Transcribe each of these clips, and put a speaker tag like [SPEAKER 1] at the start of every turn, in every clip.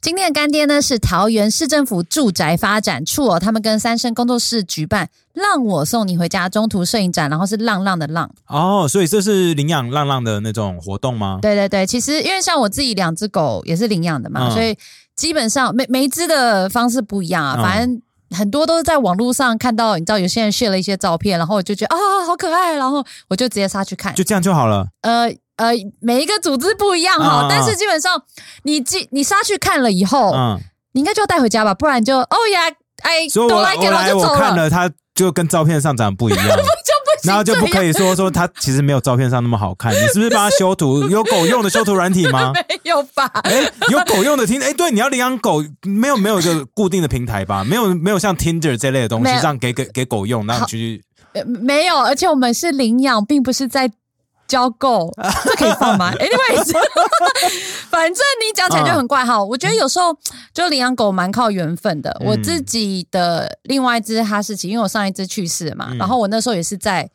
[SPEAKER 1] 今天的干爹呢是桃园市政府住宅发展处哦，他们跟三生工作室举办“让我送你回家”中途摄影展，然后是浪浪的浪。
[SPEAKER 2] 哦，所以这是领养浪浪的那种活动吗？
[SPEAKER 1] 对对啊对，其实因为像我自己两只狗也是领养的嘛，
[SPEAKER 2] 嗯
[SPEAKER 1] 所以基本上每每一只的方式不一样啊，
[SPEAKER 2] 嗯
[SPEAKER 1] 反正。很多都是在网络上看到，你知道有些人 share 了一些照片，然后我就觉得啊好可爱，然后我就直接杀去看。
[SPEAKER 2] 就这样就好了。
[SPEAKER 1] 呃呃，每一个组织不一样哈，
[SPEAKER 2] 嗯嗯嗯
[SPEAKER 1] 但是基本上你记你杀去看了以后，
[SPEAKER 2] 嗯，
[SPEAKER 1] 你应该就要带回家吧，不然就哦呀，哎，
[SPEAKER 2] 所以
[SPEAKER 1] 都
[SPEAKER 2] 我
[SPEAKER 1] 来给
[SPEAKER 2] 我来
[SPEAKER 1] 就
[SPEAKER 2] 我
[SPEAKER 1] 走
[SPEAKER 2] 看
[SPEAKER 1] 了，
[SPEAKER 2] 了，它就跟照片上长得不一样，
[SPEAKER 1] 就
[SPEAKER 2] 然 后
[SPEAKER 1] 不行
[SPEAKER 2] 就不
[SPEAKER 1] 这
[SPEAKER 2] 可
[SPEAKER 1] 样
[SPEAKER 2] 以说说它其实没有照片上那么好看。你是不是帮它修图？有狗用的修图软体吗？
[SPEAKER 1] 没有吧？
[SPEAKER 2] 哎，有狗用的听哎，对，你要领养狗，没有没有一个固定的平台吧？没有没有像 Tinder 这类的东西
[SPEAKER 1] 没有，
[SPEAKER 2] 让给给给狗用，让你去
[SPEAKER 1] 呃没有，而且我们是领养，并不是在交 购，这可以放吗？Anyways，反正你讲起来就很怪哈。我觉得有时候就领养狗蛮靠缘分的。
[SPEAKER 2] 嗯
[SPEAKER 1] 我自己的另外一只哈士奇，因为我上一只去世了嘛，
[SPEAKER 2] 嗯
[SPEAKER 1] 然后我那时候也是在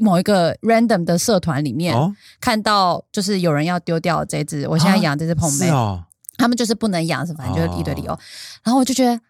[SPEAKER 1] 某一个 random 的社团里面、
[SPEAKER 2] 哦，
[SPEAKER 1] 看到，就是有人要丢掉这只，我现在
[SPEAKER 2] 啊
[SPEAKER 1] 养这只碰
[SPEAKER 2] 是
[SPEAKER 1] 妹，
[SPEAKER 2] 哦，
[SPEAKER 1] 他们就是不能养，是反正就是一堆理由。
[SPEAKER 2] 哦
[SPEAKER 1] 然后我就觉得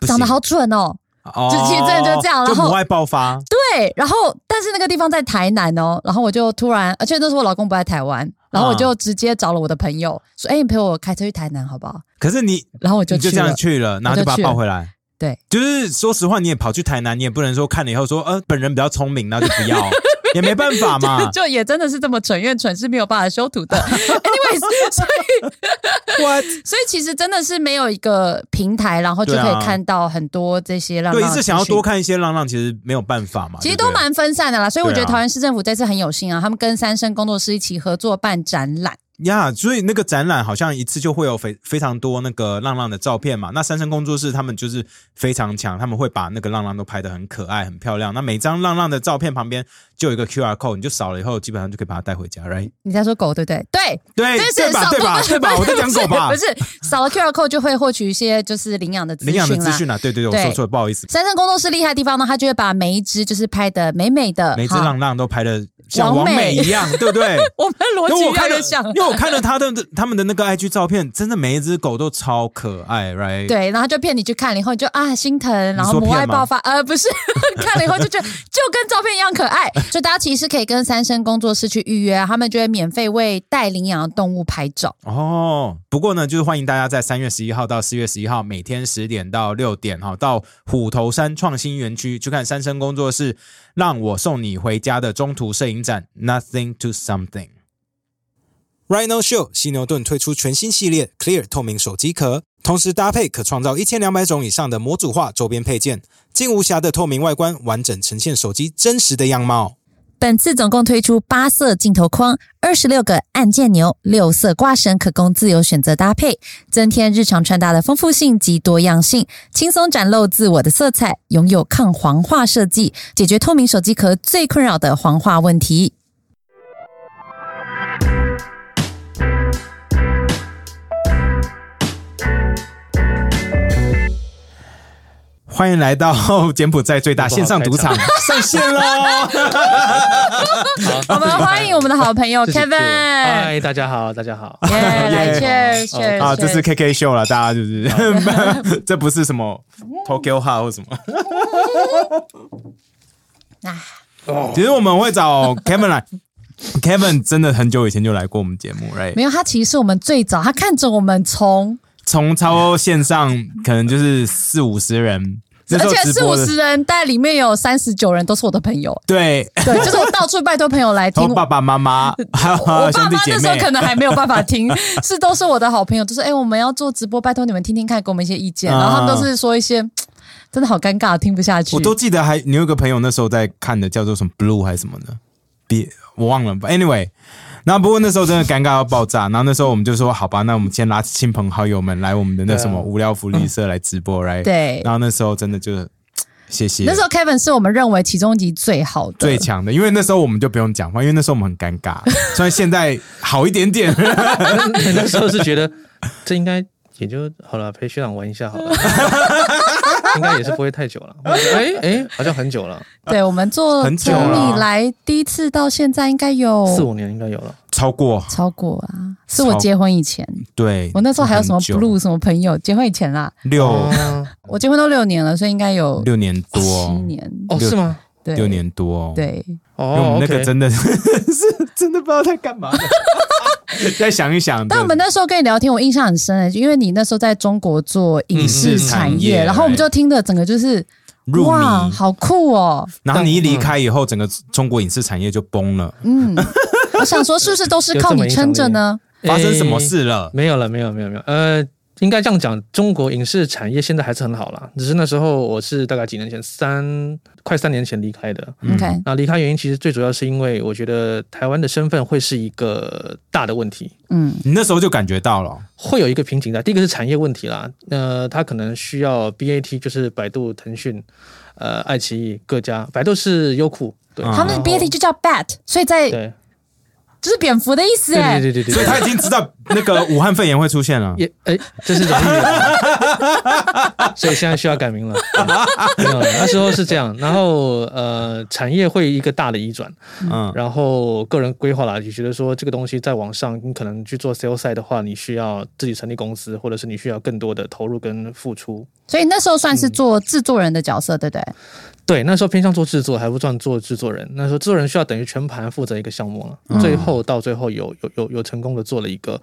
[SPEAKER 2] 不
[SPEAKER 1] 长得
[SPEAKER 2] 行
[SPEAKER 1] 好准哦，
[SPEAKER 2] 哦，
[SPEAKER 1] 就其实真的就这样
[SPEAKER 2] 就
[SPEAKER 1] 然后
[SPEAKER 2] 母爱爆发，
[SPEAKER 1] 对，然后但是那个地方在台南哦，然后我就突然，而且那时候我老公不在台湾，
[SPEAKER 2] 啊
[SPEAKER 1] 然后我就直接找了我的朋友、说：“哎、你陪我开车去台南好不好
[SPEAKER 2] 可是你？”
[SPEAKER 1] 然后我就
[SPEAKER 2] 你就
[SPEAKER 1] 去
[SPEAKER 2] 这
[SPEAKER 1] 了
[SPEAKER 2] 样。去了，然
[SPEAKER 1] 我
[SPEAKER 2] 后
[SPEAKER 1] 就
[SPEAKER 2] 就把
[SPEAKER 1] 去
[SPEAKER 2] 它抱
[SPEAKER 1] 了
[SPEAKER 2] 回来。
[SPEAKER 1] 对，。
[SPEAKER 2] 就是说实话，你也跑去台南，你也不能说看了以后说，呃，本人比较聪明，那就不要，也没办法嘛
[SPEAKER 1] 就也真的是这么蠢，因为蠢是没有办法修图 的。Anyways，所以
[SPEAKER 2] What？
[SPEAKER 1] 所以其实真的是没有一个平台，然后就可
[SPEAKER 2] 对
[SPEAKER 1] 以
[SPEAKER 2] 啊
[SPEAKER 1] 看到很多这些让
[SPEAKER 2] 对，一
[SPEAKER 1] 让
[SPEAKER 2] 直想要
[SPEAKER 1] 资讯
[SPEAKER 2] 多看一些浪浪，其实没有办法嘛。
[SPEAKER 1] 其实
[SPEAKER 2] 对
[SPEAKER 1] 都
[SPEAKER 2] 不对
[SPEAKER 1] 蛮分散的啦，所以我觉得
[SPEAKER 2] 对啊
[SPEAKER 1] 桃园市政府这次很有幸啊，他们跟三生工作室一起合作办展览。
[SPEAKER 2] 呀所以那个展览好像一次就会有非非常多那个浪浪的照片嘛。那三生工作室他们就是非常强，他们会把那个浪浪都拍得很可爱、很漂亮。那每张浪浪的照片旁边就有一个 QR code，你就扫了以后，基本上就可以把它带回家，right？
[SPEAKER 1] 你在说狗对不对？对，
[SPEAKER 2] 对，
[SPEAKER 1] 就是
[SPEAKER 2] 哎对吧？
[SPEAKER 1] 扫
[SPEAKER 2] 对吧？
[SPEAKER 1] 不是
[SPEAKER 2] 对 吧？我在讲狗吧
[SPEAKER 1] 不，是扫了 QR code 就会获取一些就是领养的资
[SPEAKER 2] 领养的
[SPEAKER 1] 讯
[SPEAKER 2] 资
[SPEAKER 1] 啦。
[SPEAKER 2] 讯啊，对对对，我说
[SPEAKER 1] 对
[SPEAKER 2] 错了，不好意思。
[SPEAKER 1] 三生工作室厉害的地方呢，他就会把每一只就是拍的美美的，
[SPEAKER 2] 每一只
[SPEAKER 1] 哈
[SPEAKER 2] 浪浪都拍的像
[SPEAKER 1] 呃王
[SPEAKER 2] 王
[SPEAKER 1] 美
[SPEAKER 2] 美一样，对不 对？
[SPEAKER 1] 我们逻
[SPEAKER 2] 因
[SPEAKER 1] 辑
[SPEAKER 2] 为我
[SPEAKER 1] 越来
[SPEAKER 2] 看了
[SPEAKER 1] 越 像，了
[SPEAKER 2] 因为我看了他的他们的那个 IG 照片，真的每一只狗都超可爱，right？
[SPEAKER 1] 对，然后就骗你去看了以后，你就啊心疼，然后
[SPEAKER 2] 说
[SPEAKER 1] 母
[SPEAKER 2] 骗
[SPEAKER 1] 爱
[SPEAKER 2] 吗
[SPEAKER 1] 爆发，呃， 不是，看了以后就觉得就跟照片一样可爱，所以大家其实可以跟三生工作室去预约啊，他们就会免费为待领养的动物拍照。
[SPEAKER 2] 哦，不过呢，就是欢迎大家在三月十一号到四月十一号，每天十点到六点哈，到虎头山创新园区去看三生工作室“让我送你回家”的中途摄影展，Nothing to Something。Rhino Show 犀牛盾推出全新系列 Clear 透明手机壳，同时搭配可创造一千两百种以上的模组化周边配件，金无瑕的透明外观完整呈现手机真实的样貌。
[SPEAKER 1] 本次总共推出八色镜头框、二十六个按键钮、六色挂绳，可供自由选择搭配，增添日常穿搭的丰富性及多样性，轻松展露自我的色彩。拥有抗黄化设计，解决透明手机壳最困扰的黄化问 题。
[SPEAKER 2] 欢迎来到柬埔寨最大线上赌场，上线喽！
[SPEAKER 1] 我们欢迎我们的好朋友
[SPEAKER 3] 谢谢
[SPEAKER 1] Kevin，
[SPEAKER 3] 嗨，大家好，大家好。
[SPEAKER 1] 耶， 来 Cheers
[SPEAKER 3] 哦
[SPEAKER 1] Cheers，
[SPEAKER 2] 啊，这是 KK 秀了，大家就是
[SPEAKER 1] 哦
[SPEAKER 2] 这不是什么 Tokyo 号或什么。
[SPEAKER 1] 啊
[SPEAKER 2] 其实我们会找 Kevin 来，Kevin 真的很久以前就来过我们节目，right？
[SPEAKER 1] 没有他其实是我们最早，他看着我们从，
[SPEAKER 2] 从超线上可能就是四五十人，那
[SPEAKER 1] 而
[SPEAKER 2] 时候
[SPEAKER 1] 且
[SPEAKER 2] 直
[SPEAKER 1] 四
[SPEAKER 2] 播
[SPEAKER 1] 五
[SPEAKER 2] 的
[SPEAKER 1] 十人，但里面有三十九人都是我的朋友。
[SPEAKER 2] 对，
[SPEAKER 1] 对，就是我到处拜托朋友来听
[SPEAKER 2] 从。爸爸妈妈还有
[SPEAKER 1] 我
[SPEAKER 2] 啊 兄
[SPEAKER 1] 爸
[SPEAKER 2] 弟
[SPEAKER 1] 妈
[SPEAKER 2] 姐
[SPEAKER 1] 那时候
[SPEAKER 2] 妹
[SPEAKER 1] 可。能还没有办 法听，是都是我的好朋友，就说：“哎、我们要做直播，拜托你们听听看，给我们一些意见。”
[SPEAKER 2] 啊
[SPEAKER 1] 然后他们都是说一些嘖真的好尴尬，听不下去。
[SPEAKER 2] 我都记得还你有一个朋友那时候在看的叫做什么 Blue 还是什么的，别我忘了。Anyway，那不过那时候真的尴尬到爆炸，然后那时候我们就说好吧，那我们先拉亲朋好友们来我们的那什么
[SPEAKER 3] 对啊
[SPEAKER 2] 无聊福利社来直播来。
[SPEAKER 1] 对
[SPEAKER 2] 然后那时候真的就是呃谢谢
[SPEAKER 1] 那时候 Kevin 是我们认为其中一集最好的，
[SPEAKER 2] 最强的，因为那时候我们就不用讲话，因为那时候我们很尴尬， 虽然现在好一点点。
[SPEAKER 3] 那时候是觉得这应该也就好了，陪学长玩一下好了。应该也是不会太久了。我觉得哎哎，好像很久了，
[SPEAKER 1] 对我们做
[SPEAKER 2] 很久
[SPEAKER 1] 从
[SPEAKER 2] 了
[SPEAKER 1] 你来第一次到现在应该有
[SPEAKER 3] 四五年应该有了。
[SPEAKER 2] 超过
[SPEAKER 1] 超过啊，是
[SPEAKER 2] 超
[SPEAKER 1] 我结婚以前，
[SPEAKER 2] 对，
[SPEAKER 1] 我那时候还有什么
[SPEAKER 2] 很久
[SPEAKER 1] blue 什么朋友，结婚以前啦，
[SPEAKER 2] 六、
[SPEAKER 3] 哦
[SPEAKER 1] 我结婚都六年了，所以应该有
[SPEAKER 2] 六年多
[SPEAKER 1] 七
[SPEAKER 2] 哦，
[SPEAKER 1] 年，
[SPEAKER 3] 哦，
[SPEAKER 2] 六
[SPEAKER 3] 是吗？
[SPEAKER 1] 对，
[SPEAKER 2] 六，年多哦，，
[SPEAKER 1] 对，
[SPEAKER 2] 因为我
[SPEAKER 3] 哦
[SPEAKER 2] 们，那
[SPEAKER 3] OK
[SPEAKER 2] 个真的 是真的不知道在干嘛 的，再想一想，
[SPEAKER 1] 但我们那时候跟你聊天，我印象很深诶、因为你那时候在中国做影视产
[SPEAKER 2] 嗯嗯产
[SPEAKER 1] 业，
[SPEAKER 2] 业
[SPEAKER 1] 然后我们就听的整个就是
[SPEAKER 2] 入迷
[SPEAKER 1] 哇，好酷哦，
[SPEAKER 2] 然后你一离开以后，整个中国影视产业就崩了，
[SPEAKER 1] 嗯，我想说是不是都是靠你撑着呢？
[SPEAKER 2] 发生什么
[SPEAKER 3] 哎
[SPEAKER 2] 事了？
[SPEAKER 3] 没有了，没有，没有，没有。呃，应该这样讲，中国影视产业现在还是很好啦。只是那时候我是大概几年前，三快三年前离开的。
[SPEAKER 2] 嗯
[SPEAKER 1] OK，
[SPEAKER 3] 那离开原因其实最主要是因为我觉得台湾的身份会是一个大的问题，
[SPEAKER 1] 嗯
[SPEAKER 2] 你那时候就感觉到了，
[SPEAKER 3] 会有一个瓶颈在。第一个是产业问题啦，呃，它可能需要 BAT，就是百度、腾讯、呃、爱奇艺各家，百度是优酷，对，
[SPEAKER 2] 嗯
[SPEAKER 1] 他们的 BAT 就叫 bat，所以在
[SPEAKER 3] 对
[SPEAKER 1] 就是蝙蝠的意思
[SPEAKER 3] 对
[SPEAKER 1] 哎、
[SPEAKER 3] 对对对对，
[SPEAKER 2] 所以他已经知道那个武汉肺炎会出现了。
[SPEAKER 3] 也哎，这是容易的， 所以现在需要改名了。对没有了，那时候是这样，然后呃，产业会一个大的移转，
[SPEAKER 1] 啊
[SPEAKER 2] 嗯，
[SPEAKER 3] 然后个人规划啦，就觉得说这个东西在往上，你可能去做 sales side 的话，你需要自己成立公司，或者是你需要更多的投入跟付出。
[SPEAKER 1] 所以那时候算是做制作人的角色，对不对？
[SPEAKER 3] 对，那时候偏向做制作，还不算做制作人。那时候制作人需要等于全盘负责一个项目了。
[SPEAKER 2] 嗯
[SPEAKER 3] 最后到最后有有有有成功的做了一个，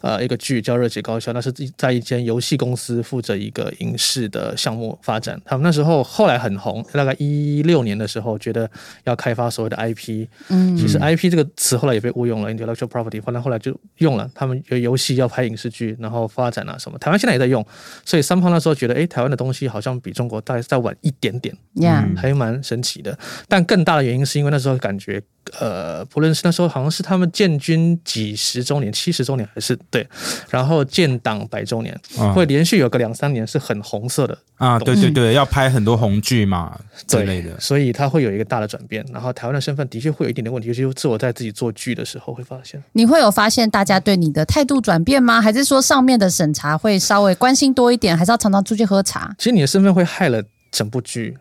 [SPEAKER 3] 呃，一个剧叫《热血高校》，那是一在一间游戏公司负责一个影视的项目发展。他们那时候后来很红，大概一六年的时候，觉得要开发所谓的 IP。
[SPEAKER 1] 嗯，
[SPEAKER 3] 其实 IP 这个词后来也被误用了，intellectual property，后来后来就用了。他们有游戏要拍影视剧，然后发展啊什么，台湾现在也在用。所以三胖那时候觉得，诶，台湾的东西好像比中国大概再晚一点点。
[SPEAKER 1] 呀、
[SPEAKER 2] 嗯
[SPEAKER 3] 还蛮神奇的。但更大的原因是因为那时候感觉，呃，不论是那时候好像是他们建军几十周年、七十周年还是对，然后建党百周年，
[SPEAKER 2] 嗯
[SPEAKER 3] 会嗯连续有个两三年是很红色的，
[SPEAKER 2] 啊，对对对，要拍很多红剧嘛之
[SPEAKER 3] 对
[SPEAKER 2] 类的。
[SPEAKER 3] 所以它会有一个大的转变。然后台湾的身份的确会有一点点问题，尤其是我在自己做剧的时候会发现，
[SPEAKER 1] 你会有发现大家对你的态度转变吗？还是说上面的审查会稍微关心多一点？还是要常常出去喝茶？
[SPEAKER 3] 其实你的身份会害了整部剧。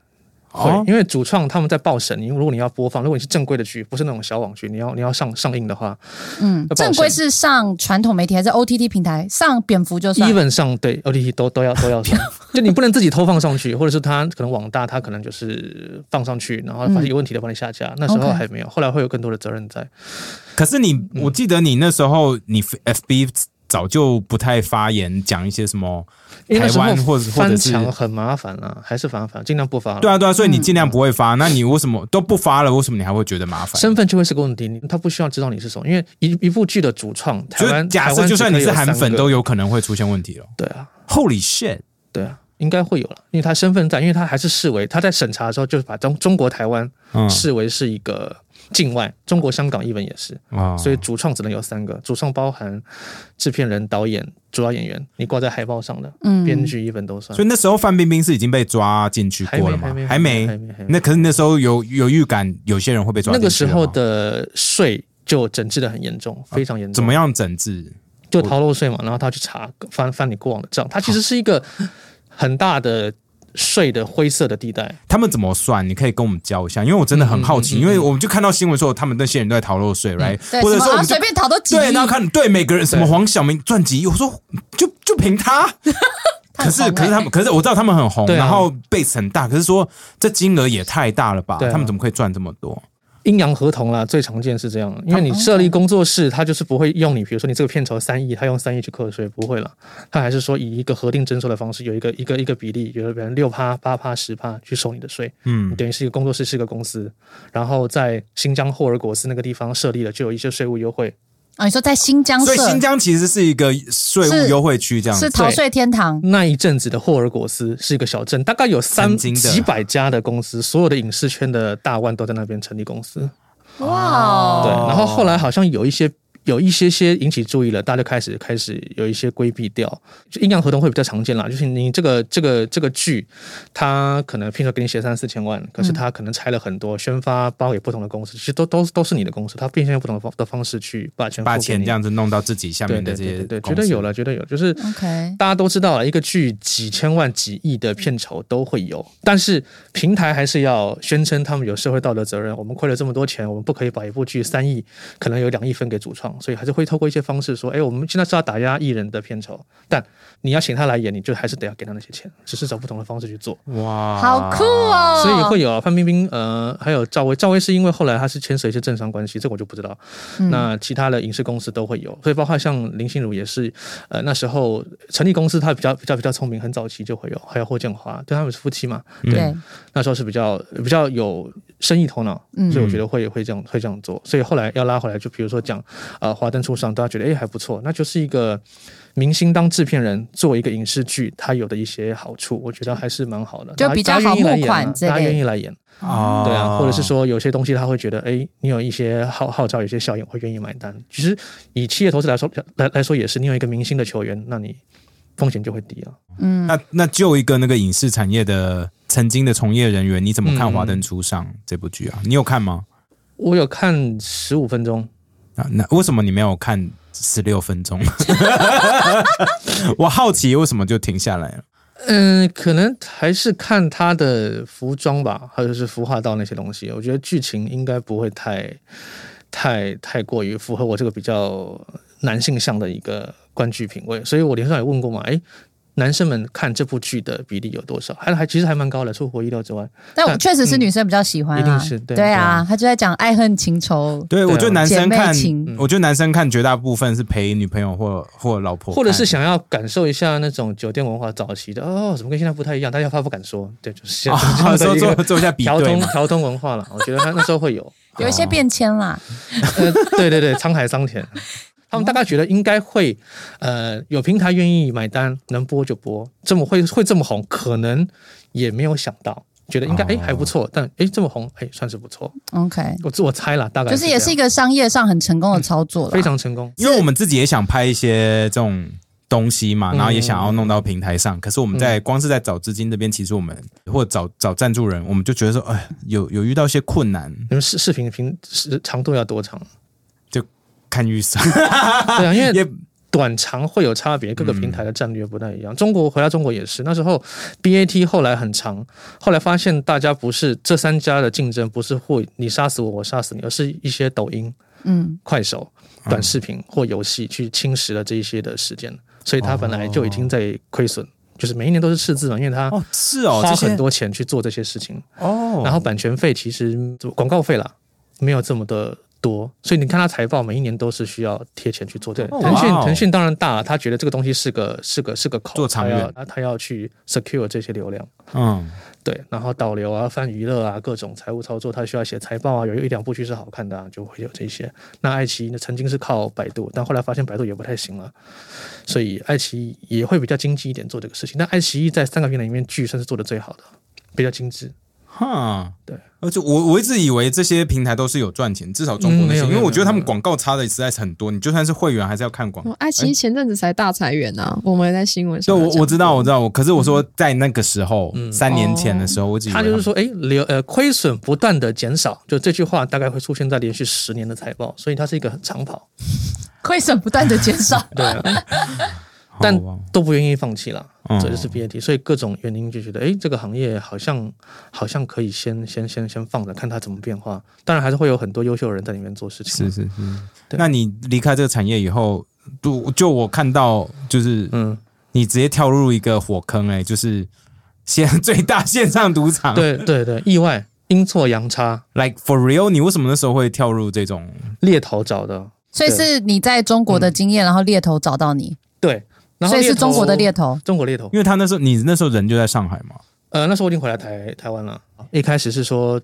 [SPEAKER 3] 会
[SPEAKER 2] 哦，
[SPEAKER 3] 因为主创他们在报审，因为如果你要播放，如果你是正规的剧，不是那种小网剧，你要你要上上映的话，
[SPEAKER 1] 嗯，
[SPEAKER 3] 报
[SPEAKER 1] 正
[SPEAKER 3] 审
[SPEAKER 1] 规是上传统媒体还是 OTT 平台？上蝙蝠就算。
[SPEAKER 3] even 上对 OTT 都都要都要上， 就你不能自己偷放上去，或者是他可能网大他可能就是放上去，然后发现有问题的帮你下架。那时候
[SPEAKER 1] OK
[SPEAKER 3] 还没有，后来会有更多的责任在。
[SPEAKER 2] 可是你，我记得你那时候你 FB 早就不太发言，讲一些什么
[SPEAKER 3] 因为那
[SPEAKER 2] 台
[SPEAKER 3] 时候
[SPEAKER 2] 湾或者或者
[SPEAKER 3] 翻
[SPEAKER 2] 是
[SPEAKER 3] 墙很麻烦啊，还是麻烦，尽量不发了。
[SPEAKER 2] 对啊对啊，所以你尽量不会发。那你为什么都不发了？为什么你还会觉得麻烦？
[SPEAKER 3] 身份就会是个问题，你他不需要知道你是什么，因为一一部剧的主创，台
[SPEAKER 2] 就是
[SPEAKER 3] 湾
[SPEAKER 2] 假
[SPEAKER 3] 台
[SPEAKER 2] 设
[SPEAKER 3] 湾
[SPEAKER 2] 就算你是韩
[SPEAKER 3] 只可以
[SPEAKER 2] 粉，
[SPEAKER 3] 有
[SPEAKER 2] 都
[SPEAKER 3] 三个
[SPEAKER 2] 有可能会出现问题了。
[SPEAKER 3] 对啊
[SPEAKER 2] Holy shit！
[SPEAKER 3] 对啊，应该会有了，因为他身份在，因为他还是视为他在审查的时候就是把中中国台湾
[SPEAKER 2] 嗯
[SPEAKER 3] 视为是一个境外，中国香港 even 也是，
[SPEAKER 2] 啊，
[SPEAKER 3] 所以主创只能有三个，主创包含制片人、导演、主要演员，你挂在海报上的，
[SPEAKER 1] 嗯
[SPEAKER 3] 编剧一本都算
[SPEAKER 2] 所。以那时候范冰冰是已经被抓进去
[SPEAKER 3] 还没
[SPEAKER 2] 过了吗
[SPEAKER 3] 还？没
[SPEAKER 2] 还
[SPEAKER 3] 还
[SPEAKER 2] 没。
[SPEAKER 3] 没还没。
[SPEAKER 2] 那可是你那时候有有预感，有些人会被抓
[SPEAKER 3] 那
[SPEAKER 2] 进去
[SPEAKER 3] 个时候
[SPEAKER 2] 了吗
[SPEAKER 3] 的税就整治的很严重，非常严重。
[SPEAKER 2] 啊怎么？样整治？
[SPEAKER 3] 就逃漏税嘛，然后他去查翻翻你过往的账，它其实是一个很大的税的灰色的地带。
[SPEAKER 2] 他们怎么算？你可以跟我们教一下，因为我真的很好奇，
[SPEAKER 3] 嗯嗯嗯嗯
[SPEAKER 2] 因为我们就看到新闻说他们那些人都在逃漏税，right？、
[SPEAKER 1] 对，
[SPEAKER 2] 或者
[SPEAKER 1] 什
[SPEAKER 2] 说
[SPEAKER 1] 么
[SPEAKER 2] 我
[SPEAKER 1] 啊
[SPEAKER 2] 们就
[SPEAKER 1] 随便讨都几亿
[SPEAKER 2] 对，，然后看对每个人什么
[SPEAKER 3] 对
[SPEAKER 2] 黄晓明赚几亿，我说就就凭他，
[SPEAKER 1] 他
[SPEAKER 2] 可
[SPEAKER 1] 很
[SPEAKER 2] 是
[SPEAKER 1] 红
[SPEAKER 2] 可是
[SPEAKER 1] 欸
[SPEAKER 2] 他们可是我知道他们很红，
[SPEAKER 3] 对啊
[SPEAKER 2] 然后 base 很大，可是说这金额也太大了吧？
[SPEAKER 3] 对啊
[SPEAKER 2] 他们怎么可以赚这么多？
[SPEAKER 3] 阴阳合同啦，最常见是这样，因为你设立工作室，他就是不会用你，比如说你这个片酬三亿，他用三亿去课税，不会了，他还是说以一个核定征收的方式，有一个一个一个比例，比如别人六趴、八趴、十趴去收你的税，
[SPEAKER 2] 嗯
[SPEAKER 3] 你等于是一个工作室，是一个公司，然后在新疆霍尔果斯那个地方设立了，就有一些税务优惠，
[SPEAKER 1] 啊，你说在新疆
[SPEAKER 2] 所以新
[SPEAKER 1] 社
[SPEAKER 2] 疆其实是一个税务优惠区，这样
[SPEAKER 1] 是
[SPEAKER 2] 子。
[SPEAKER 1] 逃税天堂，
[SPEAKER 3] 那一阵子的霍尔果斯是一个小镇，大概有三
[SPEAKER 2] 曾经的
[SPEAKER 3] 几百家的公司，所有的影视圈的大腕都在那边成立公司。
[SPEAKER 1] 哇
[SPEAKER 3] 对，
[SPEAKER 1] 哦，
[SPEAKER 3] 然后后来好像有一些有一些些引起注意了，大家就开始开始有一些规避掉。就阴阳合同会比较常见啦，就是你这个这个这个剧，它可能譬如说给你写三四千万，可是它可能拆了很多宣发包给不同的公司，其实都都都是你的公司，它变现用不同的方的方式去把钱付
[SPEAKER 2] 把
[SPEAKER 3] 给
[SPEAKER 2] 钱
[SPEAKER 3] 你
[SPEAKER 2] 这样子弄到自己下
[SPEAKER 3] 对
[SPEAKER 2] 面
[SPEAKER 3] 对
[SPEAKER 2] 的这
[SPEAKER 3] 对
[SPEAKER 2] 些
[SPEAKER 3] 对对，
[SPEAKER 2] 公
[SPEAKER 3] 绝
[SPEAKER 2] 司
[SPEAKER 3] 对有了，绝对有，就是。
[SPEAKER 1] OK，
[SPEAKER 3] 大家都知道了，一个剧几千万、几亿的片酬都会有，但是平台还是要宣称他们有社会道德责任。我们亏了这么多钱，我们不可以把一部剧三亿，可能有两亿分给主创，所以还是会透过一些方式说，哎，我们现在是要打压艺人的片酬，但你要请他来演，你就还是得要给他那些钱，只是找不同的方式去做。
[SPEAKER 2] 哇，
[SPEAKER 1] 好酷！哦！
[SPEAKER 3] 所以会有范冰冰，呃，还有赵薇，赵薇是因为后来她是牵涉一些政商关系，这个我就不知道。那其他的影视公司都会有，所以包括像林心如也是，呃，那时候成立公司，她比较比较比较聪明，很早期就会有，还有霍建华，对他们是夫妻嘛，
[SPEAKER 1] 对，
[SPEAKER 3] 那时候是比较比较有生意头脑，
[SPEAKER 1] 嗯
[SPEAKER 3] 所以我觉得会会这样会这样做，所以后来要拉回来，就比如说讲，呃，华灯初上，大家觉得哎还不错，那就是一个明星当制片人做一个影视剧，他有的一些好处，我觉得还是蛮好的，
[SPEAKER 1] 就比较
[SPEAKER 3] 大家
[SPEAKER 1] 好
[SPEAKER 3] 愿意来
[SPEAKER 1] 募
[SPEAKER 3] 演啊
[SPEAKER 1] 款之类
[SPEAKER 3] 大家愿意来演，
[SPEAKER 2] 哦，
[SPEAKER 3] 对啊，或者是说有些东西他会觉得，哎，你有一些号号召，有些效应，我会愿意买单。其实以企业投资来说来来说也是，你有一个明星的球员，那你风险就会低啊。
[SPEAKER 1] 嗯，
[SPEAKER 2] 那那就一个那个影视产业的曾经的从业人员，你怎么看《
[SPEAKER 3] 嗯
[SPEAKER 2] 华灯初上》这部剧啊？你有看吗？
[SPEAKER 3] 我有看十五分钟，
[SPEAKER 2] 啊，那为什么你没有看十六分钟？ 我好奇为什么就停下来了。
[SPEAKER 3] 嗯，可能还是看他的服装吧，还有就是服化道那些东西。我觉得剧情应该不会太、太、太过于符合我这个比较男性向的一个观剧品味。所以我脸上也问过嘛，哎，男生们看这部剧的比例有多少？还还其实还蛮高的，出乎我意料之外。
[SPEAKER 1] 但我
[SPEAKER 3] 但
[SPEAKER 1] 确实是女生比较喜欢
[SPEAKER 3] 嗯一定
[SPEAKER 1] 啊
[SPEAKER 3] 是，
[SPEAKER 1] 对
[SPEAKER 3] 对对
[SPEAKER 1] 啊
[SPEAKER 3] 啊，
[SPEAKER 1] 他就在讲爱恨情仇，
[SPEAKER 2] 对，我觉得男
[SPEAKER 1] 姐
[SPEAKER 2] 生
[SPEAKER 1] 妹
[SPEAKER 2] 看
[SPEAKER 3] 嗯
[SPEAKER 1] 情，
[SPEAKER 2] 我觉得男生看绝大部分是陪女朋友或或老婆看，
[SPEAKER 3] 或者是想要感受一下那种酒店文化早期的哦，怎么跟现在不太一样？大家怕不敢说，对，就是这样
[SPEAKER 2] 啊，
[SPEAKER 3] 的
[SPEAKER 2] 说
[SPEAKER 3] 一
[SPEAKER 2] 做
[SPEAKER 3] 个
[SPEAKER 2] 做一下比
[SPEAKER 3] 调
[SPEAKER 2] 对
[SPEAKER 3] 通
[SPEAKER 2] 嘛，
[SPEAKER 3] 调通文化了。我觉得他那时候会有，
[SPEAKER 1] 有一些变迁啦。
[SPEAKER 3] 呃，对对对，沧海桑田。他们大概觉得应该会，呃，有平台愿意买单，能播就播，这么会会这么红，可能也没有想到，觉得应该哎、
[SPEAKER 2] 哦
[SPEAKER 3] 还不错，但哎这么红哎算是不错，
[SPEAKER 1] OK，
[SPEAKER 3] 我自我猜了，大概
[SPEAKER 1] 就是
[SPEAKER 3] 这
[SPEAKER 1] 也
[SPEAKER 3] 样嗯
[SPEAKER 1] 是一个商业上很成功的操作了，
[SPEAKER 3] 非常成功，
[SPEAKER 2] 因为我们自己也想拍一些这种东西嘛，
[SPEAKER 3] 嗯
[SPEAKER 2] 然后也想要弄到平台上，可是我们在光是在找资金这边，其实我们或找找赞助人，我们就觉得说，哎，有有遇到一些困难，
[SPEAKER 3] 你们视视频频时长度要 多长？
[SPEAKER 2] 看预 算
[SPEAKER 3] 对啊，因 为
[SPEAKER 2] 也嗯
[SPEAKER 3] 短长会有差别，各个平台的战略不太一样。中国回到中国也是，那时候 BAT 后来很长，后来发现大家不是这三家的竞争，不是或你杀死我，我杀死你，而是一些抖音、
[SPEAKER 1] 嗯，
[SPEAKER 3] 快手、短视频或游戏去侵蚀了这一些的时间，所以它本来就已经在亏损，就是每一年都是赤字嘛，因为它
[SPEAKER 2] 哦是哦，
[SPEAKER 3] 花
[SPEAKER 2] 这些
[SPEAKER 3] 很多钱去做这些事情。
[SPEAKER 2] 哦，
[SPEAKER 3] 然后版权费其实广告费啦，没有这么的多，所以你看他财报每一年都是需要贴钱去做这个。
[SPEAKER 2] 哦
[SPEAKER 3] 腾讯
[SPEAKER 2] 哇哦
[SPEAKER 3] 腾讯当然大，他觉得这个东西是个是个是个口，
[SPEAKER 2] 做长远
[SPEAKER 3] 他要他他要去 secure 这些流量，
[SPEAKER 2] 嗯，
[SPEAKER 3] 对，然后导流啊、泛娱乐啊、各种财务操作，他需要写财报啊，有一两部剧是好看的、啊，就会有这些。那爱奇艺呢，曾经是靠百度，但后来发现百度也不太行了，所以爱奇艺也会比较经济一点做这个事情。但爱奇艺在三个平台里面，剧算是做的最好的，比较精致。
[SPEAKER 2] 哈，
[SPEAKER 3] 对，
[SPEAKER 2] 而且我我一直以为这些平台都是有赚钱，至少中国那些，
[SPEAKER 3] 嗯没有
[SPEAKER 2] 因为我觉得他
[SPEAKER 3] 没
[SPEAKER 2] 们
[SPEAKER 3] 有
[SPEAKER 2] 广告插的实在是很多，你就算是会员还是要看广告
[SPEAKER 4] 哦。爱奇艺前阵子才大裁员啊，我们在新闻
[SPEAKER 2] 哎对，
[SPEAKER 4] 上有
[SPEAKER 2] 我
[SPEAKER 4] 讲过。
[SPEAKER 2] 我知道，我知道，我可是我说在那个时候，三年前的时候，我只以为
[SPEAKER 3] 嗯他就是
[SPEAKER 2] 们
[SPEAKER 3] 说，哎，流呃亏损不断的减少，就这句话大概会出现在连续十年的财报，所以它是一个很长跑，
[SPEAKER 1] 亏损不断的减少，
[SPEAKER 3] 对啊、
[SPEAKER 2] 好
[SPEAKER 3] 但
[SPEAKER 2] 吧
[SPEAKER 3] 都不愿意放弃啦，
[SPEAKER 2] 嗯
[SPEAKER 3] 这就是 BAT，所以各种原因就觉得，哎，这个行业好像好像可以先先先先放着，看它怎么变化。当然还是会有很多优秀的人在里面做事情，
[SPEAKER 2] 是是是。
[SPEAKER 3] 对
[SPEAKER 2] 那你离开这个产业以后，就就我看到，就是
[SPEAKER 3] 嗯，
[SPEAKER 2] 你直接跳入一个火坑、哎，就是现 最大线上赌场。
[SPEAKER 3] 对对对，意外阴错阳差，
[SPEAKER 2] ，like for real，你为什么那时候会跳入这种？
[SPEAKER 3] 猎头找的，
[SPEAKER 1] 所以是你在中国的经验，然后猎头找到你，
[SPEAKER 3] 对，嗯然后
[SPEAKER 1] 所以是
[SPEAKER 3] 猎头
[SPEAKER 1] 中国的猎，头。
[SPEAKER 3] 中国猎头，
[SPEAKER 2] 因为他那时候你那时候人就在上海嘛，
[SPEAKER 3] 呃，那时候我已经回来台台湾了。一开始是说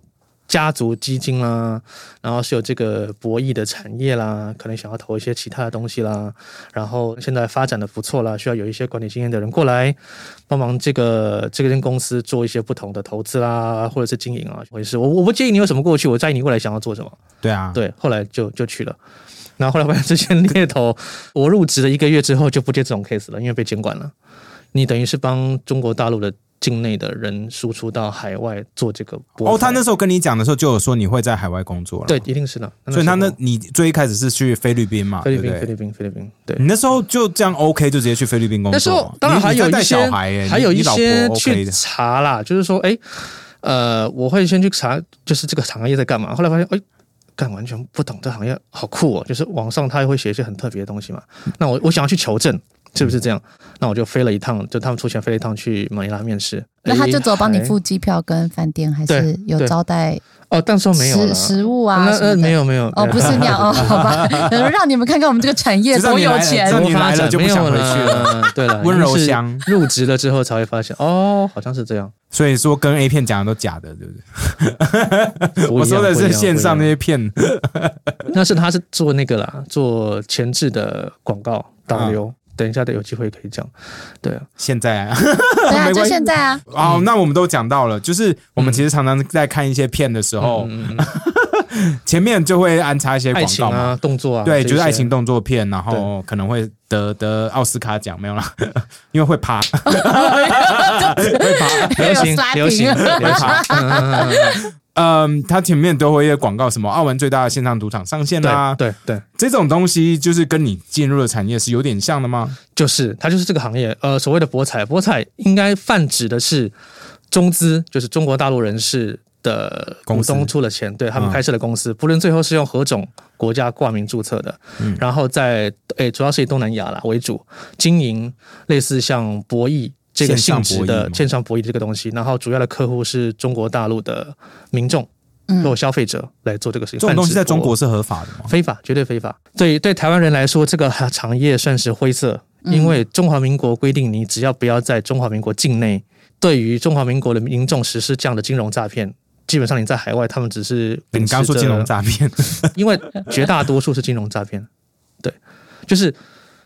[SPEAKER 3] 家族基金啦，然后是有这个博弈的产业啦，可能想要投一些其他的东西啦。然后现在发展的不错啦，需要有一些管理经验的人过来帮忙这个这间公司做一些不同的投资啦，或者是经营啊，或者是我我不介意你有什么过去，我在意你未来想要做什么。
[SPEAKER 2] 对啊，
[SPEAKER 3] 对，后来就就去了。然后后来发现这些猎头，我入职了一个月之后就不接这种 case 了，因为被监管了。你等于是帮中国大陆的境内的人输出到海外做这个播
[SPEAKER 2] 哦，他那
[SPEAKER 3] 放
[SPEAKER 2] 时候跟你讲的时候就有说你会在海外工作了，
[SPEAKER 3] 对，，一定是的。
[SPEAKER 2] 所以他那
[SPEAKER 3] 时
[SPEAKER 2] 你最一开始是去菲律宾嘛，
[SPEAKER 3] 候菲
[SPEAKER 2] 对不对？
[SPEAKER 3] 律宾，菲律宾，菲律宾，对
[SPEAKER 2] 你。那时候就这样 OK 就直接去菲律宾工作，
[SPEAKER 3] 那时候当然
[SPEAKER 2] 你
[SPEAKER 3] 还有
[SPEAKER 2] 你在
[SPEAKER 3] 一
[SPEAKER 2] 带
[SPEAKER 3] 些
[SPEAKER 2] 小孩耶，
[SPEAKER 3] 还有
[SPEAKER 2] 你
[SPEAKER 3] 一
[SPEAKER 2] 你老婆
[SPEAKER 3] 些
[SPEAKER 2] OK
[SPEAKER 3] 去
[SPEAKER 2] 的，
[SPEAKER 3] 查啦，就是说，哎，呃，我会先去查，就是这个行业在干嘛。后来发现，哎，干完全不懂这行业，好酷哦！就是网上他也会写一些很特别的东西嘛。那我我想要去求证是不是这样，那我就飞了一趟，就他们出钱飞了一趟去马尼拉面试。
[SPEAKER 1] 那他就只有帮你
[SPEAKER 3] 哎
[SPEAKER 1] 付机票跟饭店，还是
[SPEAKER 3] 对
[SPEAKER 1] 有
[SPEAKER 3] 对
[SPEAKER 1] 招待
[SPEAKER 3] 哦，但时候没有
[SPEAKER 1] 食
[SPEAKER 3] 了。
[SPEAKER 1] 食物啊
[SPEAKER 3] 那
[SPEAKER 1] 什么
[SPEAKER 3] 呃
[SPEAKER 1] 的？
[SPEAKER 3] 没有没有
[SPEAKER 1] 哦，不是那 样哦，好吧， 让你们看看我们这个产业
[SPEAKER 2] 知道
[SPEAKER 1] 多
[SPEAKER 2] 你
[SPEAKER 1] 有
[SPEAKER 2] 来了
[SPEAKER 1] 钱
[SPEAKER 2] 知道。
[SPEAKER 3] 多
[SPEAKER 2] 你
[SPEAKER 3] 发
[SPEAKER 2] 来了
[SPEAKER 3] 展
[SPEAKER 2] 就不
[SPEAKER 3] 没有
[SPEAKER 2] 想回去
[SPEAKER 3] 了。对了，
[SPEAKER 2] 温柔
[SPEAKER 3] 一定是
[SPEAKER 2] 乡
[SPEAKER 3] 入职了之后才会发现，哦，好像是这样。
[SPEAKER 2] 所以说跟 A 片讲的都假的，对不对？
[SPEAKER 3] 不
[SPEAKER 2] 我
[SPEAKER 3] 一
[SPEAKER 2] 说
[SPEAKER 3] 样
[SPEAKER 2] 的
[SPEAKER 3] 不
[SPEAKER 2] 是
[SPEAKER 3] 一样不一
[SPEAKER 2] 线上
[SPEAKER 3] 样
[SPEAKER 2] 那些片，
[SPEAKER 3] 那是他是做那个啦，做前置的广告
[SPEAKER 2] 啊
[SPEAKER 3] 导流。等一下，有机会可以讲。对啊，
[SPEAKER 2] 现在啊，
[SPEAKER 1] 对啊，
[SPEAKER 2] 没关系
[SPEAKER 1] 就现在啊，
[SPEAKER 2] 哦，那我们都讲到了，就是我们其实常常在看一些片的时候，
[SPEAKER 3] 嗯，
[SPEAKER 2] 前面就会安插一些
[SPEAKER 3] 爱
[SPEAKER 2] 广
[SPEAKER 3] 情
[SPEAKER 2] 告嘛。
[SPEAKER 3] 啊，动作啊，
[SPEAKER 2] 对，
[SPEAKER 3] 这
[SPEAKER 2] 就是爱
[SPEAKER 3] 些
[SPEAKER 2] 情。动作片，然后可能会得得奥斯卡奖，没有啦， 因为会趴，
[SPEAKER 3] 流行
[SPEAKER 1] 有 slapping
[SPEAKER 3] 流行流行，嗯
[SPEAKER 2] 嗯，它前面都会一些广告，什么澳门最大的线上赌场上线啊 啦
[SPEAKER 3] 对，对对，
[SPEAKER 2] 这种东西，就是跟你进入的产业是有点像的吗？
[SPEAKER 3] 就是它就是这个行业。呃，所谓的博彩，博彩应该泛指的是中资，就是中国大陆人士的股
[SPEAKER 2] 公司
[SPEAKER 3] 东出了钱，对他
[SPEAKER 2] 嗯
[SPEAKER 3] 们开设的公司，不论最后是用何种国家挂名注册的，
[SPEAKER 2] 嗯
[SPEAKER 3] 然后在诶主要是以东南亚啦为主经营，类似像博弈。这个性质的
[SPEAKER 2] 线
[SPEAKER 3] 线上博弈这个东西，然后主要的客户是中国大陆的民众
[SPEAKER 1] 嗯
[SPEAKER 3] 或消费者来做这个事情。
[SPEAKER 2] 这种东西
[SPEAKER 3] 泛
[SPEAKER 2] 在
[SPEAKER 3] 指博
[SPEAKER 2] 中国是合法的吗？
[SPEAKER 3] 非法，绝对非法。对对，台湾人来说，这个 行行业算是灰色，因为中华民国规定，你只要不要在中华民国境内对于中华民国的民众实施这样的金融诈骗，基本上你在海外，他们只是
[SPEAKER 2] 你刚刚说金融诈
[SPEAKER 3] 诈，
[SPEAKER 2] 骗，
[SPEAKER 3] 因为绝大多数是金融诈骗。对，就是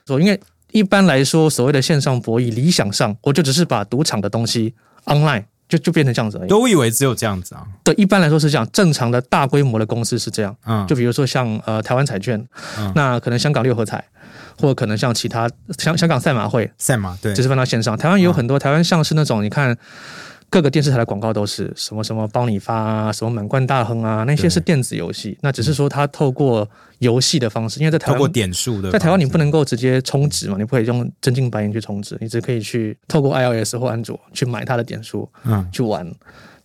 [SPEAKER 3] 说，因为一般来说，所谓的线上博弈，理想上我就只是把赌场的东西 online 就就变成这样子 而已。
[SPEAKER 2] 都以为只有这样子啊，
[SPEAKER 3] 对，一般来说是这样，正常的大规模的公司是这样。
[SPEAKER 2] 嗯，
[SPEAKER 3] 就比如说像呃台湾彩券，
[SPEAKER 2] 嗯
[SPEAKER 3] 那可能香港六合彩，或可能像其他香香港赛马会，
[SPEAKER 2] 赛马啊对啊
[SPEAKER 3] 只，是放到线上。台湾也有很多，台湾像是那种你看各个电视台的广告都是什么什么帮你发啊，什么满贯大亨啊，那些
[SPEAKER 2] 对嗯
[SPEAKER 3] 是电子游戏，那只是说它透过游戏的方式，因为在台
[SPEAKER 2] 透过
[SPEAKER 3] 湾。
[SPEAKER 2] 点数的，
[SPEAKER 3] 在台湾，你不能够直接充值嘛，你不可以用真金白银去充值，你只可以去透过 iOS 或安卓去买它的点数，
[SPEAKER 2] 嗯，
[SPEAKER 3] 去玩。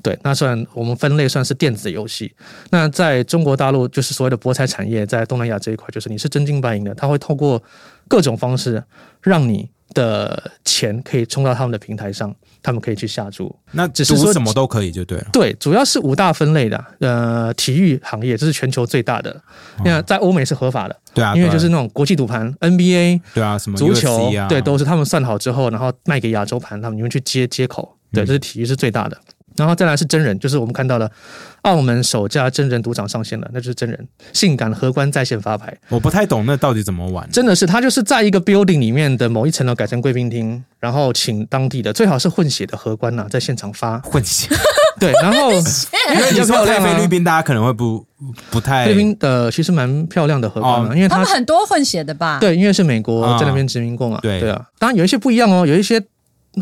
[SPEAKER 3] 对，那算我们分类算是电子游戏。那在中国大陆，就是所谓的博彩产业，在东南亚这一块，就是你是真金白银的，他会透过各种方式让你的钱可以冲到他们的平台上，他们可以去下注。
[SPEAKER 2] 那
[SPEAKER 3] 只是说
[SPEAKER 2] 赌什么都可以就对了，
[SPEAKER 3] 对，主要是五大分类的。呃，体育行业这是全球最大的，那在欧美是合法的，
[SPEAKER 2] 对嗯啊，
[SPEAKER 3] 因
[SPEAKER 2] 对
[SPEAKER 3] 为
[SPEAKER 2] 啊
[SPEAKER 3] 就是那种国际赌盘 NBA、
[SPEAKER 2] 对啊，什么
[SPEAKER 3] 足球
[SPEAKER 2] UFC 啊，
[SPEAKER 3] 对，都是他们算好之后，然后卖给亚洲盘，他们你们去接接口，对，
[SPEAKER 2] 嗯
[SPEAKER 3] 这是体育是最大的。然后再来是真人，就是我们看到了澳门首家真人赌场上线了，那就是真人性感荷官在线发牌，
[SPEAKER 2] 我不太懂那到底怎么玩，
[SPEAKER 3] 真的是他就是在一个 building 里面的某一层楼改成贵宾厅，然后请当地的最好是混血的荷官呐、啊在现 场发，
[SPEAKER 2] 混 血。
[SPEAKER 3] 对，然后因为比
[SPEAKER 2] 你
[SPEAKER 3] 较
[SPEAKER 2] 说
[SPEAKER 3] 漂
[SPEAKER 2] 在
[SPEAKER 3] 亮啊
[SPEAKER 2] 菲律宾，大家可能会不不太
[SPEAKER 3] 菲律宾的其实蛮漂亮的荷官、啊，
[SPEAKER 2] 哦
[SPEAKER 3] 因为
[SPEAKER 1] 他
[SPEAKER 3] 他
[SPEAKER 1] 们很多混血的吧？
[SPEAKER 3] 对，因为是美国
[SPEAKER 2] 啊
[SPEAKER 3] 在那边殖民过嘛，
[SPEAKER 2] 对
[SPEAKER 3] 啊。当然有一些不一样哦，有一些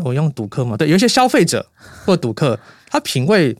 [SPEAKER 3] 我用赌客嘛，对，有一些消费者或赌客，他品味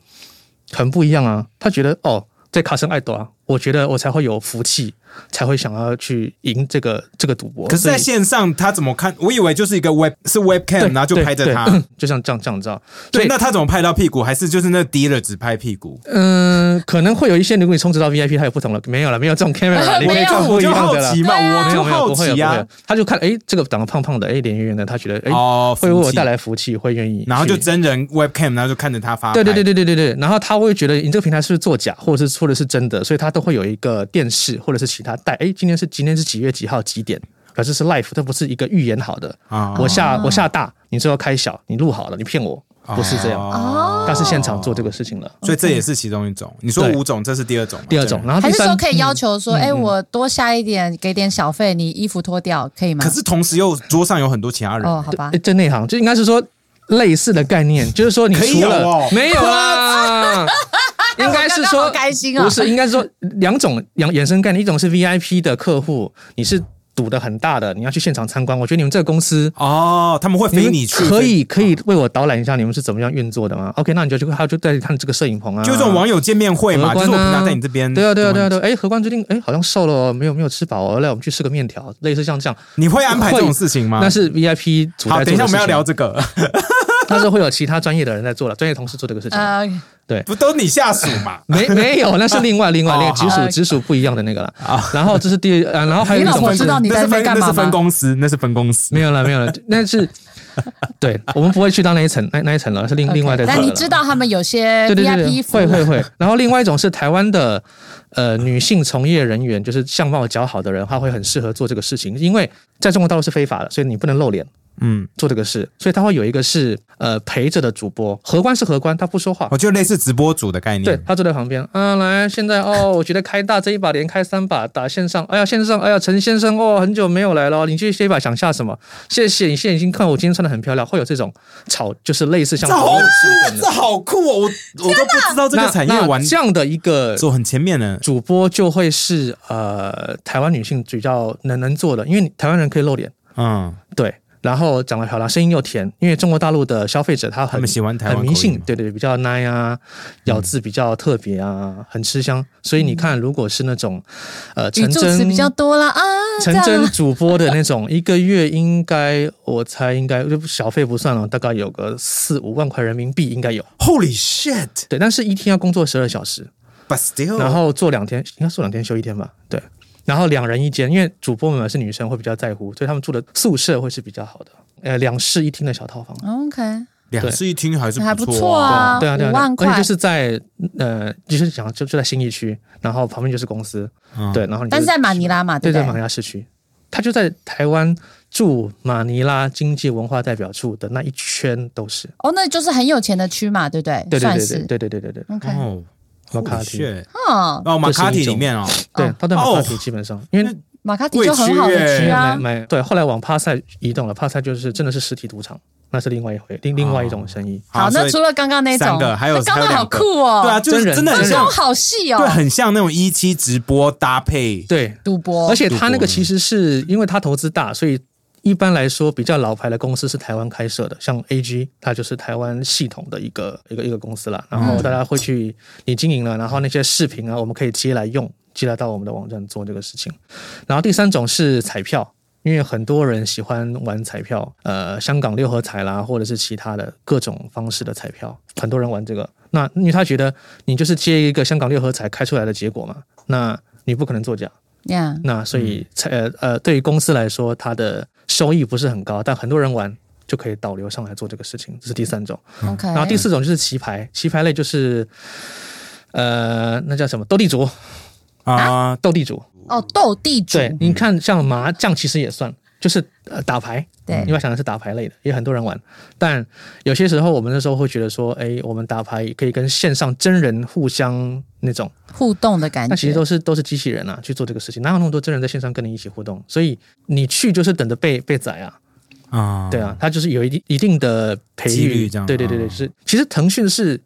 [SPEAKER 3] 很不一样啊，他觉得哦，在卡森爱朵啊，我觉得我才会有福气，才会想要去赢这个这个赌博。
[SPEAKER 2] 可是，在
[SPEAKER 3] 所以
[SPEAKER 2] 线上他怎么看？我以为就是一个 web 是 webcam，
[SPEAKER 3] 对
[SPEAKER 2] 然后就
[SPEAKER 3] 对
[SPEAKER 2] 拍着
[SPEAKER 3] 对
[SPEAKER 2] 他。
[SPEAKER 3] 嗯就像这样这样，你知道？
[SPEAKER 2] 对，
[SPEAKER 3] 所以
[SPEAKER 2] 那他怎么拍到屁股？还是就是那 dealer 只拍屁股？
[SPEAKER 3] 嗯、可能会有一些，如果你充值到 VIP，它有不同了。没有了，没有这种 camera，你可以
[SPEAKER 1] 没有
[SPEAKER 3] 看不
[SPEAKER 2] 我
[SPEAKER 3] 一
[SPEAKER 2] 就
[SPEAKER 3] 样
[SPEAKER 2] 好
[SPEAKER 3] 的啦。
[SPEAKER 2] 奇嘛，
[SPEAKER 1] 啊
[SPEAKER 2] 我
[SPEAKER 3] 没
[SPEAKER 2] 就
[SPEAKER 3] 有没有，
[SPEAKER 2] 好
[SPEAKER 3] 不会有
[SPEAKER 2] 奇啊
[SPEAKER 3] 不
[SPEAKER 2] 呀
[SPEAKER 3] 会有。，他就看啊哎，这个长得胖胖的，哎，脸圆圆的，他觉得哎，
[SPEAKER 2] 哦，
[SPEAKER 3] 会为
[SPEAKER 2] 服
[SPEAKER 3] 我
[SPEAKER 2] 气
[SPEAKER 3] 带来福气，会愿意。
[SPEAKER 2] 然后就真人 webcam，然后就看着他发。
[SPEAKER 3] 对对对。对对对对，然后他会觉得你这个平台是不是作假，或者是或者是真的，所以他都会有一个电视或者是其他带，哎，今天是今天是几月几号几点，表示是 live，它不是一个预言好的，
[SPEAKER 2] 啊
[SPEAKER 3] 我下我下大，你最后开小，你录好了，你骗我，
[SPEAKER 2] 啊
[SPEAKER 3] 不是这样，
[SPEAKER 2] 哦
[SPEAKER 3] 但是现场做这个事情了。
[SPEAKER 2] 所以这也是其中一种。你说
[SPEAKER 3] 对
[SPEAKER 2] 五种，这是第二种嘛。
[SPEAKER 3] 第二种，
[SPEAKER 2] 对
[SPEAKER 3] 然后
[SPEAKER 1] 还
[SPEAKER 3] 第
[SPEAKER 1] 是说
[SPEAKER 3] 三嗯
[SPEAKER 1] 可以要求说，哎，我多下一点，给点小费，你衣服脱掉，可以吗
[SPEAKER 2] 可？是同时又桌上有很多其他人，
[SPEAKER 3] 嗯
[SPEAKER 1] 哦，好吧
[SPEAKER 3] 诶，这内行就应该是说类似的概念，就是说你
[SPEAKER 2] 可以
[SPEAKER 3] 除了
[SPEAKER 2] 有哦
[SPEAKER 3] 没有啊，应该是
[SPEAKER 1] 我刚刚好
[SPEAKER 3] 说
[SPEAKER 1] 开心哦
[SPEAKER 3] 不是，应该是说两种两衍生概念，一种是 VIP 的客户，你是赌的很大的，你要去现场参观。我觉得你们这个公司。
[SPEAKER 2] 哦，他们会
[SPEAKER 3] 你
[SPEAKER 2] 飞
[SPEAKER 3] 们
[SPEAKER 2] 你去，
[SPEAKER 3] 可以可以为我导览一下你们是怎么样运作的吗？OK，那你就去，他就带你看这个摄影棚啊，
[SPEAKER 2] 就这种网友见面会嘛，
[SPEAKER 3] 荷
[SPEAKER 2] 就是
[SPEAKER 3] 官啊
[SPEAKER 2] 我平常在你这边，
[SPEAKER 3] 对啊对啊对啊对啊，哎，荷官最近哎好像瘦了哦，没有没有吃饱哦，来我们去吃个面条，类似像这样，
[SPEAKER 2] 你会安排这种事情吗？
[SPEAKER 3] 那是 VIP 主
[SPEAKER 2] 好，
[SPEAKER 3] 在做的
[SPEAKER 2] 等一下我们要
[SPEAKER 3] 事情
[SPEAKER 2] 聊，这个，
[SPEAKER 3] 但是会有其他专业的人在做了，专业同事做这个事情，
[SPEAKER 1] 呃，
[SPEAKER 2] 不都你下属嘛？
[SPEAKER 3] 没没有，那是另外另 外
[SPEAKER 2] 哦
[SPEAKER 3] 那个直
[SPEAKER 1] 好
[SPEAKER 3] 属直属不一样的那个了。然后这是第呃，然后还有一
[SPEAKER 1] 你老
[SPEAKER 3] 种
[SPEAKER 1] 婆
[SPEAKER 3] 是
[SPEAKER 1] 知道你
[SPEAKER 2] 那
[SPEAKER 1] 在
[SPEAKER 2] 是
[SPEAKER 1] 哎那
[SPEAKER 2] 分
[SPEAKER 1] 干
[SPEAKER 2] 那
[SPEAKER 1] 嘛
[SPEAKER 2] 是分
[SPEAKER 1] 吗？
[SPEAKER 2] 公司，那是分公司。
[SPEAKER 3] 没有了没有 了，那是对我们不会去到那一层那那一层了，是另
[SPEAKER 1] OK，
[SPEAKER 3] 另外的。
[SPEAKER 1] 但你知。道他们有些
[SPEAKER 3] 对对对
[SPEAKER 1] VIP
[SPEAKER 3] 对，
[SPEAKER 1] 服务啊
[SPEAKER 3] 会会会。然后另外一种是台湾的，呃，女性从业人员，就是相貌较好的人，她会很适合做这个事情，因为在中国大陆是非法的，所以你不能露脸
[SPEAKER 2] 嗯，
[SPEAKER 3] 做这个事，所以他会有一个是呃陪着的主播，荷官是荷官，他不说话，
[SPEAKER 2] 我觉得类似直播主的概念。
[SPEAKER 3] 对，他坐在旁边，啊，来，现在哦， 我觉得开大这一把连开三把，打线上，哎呀，线上，哎呀，陈先生哦，很久没有来了，你这这一把想下什么？谢谢，你现在已经看我今天穿的很漂亮，会有这种吵，就是类似像
[SPEAKER 2] 这好
[SPEAKER 3] 讨论气氛
[SPEAKER 2] 这好酷哦！我我都不知道这
[SPEAKER 3] 那
[SPEAKER 2] 个产业
[SPEAKER 3] 那
[SPEAKER 2] 玩
[SPEAKER 3] 这样的一个
[SPEAKER 2] 走很前面呢。
[SPEAKER 3] 主播就会是呃台湾女性比较能能做的，因为你台湾人可以露脸，
[SPEAKER 2] 嗯，
[SPEAKER 3] 对，然后长得漂亮，声音又甜，因为中国大陆的消费者他
[SPEAKER 2] 他
[SPEAKER 3] 很
[SPEAKER 2] 们喜欢台湾
[SPEAKER 3] 很
[SPEAKER 2] 口
[SPEAKER 3] 迷信
[SPEAKER 2] 音，嗯
[SPEAKER 3] 对对，比较 nice 啊，咬字比较特别啊，很吃香。所以你看，如果是那种呃
[SPEAKER 1] 嗯语
[SPEAKER 3] 陈
[SPEAKER 1] 助词
[SPEAKER 3] 真
[SPEAKER 1] 比较多啦啊，这
[SPEAKER 3] 陈
[SPEAKER 1] 样
[SPEAKER 3] 真
[SPEAKER 1] 啊
[SPEAKER 3] 主播的那种，一个月应该我猜应该就小费不算了，哦大概有个四五万块人民币应该有。
[SPEAKER 2] Holy shit！
[SPEAKER 3] 对，但是一天要工作十二小时，
[SPEAKER 2] But still，
[SPEAKER 3] 然后做两天，应该做两天休一天吧？对。然后两人一间，因为主播们是女生，会比较在乎，所以他们住的宿舍会是比较好的，呃，两室一厅的小套房。
[SPEAKER 1] OK，
[SPEAKER 2] 两室一厅还是
[SPEAKER 1] 还不
[SPEAKER 2] 错
[SPEAKER 1] 错
[SPEAKER 2] 啊。
[SPEAKER 1] 啊，
[SPEAKER 3] 对啊，对
[SPEAKER 1] 五
[SPEAKER 3] 啊，对啊
[SPEAKER 1] 万
[SPEAKER 3] 而且
[SPEAKER 1] 块
[SPEAKER 3] 就。是在呃，就是讲就就在新义区，然后旁边就是公司，
[SPEAKER 2] 嗯
[SPEAKER 3] 对，然后你就
[SPEAKER 1] 但是在马尼拉嘛，
[SPEAKER 3] 对
[SPEAKER 1] 不
[SPEAKER 3] 对马尼拉市区，他就在台湾驻马尼拉经济文化代表处的那一圈都是，
[SPEAKER 1] 哦，那就是很有钱的区嘛，对不对？
[SPEAKER 3] 对对
[SPEAKER 1] 算
[SPEAKER 3] 对对
[SPEAKER 1] 是
[SPEAKER 3] 对对对对对，
[SPEAKER 1] OK，
[SPEAKER 2] 哦，
[SPEAKER 3] 马卡
[SPEAKER 2] Holy
[SPEAKER 3] 提，
[SPEAKER 2] shit
[SPEAKER 1] 嗯，
[SPEAKER 2] 哦，马卡
[SPEAKER 3] 这是
[SPEAKER 2] 提
[SPEAKER 3] 一种
[SPEAKER 2] 里面哦，
[SPEAKER 3] 对
[SPEAKER 1] 哦，
[SPEAKER 3] 他在马
[SPEAKER 2] 哦
[SPEAKER 3] 卡提基本上，因为
[SPEAKER 2] 那
[SPEAKER 1] 马卡蒂就很好的
[SPEAKER 2] 对
[SPEAKER 1] 区
[SPEAKER 2] 耶
[SPEAKER 1] 啊
[SPEAKER 3] 买，买对，后来往帕赛移动了，帕赛就是真的是实体赌场，那是另外一回，另另外一种生意。
[SPEAKER 1] 好，
[SPEAKER 2] 所
[SPEAKER 1] 那
[SPEAKER 2] 以
[SPEAKER 1] 除了刚刚那
[SPEAKER 2] 三
[SPEAKER 1] 种，
[SPEAKER 2] 个还有
[SPEAKER 1] 那刚
[SPEAKER 2] 还有
[SPEAKER 1] 刚
[SPEAKER 2] 两
[SPEAKER 1] 好
[SPEAKER 2] 个
[SPEAKER 1] 酷哦，
[SPEAKER 2] 对啊，就是
[SPEAKER 3] 真人
[SPEAKER 2] 真的很
[SPEAKER 1] 观众
[SPEAKER 2] 像，
[SPEAKER 1] 好细哦，
[SPEAKER 2] 对，很像那种一期直播搭配。
[SPEAKER 3] 对，
[SPEAKER 1] 赌博，
[SPEAKER 3] 而且他那个其实是因为他投资大，所以一般来说比较老牌的公司是台湾开设的，像 AG，它就是台湾系统的一个一个一个公司啦。然后大家会去你经营了，然后那些视频啊，我们可以接来用，接来到我们的网站做这个事情。然后第三种是彩票。因为很多人喜欢玩彩票，呃，香港六合彩啦，或者是其他的各种方式的彩票，很多人玩这个。那因为他觉得你就是接一个香港六合彩开出来的结果嘛，那你不可能作假，
[SPEAKER 1] 呀，
[SPEAKER 3] 那所以，呃呃，对于公司来说，它的收益不是很高，但很多人玩就可以导流上来做这个事情，这是第三种。
[SPEAKER 2] 嗯
[SPEAKER 1] OK，
[SPEAKER 3] 然后第四种就是棋牌，棋牌类就是，呃，那叫什么斗地主，
[SPEAKER 2] 啊，
[SPEAKER 3] 斗地主。
[SPEAKER 1] 哦，斗地主，
[SPEAKER 3] 对，你看像麻将其实也算，就是呃打牌，
[SPEAKER 1] 对
[SPEAKER 3] 你要想的是打牌类的，也很多人玩。但有些时候我们那时候会觉得说，哎，我们打牌也可以跟线上真人互相那种
[SPEAKER 1] 互动的感觉，
[SPEAKER 3] 那其实都是都是机器人啊去做这个事情，哪有那么多真人在线上跟你一起互动？所以你去就是等着被被宰啊，
[SPEAKER 2] 啊，
[SPEAKER 3] 对啊，他就是有一定一定的培
[SPEAKER 2] 几率
[SPEAKER 3] 育，
[SPEAKER 2] 这样
[SPEAKER 3] 对对对
[SPEAKER 2] 嗯
[SPEAKER 3] 对，是其实腾讯是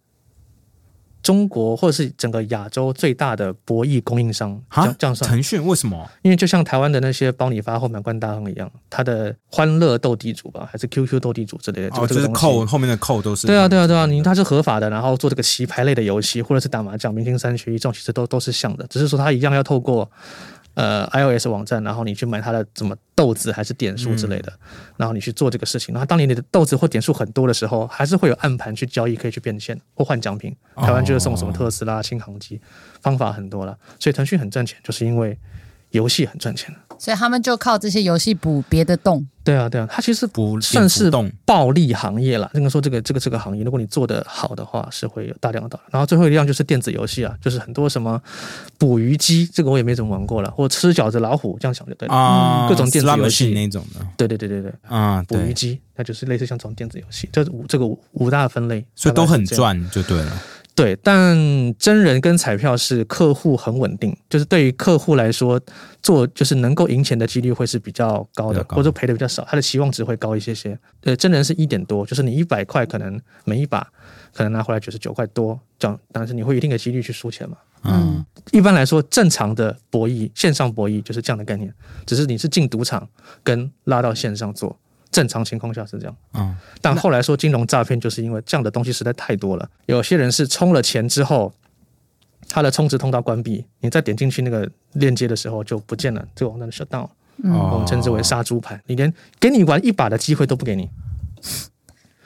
[SPEAKER 3] 中国或者是整个亚洲最大的博弈供应商，这
[SPEAKER 2] 啊
[SPEAKER 3] 样，这样算，
[SPEAKER 2] 腾讯为什么？
[SPEAKER 3] 因为就像台湾的那些包你发或满贯大亨一样，它的欢乐斗地主吧，还是 QQ 斗地主之类的，这个、
[SPEAKER 2] 哦，
[SPEAKER 3] 这
[SPEAKER 2] 就是
[SPEAKER 3] 个东西
[SPEAKER 2] 扣后面的扣都是
[SPEAKER 3] 对啊，对啊，对啊，你它是合法的，然后做这个棋牌类的游戏，或者是打麻将、明星三缺一这种，其实都都是像的，只是说它一样要透过呃 iOS 网站，然后你去买它的什么豆子还是点数之类的，然后你去做这个事情。然后当你的豆子或点数很多的时候，还是会有暗盘去交易，可以去变现或换奖品。台湾就是送什么特斯拉、新航机，方法很多了，所以腾讯很赚钱，就是因为游戏很赚钱。啊
[SPEAKER 1] 所以他们就靠这些游戏补别的洞，
[SPEAKER 3] 对啊，对啊，它其实
[SPEAKER 2] 不
[SPEAKER 3] 算是
[SPEAKER 2] 动
[SPEAKER 3] 暴利行业啦，应该说这个这个这个行业，如果你做得好的话，是会有大量的导流。然后最后一样就是电子游戏啊，就是很多什么捕鱼机，这个我也没怎么玩过了，或吃饺子老虎，这样想就对了。
[SPEAKER 2] 啊，
[SPEAKER 3] 嗯各种电子
[SPEAKER 2] slot
[SPEAKER 3] 游戏
[SPEAKER 2] machine 那种的
[SPEAKER 3] 对对对对对，
[SPEAKER 2] 啊，
[SPEAKER 3] 捕鱼
[SPEAKER 2] 对，
[SPEAKER 3] 机，那就是类似像这种电子游戏，这五这个五五大分类，
[SPEAKER 2] 所以都很
[SPEAKER 3] 大概是这样。
[SPEAKER 2] 赚就对了。
[SPEAKER 3] 对，但真人跟彩票是客户很稳定，就是对于客户来说，做就是能够赢钱的几率会是比较高
[SPEAKER 2] 比较
[SPEAKER 3] 的，
[SPEAKER 2] 高
[SPEAKER 3] 或者赔的比较少，他的期望值会高一些些。对，真人是一点多，就是你一百块可能每一把可能拿回来九十九块多，这样，但是你会有一定的几率去输钱嘛。
[SPEAKER 2] 嗯，
[SPEAKER 3] 一般来说，正常的博弈，线上博弈就是这样的概念，只是你是进赌场跟拉到线上做，正常情况下是这样。
[SPEAKER 2] 嗯，
[SPEAKER 3] 但后来说金融诈骗，就是因为这样的东西实在太多了，有些人是充了钱之后。他的充值通道关闭，你再点进去那个链接的时候就不见了，这个网站的 shutdown，了、
[SPEAKER 2] 哦
[SPEAKER 3] 嗯我们称之为杀猪盘。你连给你玩一把的机会都不给你，
[SPEAKER 2] 哇。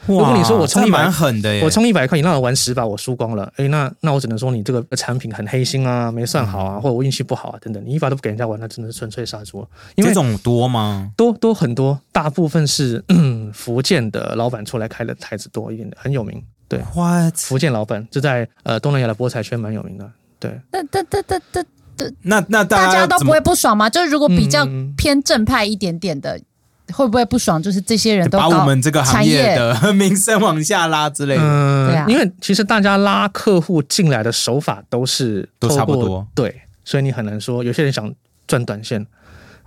[SPEAKER 3] 如果你说我充
[SPEAKER 2] 这
[SPEAKER 3] 一百
[SPEAKER 2] 蛮狠的耶，
[SPEAKER 3] 我充一百块，你让我玩十把，我输光了。诶，那那我只能说你这个产品很黑心啊，没算好啊，
[SPEAKER 2] 嗯
[SPEAKER 3] 或者我运气不好啊，等等。你一把都不给人家玩，那真的是纯粹杀猪。因
[SPEAKER 2] 这
[SPEAKER 3] 为
[SPEAKER 2] 种多吗？
[SPEAKER 3] 多多很多，大部分是嗯福建的老板出来开的台子多一点的，很有名。对，
[SPEAKER 2] What？
[SPEAKER 3] 福建老板就在呃东南亚的博彩圈蛮有名的。对，
[SPEAKER 1] 那、那、那、那、那，
[SPEAKER 2] 那那大
[SPEAKER 1] 大家都
[SPEAKER 2] 怎
[SPEAKER 1] 不
[SPEAKER 2] 么
[SPEAKER 1] 会不爽吗？就是如果比较
[SPEAKER 3] 嗯
[SPEAKER 1] 偏正派一点点的，会不会不爽？就是这些人都
[SPEAKER 2] 把
[SPEAKER 1] 搞
[SPEAKER 2] 我们这个行业
[SPEAKER 1] 产业
[SPEAKER 2] 的 名声往下拉之类的？
[SPEAKER 3] 嗯、
[SPEAKER 1] 对啊
[SPEAKER 3] 因为其实大家拉客户进来的手法都是
[SPEAKER 2] 都差不
[SPEAKER 3] 透过
[SPEAKER 2] 多，
[SPEAKER 3] 对，所以你很难说有些人想赚短线，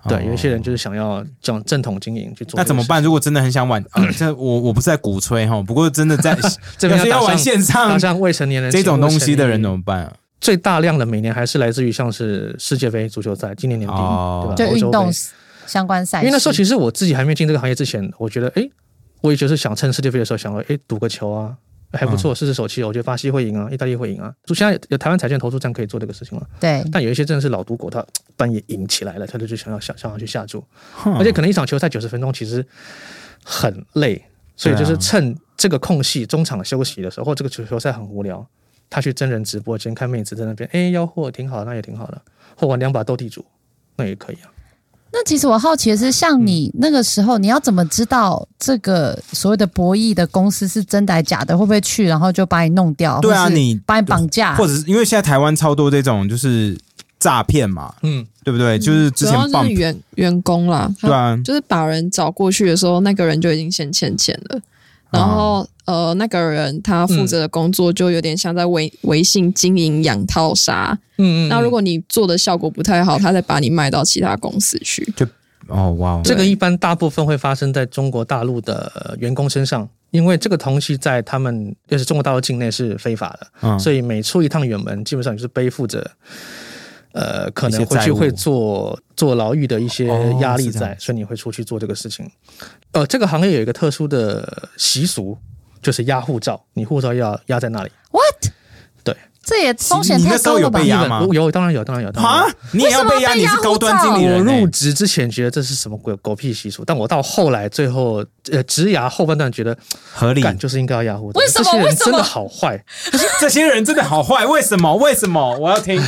[SPEAKER 3] 对，
[SPEAKER 2] 哦
[SPEAKER 3] 有一些人就是想要讲正统经营去做。
[SPEAKER 2] 那怎么？办？如果真的很想玩， 呃、这我我不是在鼓吹哈，不过真的在
[SPEAKER 3] 这边
[SPEAKER 2] 要是
[SPEAKER 3] 要
[SPEAKER 2] 要
[SPEAKER 3] 打
[SPEAKER 2] 玩
[SPEAKER 3] 上
[SPEAKER 2] 线
[SPEAKER 3] 打
[SPEAKER 2] 上
[SPEAKER 3] 上未成年人
[SPEAKER 2] 这种东西的人怎
[SPEAKER 3] 哦，
[SPEAKER 2] 么办、啊？
[SPEAKER 3] 最大量的每年还是来自于像是世界杯足球赛，今年年底、
[SPEAKER 2] 哦
[SPEAKER 3] 对
[SPEAKER 1] 就
[SPEAKER 3] 吧？
[SPEAKER 1] 运动
[SPEAKER 3] 欧洲
[SPEAKER 1] 相关赛
[SPEAKER 3] 杯，
[SPEAKER 1] 事，
[SPEAKER 3] 因为那时候其实我自己还没进这个行业之前，我觉得诶，我也就是想趁世界杯的时候想说，诶，赌个球啊。
[SPEAKER 4] 嗯
[SPEAKER 3] 还不错，试试手气。我觉得巴西会赢啊，意大利会赢啊。就现在有台湾财券投注站可以做这个事情了。
[SPEAKER 4] 嗯
[SPEAKER 1] 对
[SPEAKER 3] 但有一些真的是老赌狗，他半夜赢起来了，他就就想要想想要去下注。
[SPEAKER 2] 哼
[SPEAKER 3] 而且可能一场球赛九十分钟其实很累，所以就是趁这个空隙中场休息的时候，或这个球球赛很无聊，他去真人直播间看妹子在那边，哎，吆喝挺好，那也挺好的，或玩两把斗地主，那也可以啊。
[SPEAKER 1] 那其实我好奇的是，像你
[SPEAKER 2] 嗯
[SPEAKER 1] 那个时候，你要怎么知道这个所谓的博弈的公司是真的还是假的？会不会去，然后就把你弄掉？
[SPEAKER 2] 对啊
[SPEAKER 1] 或是
[SPEAKER 2] 你
[SPEAKER 1] 把你绑架，
[SPEAKER 2] 或者是因为现在台湾超多这种就是诈骗嘛，
[SPEAKER 3] 嗯，
[SPEAKER 2] 对不对？就是之
[SPEAKER 4] 主
[SPEAKER 2] 前
[SPEAKER 4] 要啊就
[SPEAKER 2] 棒
[SPEAKER 4] 是员员工啦，他
[SPEAKER 2] 对啊，
[SPEAKER 4] 就是把人找过去的时候，那个人就已经先欠钱了。
[SPEAKER 2] 啊
[SPEAKER 4] 然后、呃，那个人他负责的工作就有点像在微微信经营养套杀。
[SPEAKER 3] 嗯
[SPEAKER 4] 那如果你做的效果不太好，他再把你卖到其他公司去。
[SPEAKER 2] 哦哇哦，
[SPEAKER 3] 这个一般大部分会发生在中国大陆的呃员工身上，因为这个东西在他们就是中国大陆境内是非法的，
[SPEAKER 2] 嗯
[SPEAKER 3] 所以每出一趟远门，基本上你是背负着。呃，可
[SPEAKER 2] 一些
[SPEAKER 3] 能回
[SPEAKER 2] 债
[SPEAKER 3] 去
[SPEAKER 2] 务
[SPEAKER 3] 会坐坐牢狱的一些
[SPEAKER 2] 哦
[SPEAKER 3] 压力
[SPEAKER 2] 是这
[SPEAKER 3] 在，
[SPEAKER 2] 样
[SPEAKER 3] 所以你会出去做这个事情。呃，这个行业有一个特殊的习俗，就是压护照，你护照要压在那里。
[SPEAKER 1] what？
[SPEAKER 3] 对，
[SPEAKER 1] 这也风险
[SPEAKER 2] 你你
[SPEAKER 1] 太
[SPEAKER 2] 那时候
[SPEAKER 1] 高了吧
[SPEAKER 2] 有被？压
[SPEAKER 3] 日本
[SPEAKER 2] 吗
[SPEAKER 3] 哦有，当然有，当然有。当然有
[SPEAKER 2] 啊，你也要被压，
[SPEAKER 1] 为什么被
[SPEAKER 2] 你
[SPEAKER 1] 压
[SPEAKER 2] 是高端经理
[SPEAKER 3] 我
[SPEAKER 2] 人、
[SPEAKER 3] 入
[SPEAKER 2] 欸。
[SPEAKER 3] 职之前觉得这是什么鬼狗屁习俗，但我到后来最后呃职涯后半段觉得，
[SPEAKER 2] 合理，
[SPEAKER 3] 干就是应该要压护照。
[SPEAKER 1] 为什么
[SPEAKER 3] 这些
[SPEAKER 1] 为
[SPEAKER 3] 人
[SPEAKER 1] 什么
[SPEAKER 3] 真的好坏？
[SPEAKER 2] 这些人真的好坏，为什么？为什么？我要听。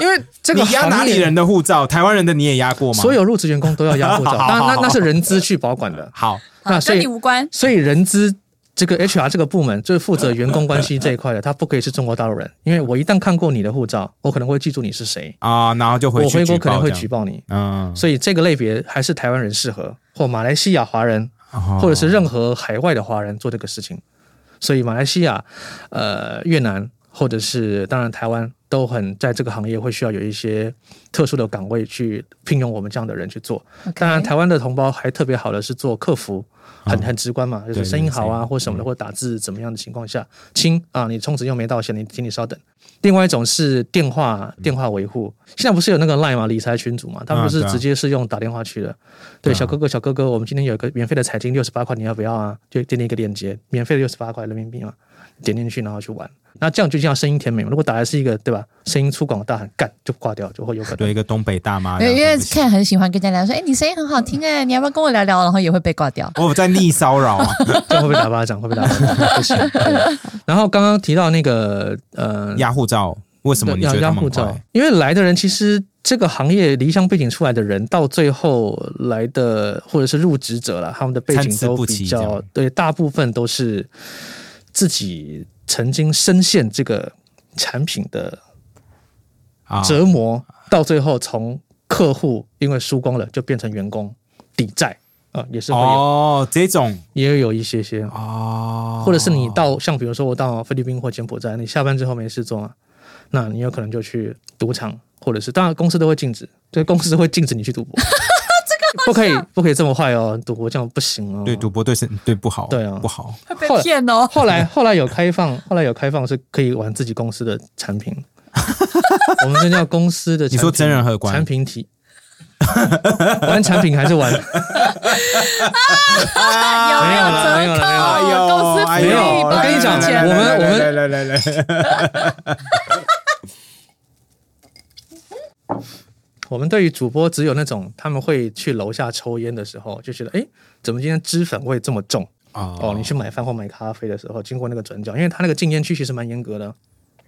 [SPEAKER 3] 因为这个
[SPEAKER 2] 你压哪
[SPEAKER 3] 行
[SPEAKER 2] 里
[SPEAKER 3] 业
[SPEAKER 2] 人的护照？台湾人的你也压过吗？
[SPEAKER 3] 所有入职员工都要压护照，
[SPEAKER 2] 好好
[SPEAKER 3] 那
[SPEAKER 2] 好
[SPEAKER 3] 那那是人资去保管 的。
[SPEAKER 2] 好，
[SPEAKER 1] 啊
[SPEAKER 3] 那所
[SPEAKER 1] 跟你
[SPEAKER 3] 以
[SPEAKER 1] 无关。
[SPEAKER 3] 所以人资这个 HR 这个部门就是负责员工关系这一块的，他不可以是中国大陆人，因为我一旦看过你的护照，我可能会记住你是谁，
[SPEAKER 2] 啊，然后就回
[SPEAKER 3] 我
[SPEAKER 2] 去
[SPEAKER 3] 回
[SPEAKER 2] 举
[SPEAKER 3] 国可能
[SPEAKER 2] 报
[SPEAKER 3] 会
[SPEAKER 2] 这样
[SPEAKER 3] 举报你。
[SPEAKER 2] 嗯，
[SPEAKER 3] 所以这个类别还是台湾人适合，或马来西亚华人，
[SPEAKER 2] 或
[SPEAKER 3] 或者是任何海外的华人做这个事情。所以马来西亚、呃越南，或者是当然台湾，都很在这个行业会需要有一些特殊的岗位去聘用我们这样的人去做。当然，台湾的同胞还特别好的是做客服，很很直观嘛，就
[SPEAKER 2] 哦对嗯
[SPEAKER 3] 是声音好
[SPEAKER 2] 声
[SPEAKER 3] 啊，
[SPEAKER 2] 音
[SPEAKER 3] 或什么的，或打字怎么样的情况下，亲啊，你充值又没到钱，你请你稍等。另外一种是电话电话维护，现在不是有那个 Line 嘛，理财群组嘛，他们
[SPEAKER 2] 啊
[SPEAKER 3] 不是
[SPEAKER 2] 对嗯啊
[SPEAKER 3] 直接是用打电话去的。
[SPEAKER 2] 对啊
[SPEAKER 3] 对，小哥哥小哥哥，我们今天有一个免费的财经六十八块，你要不要啊？就点你一个链接，免费的六十八块人民币嘛，点进去然后去玩。那这样就像声音甜美嘛，如果打来是一个对吧，声音粗犷大喊干就挂掉，就会有可能
[SPEAKER 2] 对。一个东北大妈这
[SPEAKER 1] 对，
[SPEAKER 2] 样，
[SPEAKER 1] 因为
[SPEAKER 2] 对不起
[SPEAKER 1] Ken 很喜欢跟人家聊说，哎，你声音很好听哎，你要不要跟我聊聊？然后也会被挂掉。
[SPEAKER 2] 我有在逆骚扰啊，
[SPEAKER 3] 这样会不会打巴掌？会不会打巴掌？不行。对然后刚刚提到那个呃，
[SPEAKER 2] 压护照，为什么你觉
[SPEAKER 3] 要
[SPEAKER 2] 得
[SPEAKER 3] 压
[SPEAKER 2] 他们
[SPEAKER 3] 护
[SPEAKER 2] 很
[SPEAKER 3] 照
[SPEAKER 2] 坏？，
[SPEAKER 3] 因为来的人其实这个行业离乡背景出来的人，到最后来的或者是入职者了，他们的背
[SPEAKER 2] 参
[SPEAKER 3] 景
[SPEAKER 2] 差
[SPEAKER 3] 都
[SPEAKER 2] 不齐
[SPEAKER 3] 比
[SPEAKER 2] 这
[SPEAKER 3] 较
[SPEAKER 2] 样
[SPEAKER 3] 对，大部分都是自己曾经深陷这个产品的
[SPEAKER 2] 啊
[SPEAKER 3] 折磨，到最后从客户因为输光了就变成员工抵债，啊、也是会有，
[SPEAKER 2] 哦，这种
[SPEAKER 3] 也有一些些，
[SPEAKER 2] 哦，
[SPEAKER 3] 或者是你到像比如说我到菲律宾或柬埔寨，你下班之后没事做嘛，那你有可能就去赌场，或者是当然公司都会禁止，对，公司会禁止你去赌 博，不可以不可以这么坏哦，赌博这样不行哦。
[SPEAKER 2] 对赌博对身对不好，
[SPEAKER 3] 对啊
[SPEAKER 2] 不好
[SPEAKER 1] 被骗哦，
[SPEAKER 3] 后来后来有开放，后来有开放是可以玩自己公司的产 品，我们这叫公司的产品。
[SPEAKER 2] 你说真人荷官
[SPEAKER 3] 产品体？玩产品还 是玩？
[SPEAKER 1] 有
[SPEAKER 3] 没有啦
[SPEAKER 2] 哎
[SPEAKER 1] 没
[SPEAKER 3] 没
[SPEAKER 1] 有
[SPEAKER 3] 有
[SPEAKER 1] 折
[SPEAKER 3] 啦
[SPEAKER 1] 扣？公司福
[SPEAKER 3] 没
[SPEAKER 1] 利
[SPEAKER 3] 有
[SPEAKER 1] 帮
[SPEAKER 3] 我跟你讲
[SPEAKER 1] 付钱
[SPEAKER 3] 我们我们
[SPEAKER 2] 来来来来来，
[SPEAKER 3] 我们对于主播只有那种他们会去楼下抽烟的时候，就觉得哎，诶怎么今天脂粉味这么重？哦，你去买饭或买咖啡的时候，经过那个转角，因为它那个禁烟区其实蛮严格的。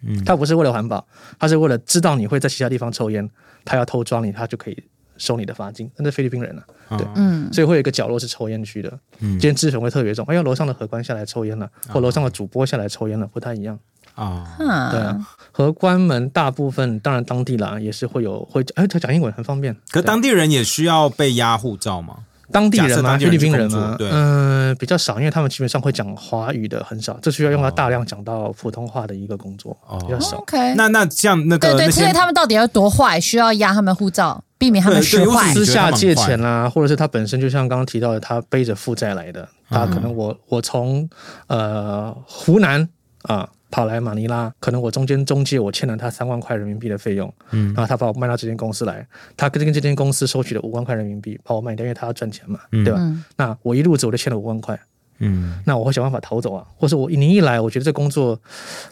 [SPEAKER 2] 嗯
[SPEAKER 3] 它不是为了环保，它是为了知道你会在其他地方抽烟，他要偷抓你，他就可以收你的罚金。那是菲律宾人啊，对，
[SPEAKER 1] 嗯，
[SPEAKER 3] 所以会有一个角落是抽烟区的。
[SPEAKER 2] 嗯
[SPEAKER 3] 今天脂粉会特别重，哎呀，楼上的荷官下来抽烟了，或楼上的主播下来抽烟了，不太一样。
[SPEAKER 2] 啊，
[SPEAKER 3] 对
[SPEAKER 1] 啊，
[SPEAKER 3] 啊，荷官们大部分当然当地啦，也是会有会哎，他讲英文很方便。
[SPEAKER 2] 可
[SPEAKER 3] 对
[SPEAKER 2] 当地人也需要被压护照吗？
[SPEAKER 3] 当地人
[SPEAKER 2] 假设当
[SPEAKER 3] 嘛，
[SPEAKER 2] 地
[SPEAKER 3] 菲
[SPEAKER 2] 人
[SPEAKER 3] 律
[SPEAKER 2] 去
[SPEAKER 3] 宾人
[SPEAKER 2] 工作
[SPEAKER 3] 嘛，
[SPEAKER 2] 对
[SPEAKER 3] 嗯、比较少，因为他们基本上会讲华语的很少，这需要用到大量讲到普通话的一个工作，
[SPEAKER 2] 哦
[SPEAKER 3] 比较少。
[SPEAKER 1] OK，
[SPEAKER 2] 那那像那
[SPEAKER 1] 对
[SPEAKER 2] 个
[SPEAKER 1] 对，
[SPEAKER 2] 那
[SPEAKER 1] 所以
[SPEAKER 2] 些
[SPEAKER 1] 他们到底要多坏，需要压他们护照，避免他们
[SPEAKER 2] 对对
[SPEAKER 1] 学
[SPEAKER 2] 我
[SPEAKER 1] 坏
[SPEAKER 2] 只。
[SPEAKER 3] 私下借
[SPEAKER 2] 你觉得
[SPEAKER 3] 钱啊
[SPEAKER 2] 他
[SPEAKER 3] 啦、或者是他本身就像刚刚提到的，他背着负债来的。
[SPEAKER 2] 嗯
[SPEAKER 3] 他可能我我从呃湖南啊、跑来马尼拉，可能我中间中介我欠了他三万块人民币的费用，
[SPEAKER 2] 嗯
[SPEAKER 3] 然后他把我卖到这间公司来，他跟这间公司收取了五万块人民币把我卖掉，因为他要赚钱嘛，
[SPEAKER 2] 嗯
[SPEAKER 3] 对吧？
[SPEAKER 1] 嗯
[SPEAKER 3] 那我一路走就欠了五万块，
[SPEAKER 2] 嗯
[SPEAKER 3] 那我会想办法逃走啊，或者我你一来，我觉得这工作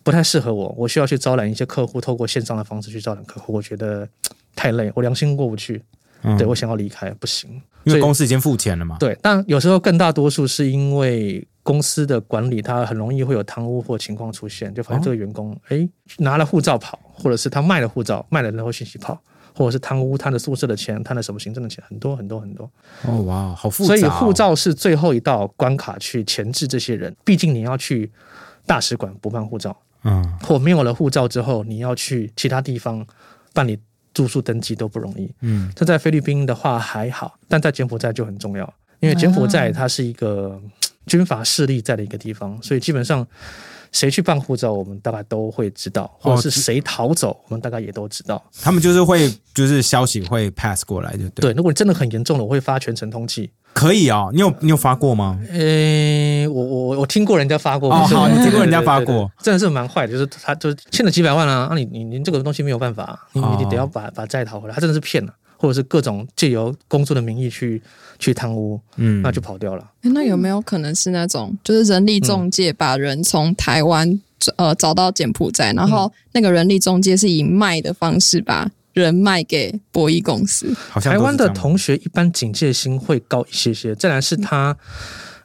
[SPEAKER 3] 不太适合我，我需要去招揽一些客户，透过线上的方式去招揽客户，我觉得嘖太累，我良心过不去，
[SPEAKER 2] 嗯
[SPEAKER 3] 对我想要离开，不行。
[SPEAKER 2] 因
[SPEAKER 3] 所
[SPEAKER 2] 为
[SPEAKER 3] 以
[SPEAKER 2] 公司已经付钱了嘛，
[SPEAKER 3] 对，但有时候更大多数是因为公司的管理，它很容易会有贪污或情况出现，就发现这个员工哎、诶拿了护照跑，或者是他卖了护照，卖了然后信息跑。或者是贪污贪了宿舍的钱，贪了什么行政的钱，很多很多很多。
[SPEAKER 2] 哦哇，好复杂哦，
[SPEAKER 3] 所以护照是最后一道关卡去钳制这些人，毕竟你要去大使馆补办护照，
[SPEAKER 2] 嗯
[SPEAKER 3] 或没有了护照之后，你要去其他地方办理住宿登记都不容易。
[SPEAKER 2] 嗯
[SPEAKER 3] 这在菲律宾的话还好，但在柬埔寨就很重要，因为柬埔寨它是一个嘖军阀势力在的一个地方，所以基本上谁去办护照，我们大概都会知道，或
[SPEAKER 2] 哦
[SPEAKER 3] 者是谁逃走，我们大概也都知道。
[SPEAKER 2] 他们就是会就是消息会 pass 过来，就对
[SPEAKER 3] 对，如果你真的很严重了，我会发全程通缉。
[SPEAKER 2] 可以哦，你有你有发过吗？
[SPEAKER 3] 诶，呃我我我我听过人家发过，
[SPEAKER 2] 哦
[SPEAKER 3] 可是
[SPEAKER 2] 好你
[SPEAKER 3] 对
[SPEAKER 2] 听过
[SPEAKER 3] 对
[SPEAKER 2] 人家
[SPEAKER 3] 对
[SPEAKER 2] 发
[SPEAKER 3] 对对
[SPEAKER 2] 过
[SPEAKER 3] 真的是蛮坏的，就是他就是欠了几百万啊，那、你你你这个东西没有办法，你你
[SPEAKER 2] 哦
[SPEAKER 3] 你得要把把债讨回来，他真的是骗了，或者是各种借由工作的名义去去贪污，
[SPEAKER 2] 嗯，
[SPEAKER 3] 那就跑掉了。
[SPEAKER 4] 诶那有没有可能是那种，就是人力中介把人从台湾呃找到柬埔寨，然后那个人力中介是以卖的方式把人卖给博弈公司？
[SPEAKER 2] 好像
[SPEAKER 3] 台湾
[SPEAKER 2] 都
[SPEAKER 3] 的
[SPEAKER 2] 是这样
[SPEAKER 3] 同学一般警戒心会高一些些，再来是他。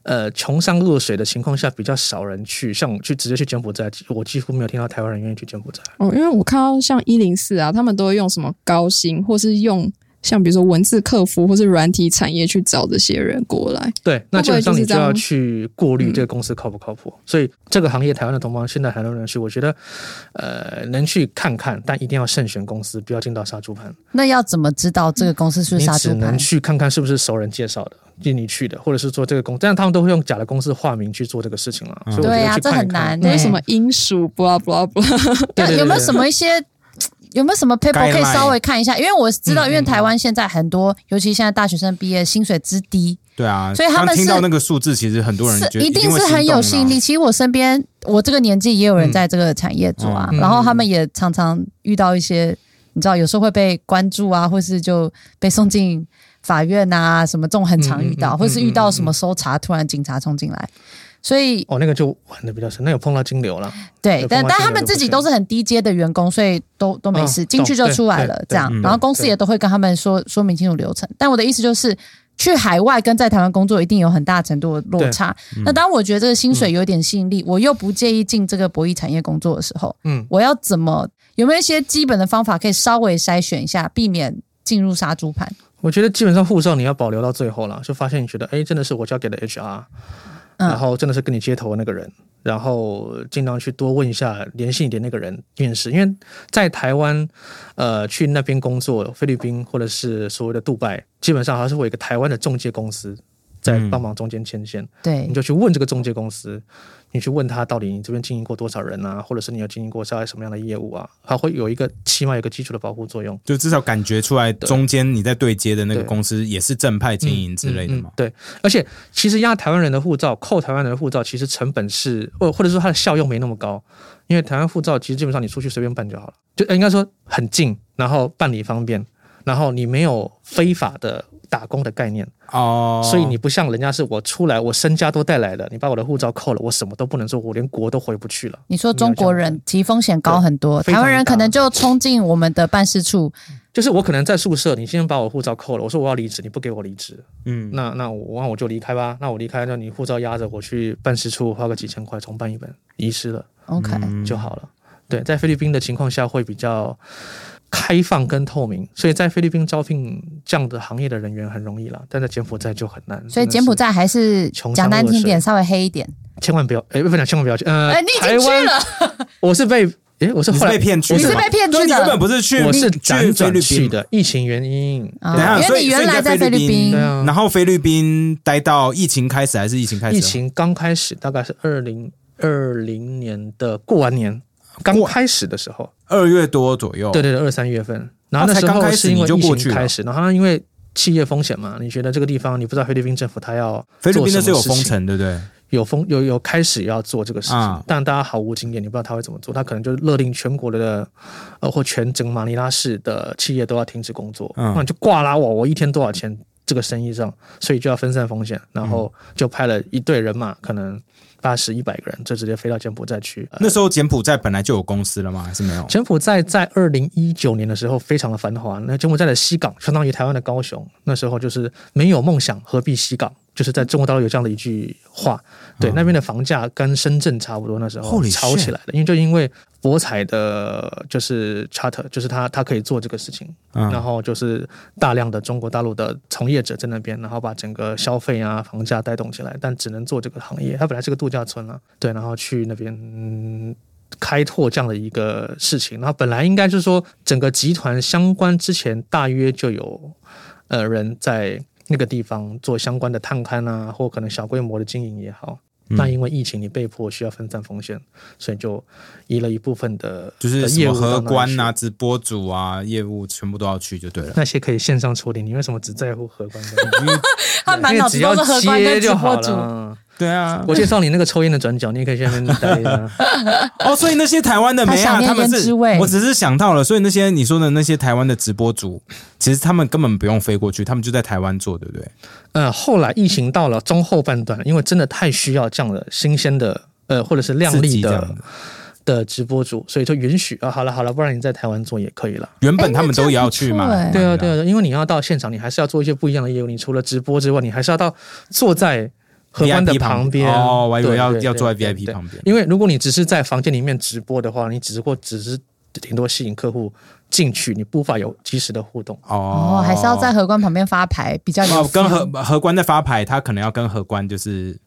[SPEAKER 3] 呃，穷山恶水的情况下，比较少人去，像我去直接去柬埔寨，我几乎没有听到台湾人愿意去柬埔寨。
[SPEAKER 4] 哦，因为我看到像一零四啊，他们都会用什么高薪，或是用像比如说文字客服或是软体产业去找这些人过来。
[SPEAKER 3] 对，那
[SPEAKER 4] 会不
[SPEAKER 3] 基本上
[SPEAKER 4] 会就是
[SPEAKER 3] 你
[SPEAKER 4] 这
[SPEAKER 3] 就
[SPEAKER 4] 样
[SPEAKER 3] 要去
[SPEAKER 1] 嗯
[SPEAKER 3] 过滤这个公司靠不靠谱。所以这个行业台湾的同胞，现在很多人去，我觉得呃能去看看，但一定要慎选公司，不要进到杀猪盘。
[SPEAKER 1] 那要怎么知道这个公司是不
[SPEAKER 3] 你
[SPEAKER 1] 是杀
[SPEAKER 3] 只
[SPEAKER 1] 猪盘
[SPEAKER 3] 能？去看看是不是熟人介绍的，就你去的，或者是做这个公，但是他们都会用假的公司化名去做这个事情了。啊所以我觉
[SPEAKER 1] 对
[SPEAKER 3] 得
[SPEAKER 1] 呀、
[SPEAKER 3] 去
[SPEAKER 1] 这
[SPEAKER 3] 看
[SPEAKER 1] 很
[SPEAKER 3] 一看
[SPEAKER 1] 难。呢、
[SPEAKER 4] 为什么英属啊 blah blah blah？
[SPEAKER 1] 那
[SPEAKER 3] 对对
[SPEAKER 1] 有没有
[SPEAKER 3] 对
[SPEAKER 1] 什么一些？有没有什么 paper 可以
[SPEAKER 2] Guideline
[SPEAKER 1] 稍微看一下？因为我知道，
[SPEAKER 3] 嗯
[SPEAKER 1] 因为台湾现在很多，尤其现在大学生毕业，薪水之低，
[SPEAKER 2] 对啊，
[SPEAKER 1] 所以他们
[SPEAKER 2] 刚听
[SPEAKER 1] 是
[SPEAKER 2] 到那个数字，其实很多人
[SPEAKER 1] 是
[SPEAKER 2] 觉得
[SPEAKER 1] 一定
[SPEAKER 2] 会
[SPEAKER 1] 是很
[SPEAKER 2] 心动啊
[SPEAKER 1] 有
[SPEAKER 2] 啦
[SPEAKER 1] 吸引力。。其实我身边，我这个年纪也有人
[SPEAKER 3] 啊嗯
[SPEAKER 1] 在这个产业做啊，
[SPEAKER 3] 嗯
[SPEAKER 1] 然后他们也常常遇到一些，你知道，有时候会被关注啊，或是就被送进法院啊，什么这种很常遇到，
[SPEAKER 3] 嗯嗯嗯
[SPEAKER 1] 或是遇到什么
[SPEAKER 3] 嗯
[SPEAKER 1] 搜查，突然警察冲进来，所以
[SPEAKER 3] 哦，那个就玩的比较深，那有碰到金流了，
[SPEAKER 1] 对，
[SPEAKER 3] 有
[SPEAKER 1] 但
[SPEAKER 3] 碰到
[SPEAKER 1] 但
[SPEAKER 3] 金
[SPEAKER 1] 他
[SPEAKER 3] 流
[SPEAKER 1] 们
[SPEAKER 3] 就
[SPEAKER 1] 自
[SPEAKER 3] 不
[SPEAKER 1] 己
[SPEAKER 3] 行
[SPEAKER 1] 都是很低阶的员工，所以都都没
[SPEAKER 3] 嗯
[SPEAKER 1] 事，进去就
[SPEAKER 3] 懂
[SPEAKER 1] 出来
[SPEAKER 3] 对
[SPEAKER 1] 了
[SPEAKER 3] 对
[SPEAKER 1] 这样
[SPEAKER 2] 嗯。
[SPEAKER 1] 然后公司
[SPEAKER 3] 对
[SPEAKER 1] 也都会跟他们说说明清楚流程。但我的意思就是，去海外跟在台湾工作一定有很大程度的落
[SPEAKER 3] 对嗯
[SPEAKER 1] 差。那当我觉得这个薪水有点吸引力，我又不介意进这个博弈产业工作的时候，
[SPEAKER 3] 嗯
[SPEAKER 1] 我要怎么有没有一些基本的方法可以稍微筛选一下，避免进入杀猪盘？
[SPEAKER 3] 我觉得基本上护照你要保留到最后了，就发现你觉得哎，真的是我交给了 HR，、
[SPEAKER 1] 嗯
[SPEAKER 3] 然后真的是跟你接头的那个人，然后尽量去多问一下，联系你的那个人面试，因为在台湾，呃，去那边工作，菲律宾或者是所谓的杜拜，基本上还是会有一个台湾的中介公司在
[SPEAKER 2] 嗯
[SPEAKER 3] 帮忙中间牵线。
[SPEAKER 1] 对
[SPEAKER 3] 你，就去问这个中介公司，你去问他到底你这边经营过多少人啊，或者是你有经营过大概什么样的业务啊，它会有一个起码有一个基础的保护作用。
[SPEAKER 2] 就至少感觉出来中间你在对接的那个
[SPEAKER 3] 对
[SPEAKER 2] 公司也是正派经营之类的嘛
[SPEAKER 3] 嗯嗯嗯。对，而且其实压台湾人的护照，扣台湾人的护照，其实成本是，或或者说它的效用没那么高，因为台湾护照其实基本上你出去随便办就好了，就呃应该说很近，然后办理方便，然后你没有非法的打工的概念，
[SPEAKER 2] 哦，
[SPEAKER 3] 所以你不像人家是我出来，我身家都带来了，你把我的护照扣了，我什么都不能做，我连国都回不去了。
[SPEAKER 1] 你说中国人其实风险高很多，
[SPEAKER 3] 对非
[SPEAKER 1] 台
[SPEAKER 3] 常
[SPEAKER 1] 湾人可能
[SPEAKER 3] 大
[SPEAKER 1] 就冲进我们的办事处，
[SPEAKER 3] 就是我可能在宿舍，你今天把我护照扣了，我说我要离职，你不给我离职，
[SPEAKER 2] 嗯，
[SPEAKER 3] 那那我那我就离开吧。那我离开，那你护照压着，我去办事处花个几千块重办一本，遗失了
[SPEAKER 1] OK，、
[SPEAKER 2] 嗯
[SPEAKER 3] 就好了。对，在菲律宾的情况下会比较开放跟透明，所以在菲律宾招聘这样的行业的人员很容易啦，但在柬埔寨就很难。
[SPEAKER 1] 所以
[SPEAKER 3] 真的是
[SPEAKER 1] 柬埔寨还是
[SPEAKER 3] 穷
[SPEAKER 1] 讲
[SPEAKER 3] 乡
[SPEAKER 1] 难
[SPEAKER 3] 恶
[SPEAKER 1] 听点，
[SPEAKER 3] 水
[SPEAKER 1] 稍微黑一点。
[SPEAKER 3] 千万不要，哎，不能千万不要去。呃，
[SPEAKER 1] 哎、你已
[SPEAKER 3] 台
[SPEAKER 1] 经去
[SPEAKER 3] 湾，
[SPEAKER 1] 了，
[SPEAKER 3] 我是被，哎，我是
[SPEAKER 2] 你是
[SPEAKER 3] 后来
[SPEAKER 2] 被骗去的
[SPEAKER 1] 你
[SPEAKER 2] 吗，
[SPEAKER 1] 是被骗
[SPEAKER 2] 对
[SPEAKER 1] 去
[SPEAKER 2] 啊你
[SPEAKER 1] 的
[SPEAKER 2] 根本不是去，
[SPEAKER 3] 我是
[SPEAKER 2] 去
[SPEAKER 3] 辗
[SPEAKER 2] 菲律
[SPEAKER 3] 转去
[SPEAKER 2] 宾。
[SPEAKER 3] 的，疫情原因。
[SPEAKER 1] 啊
[SPEAKER 2] 等一下，
[SPEAKER 1] 因
[SPEAKER 2] 所
[SPEAKER 1] 为
[SPEAKER 2] 以
[SPEAKER 1] 你原来在菲律宾
[SPEAKER 3] 对，啊，
[SPEAKER 2] 然后菲律宾待到疫情开始还是疫情开始？啊
[SPEAKER 3] 疫情刚开始，大概是二零二零年的过完年刚开始的时候，
[SPEAKER 2] 二月多左右。
[SPEAKER 3] 对对对，二三月份。然后
[SPEAKER 2] 那
[SPEAKER 3] 那
[SPEAKER 2] 才
[SPEAKER 3] 时
[SPEAKER 2] 刚
[SPEAKER 3] 候
[SPEAKER 2] 开始
[SPEAKER 3] 是因
[SPEAKER 2] 你
[SPEAKER 3] 为
[SPEAKER 2] 就
[SPEAKER 3] 疫
[SPEAKER 2] 过去
[SPEAKER 3] 情
[SPEAKER 2] 了
[SPEAKER 3] 开始，然后因为企业风险嘛，你觉得这个地方你不知道菲律宾政府他要
[SPEAKER 2] 菲律宾那是
[SPEAKER 3] 做什
[SPEAKER 2] 有
[SPEAKER 3] 么事
[SPEAKER 2] 封
[SPEAKER 3] 情，
[SPEAKER 2] 城，对不对？
[SPEAKER 3] 有封有有开始要做这个事情，
[SPEAKER 2] 啊
[SPEAKER 3] 但大家毫无经验，你不知道他会怎么做，他可能就是勒令全国的呃或全整马尼拉市的企业都要停止工作，
[SPEAKER 2] 嗯
[SPEAKER 3] 那你就挂啦我，我一天多少钱？这个生意上，所以就要分散风险，然后
[SPEAKER 2] 嗯
[SPEAKER 3] 就派了一队人马，可能八十一百个人，就直接飞到柬埔寨去。呃
[SPEAKER 2] 那时候柬埔寨本来就有公司了吗？还是没有？
[SPEAKER 3] 柬埔寨在二零一九年的时候非常的繁华，那柬埔寨的西港相当于台湾的高雄，那时候就是没有梦想何必西港，就是在中国大陆有这样的一句话。对，那边的房价跟深圳差不多，那时候
[SPEAKER 2] Holy
[SPEAKER 3] 炒起来的，因为就因为博彩的，就是 charter，就是他他可以做这个事情，
[SPEAKER 2] 嗯
[SPEAKER 3] 然后就是大量的中国大陆的从业者在那边，然后把整个消费啊、房价带动起来，但只能做这个行业。它本来是个度假村啊，对，然后去那边、嗯、开拓这样的一个事情。然后本来应该是说，整个集团相关之前大约就有呃人在那个地方做相关的探勘啊，或可能小规模的经营也好。
[SPEAKER 2] 嗯
[SPEAKER 3] 那因为疫情，你被迫需要分散风险，所以就移了一部分 的
[SPEAKER 2] 就是
[SPEAKER 3] 的
[SPEAKER 2] 什
[SPEAKER 3] 呃业
[SPEAKER 2] 么
[SPEAKER 3] 务到
[SPEAKER 2] 荷
[SPEAKER 3] 那里
[SPEAKER 2] 官
[SPEAKER 3] 去
[SPEAKER 2] 啊、直播主啊、业务全部都要去就对了。
[SPEAKER 3] 那些可以线上处理，你为什么只在乎荷官 跟？啊因为
[SPEAKER 1] 他满脑子都是荷官跟直播主。
[SPEAKER 3] 了。嗯
[SPEAKER 2] 对啊，
[SPEAKER 3] 我介绍你那个抽烟的转角，你也可以去那边待着。
[SPEAKER 2] 哦，所以那些台湾的
[SPEAKER 1] 他
[SPEAKER 2] 没
[SPEAKER 1] 想
[SPEAKER 2] 啊，
[SPEAKER 1] 念
[SPEAKER 2] 他们
[SPEAKER 1] 人
[SPEAKER 2] 是，
[SPEAKER 1] 之味
[SPEAKER 2] 我只是想到了，所以那些你说的那些台湾的直播主，其实他们根本不用飞过去，他们就在台湾做，对不对？
[SPEAKER 3] 呃，后来疫情到了中后半段，因为真的太需要这样的新鲜的，呃，或者是亮
[SPEAKER 2] 自己
[SPEAKER 3] 丽
[SPEAKER 2] 这
[SPEAKER 3] 的
[SPEAKER 2] 样
[SPEAKER 3] 的直播主，所以就允许啊，好了好了，不然你在台湾做也可以了。
[SPEAKER 2] 原
[SPEAKER 1] 哎
[SPEAKER 2] 本
[SPEAKER 1] 那
[SPEAKER 2] 他们
[SPEAKER 1] 这
[SPEAKER 2] 都
[SPEAKER 1] 样
[SPEAKER 2] 也要
[SPEAKER 1] 不
[SPEAKER 2] 去
[SPEAKER 1] 错
[SPEAKER 2] 嘛。
[SPEAKER 1] 哎
[SPEAKER 3] 对啊对啊，对啊因为你要到现场，你还是要做一些不一样的业务。你除了直播之外，你还是要到坐在荷官的
[SPEAKER 2] VIP
[SPEAKER 3] 旁边。
[SPEAKER 2] 哦，我还以为
[SPEAKER 3] 对
[SPEAKER 2] 要
[SPEAKER 3] 对
[SPEAKER 2] 要坐在
[SPEAKER 3] 对对
[SPEAKER 2] VIP
[SPEAKER 3] 对
[SPEAKER 2] 旁边。
[SPEAKER 3] 因为如果你只是在房间里面直播的话，你只不过只是顶多吸引客户进去，你无法有及时的互动。
[SPEAKER 2] 哦
[SPEAKER 1] 哦，还是要在荷官旁边发牌比较有
[SPEAKER 2] 哦，跟
[SPEAKER 1] feel
[SPEAKER 2] 荷荷官在发牌，他可能要跟荷官就是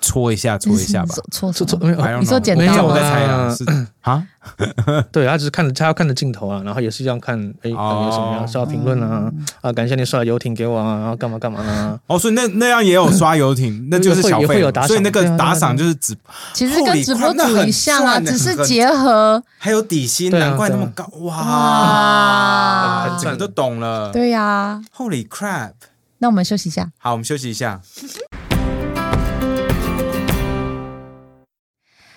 [SPEAKER 2] 搓一下搓一下吧。
[SPEAKER 1] 错
[SPEAKER 3] 这
[SPEAKER 1] 错
[SPEAKER 3] 这
[SPEAKER 1] 错，
[SPEAKER 3] 没有
[SPEAKER 2] I don't
[SPEAKER 1] 你说
[SPEAKER 2] know，
[SPEAKER 1] 剪
[SPEAKER 2] 没
[SPEAKER 1] 刀
[SPEAKER 2] 有我在
[SPEAKER 3] 吗
[SPEAKER 2] 猜啦，是啊，
[SPEAKER 3] 对，他只是看着他要看着镜头啊，然后也是一样看，哎，有
[SPEAKER 2] 哦
[SPEAKER 3] 什么样是要评论啊啊，感谢你刷游艇给我啊，然后干嘛干嘛啊，
[SPEAKER 2] 哦，所以那那样也有刷游 艇，那就是
[SPEAKER 3] 会
[SPEAKER 2] 小
[SPEAKER 3] 也会
[SPEAKER 2] 费
[SPEAKER 3] 有
[SPEAKER 2] 嘛
[SPEAKER 3] 打赏
[SPEAKER 2] 所以那
[SPEAKER 3] 对啊
[SPEAKER 2] 个
[SPEAKER 3] 对啊
[SPEAKER 2] 打
[SPEAKER 3] 对啊
[SPEAKER 2] 赏就是只
[SPEAKER 1] 其实跟直播
[SPEAKER 2] Holy crap，那
[SPEAKER 1] 主
[SPEAKER 2] 很
[SPEAKER 1] 一样啊，
[SPEAKER 2] 赚欸
[SPEAKER 1] 只是
[SPEAKER 2] 很
[SPEAKER 1] 结合
[SPEAKER 2] 还有底薪，
[SPEAKER 3] 对啊
[SPEAKER 2] 难怪那
[SPEAKER 3] 对啊
[SPEAKER 2] 么高
[SPEAKER 1] 哇
[SPEAKER 2] 哇！整个都懂了。
[SPEAKER 1] 对呀。
[SPEAKER 2] Holy crap！
[SPEAKER 1] 那我们休息一下。
[SPEAKER 2] 好，我们休息一下。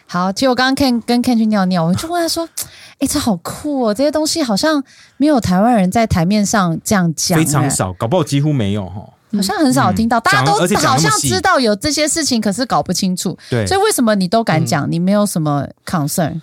[SPEAKER 1] 好，其实我刚刚 Ken 跟 Ken 去尿尿，我就问他说：“哎、这好酷哦，这些东西好像没有台湾人在台面上这样讲、
[SPEAKER 2] 非常
[SPEAKER 1] 哎
[SPEAKER 2] 少，搞不好几乎没有哈。
[SPEAKER 1] 好像很少听到，大家
[SPEAKER 2] 讲
[SPEAKER 1] 都
[SPEAKER 2] 而且讲
[SPEAKER 1] 好
[SPEAKER 2] 那么
[SPEAKER 1] 像
[SPEAKER 2] 细
[SPEAKER 1] 知道有这些事情，可是搞不清楚。
[SPEAKER 2] 对
[SPEAKER 1] 所以为什么你都敢
[SPEAKER 3] 嗯
[SPEAKER 1] 讲？你没有什么 concern？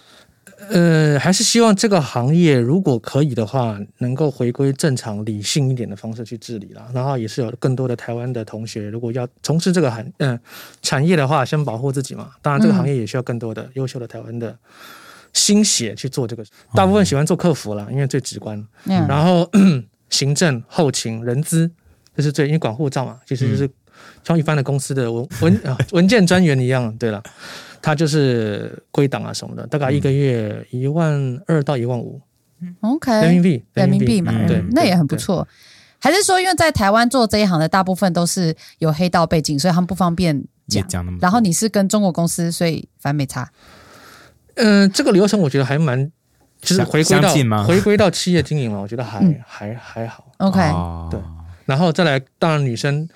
[SPEAKER 3] 呃，还是希望这个行业如果可以的话，能够回归正常、理性一点的方式去治理啦。然后也是有更多的台湾的同学，如果要从事这个行嗯、产业的话，先保护自己嘛。当然，这个行业也需要更多的优秀的台湾的新血去做这个。大部分喜欢做客服啦，因为最直观。
[SPEAKER 1] 嗯，
[SPEAKER 3] 然后 行政、后勤、人资，这是最因为管护照嘛，其实
[SPEAKER 1] 嗯
[SPEAKER 3] 就是像一般的公司的文文、啊、 文件专员一样。对了，他就是归档啊什么的，大概一个月
[SPEAKER 1] 嗯
[SPEAKER 3] 一万二到一万五
[SPEAKER 1] OK，
[SPEAKER 3] 人民币，
[SPEAKER 1] 哎人民币嘛，
[SPEAKER 2] 嗯
[SPEAKER 1] 人民
[SPEAKER 3] 对
[SPEAKER 1] 币，那也很不。错。还是说因为在台湾做这一行的大部分都是有黑道背景，所以他们不方便
[SPEAKER 2] 也
[SPEAKER 1] 讲。
[SPEAKER 2] 讲那么多，
[SPEAKER 1] 然后你是跟中国公司，所以反正没差。
[SPEAKER 3] 嗯、这个流程我觉得还蛮，就是
[SPEAKER 2] 相
[SPEAKER 3] 回归
[SPEAKER 2] 相近吗
[SPEAKER 3] 到回归到企业经营嘛，我觉得还、
[SPEAKER 1] 嗯
[SPEAKER 3] 还还好。
[SPEAKER 1] OK，、
[SPEAKER 2] 哦
[SPEAKER 3] 对然后再来，当然女生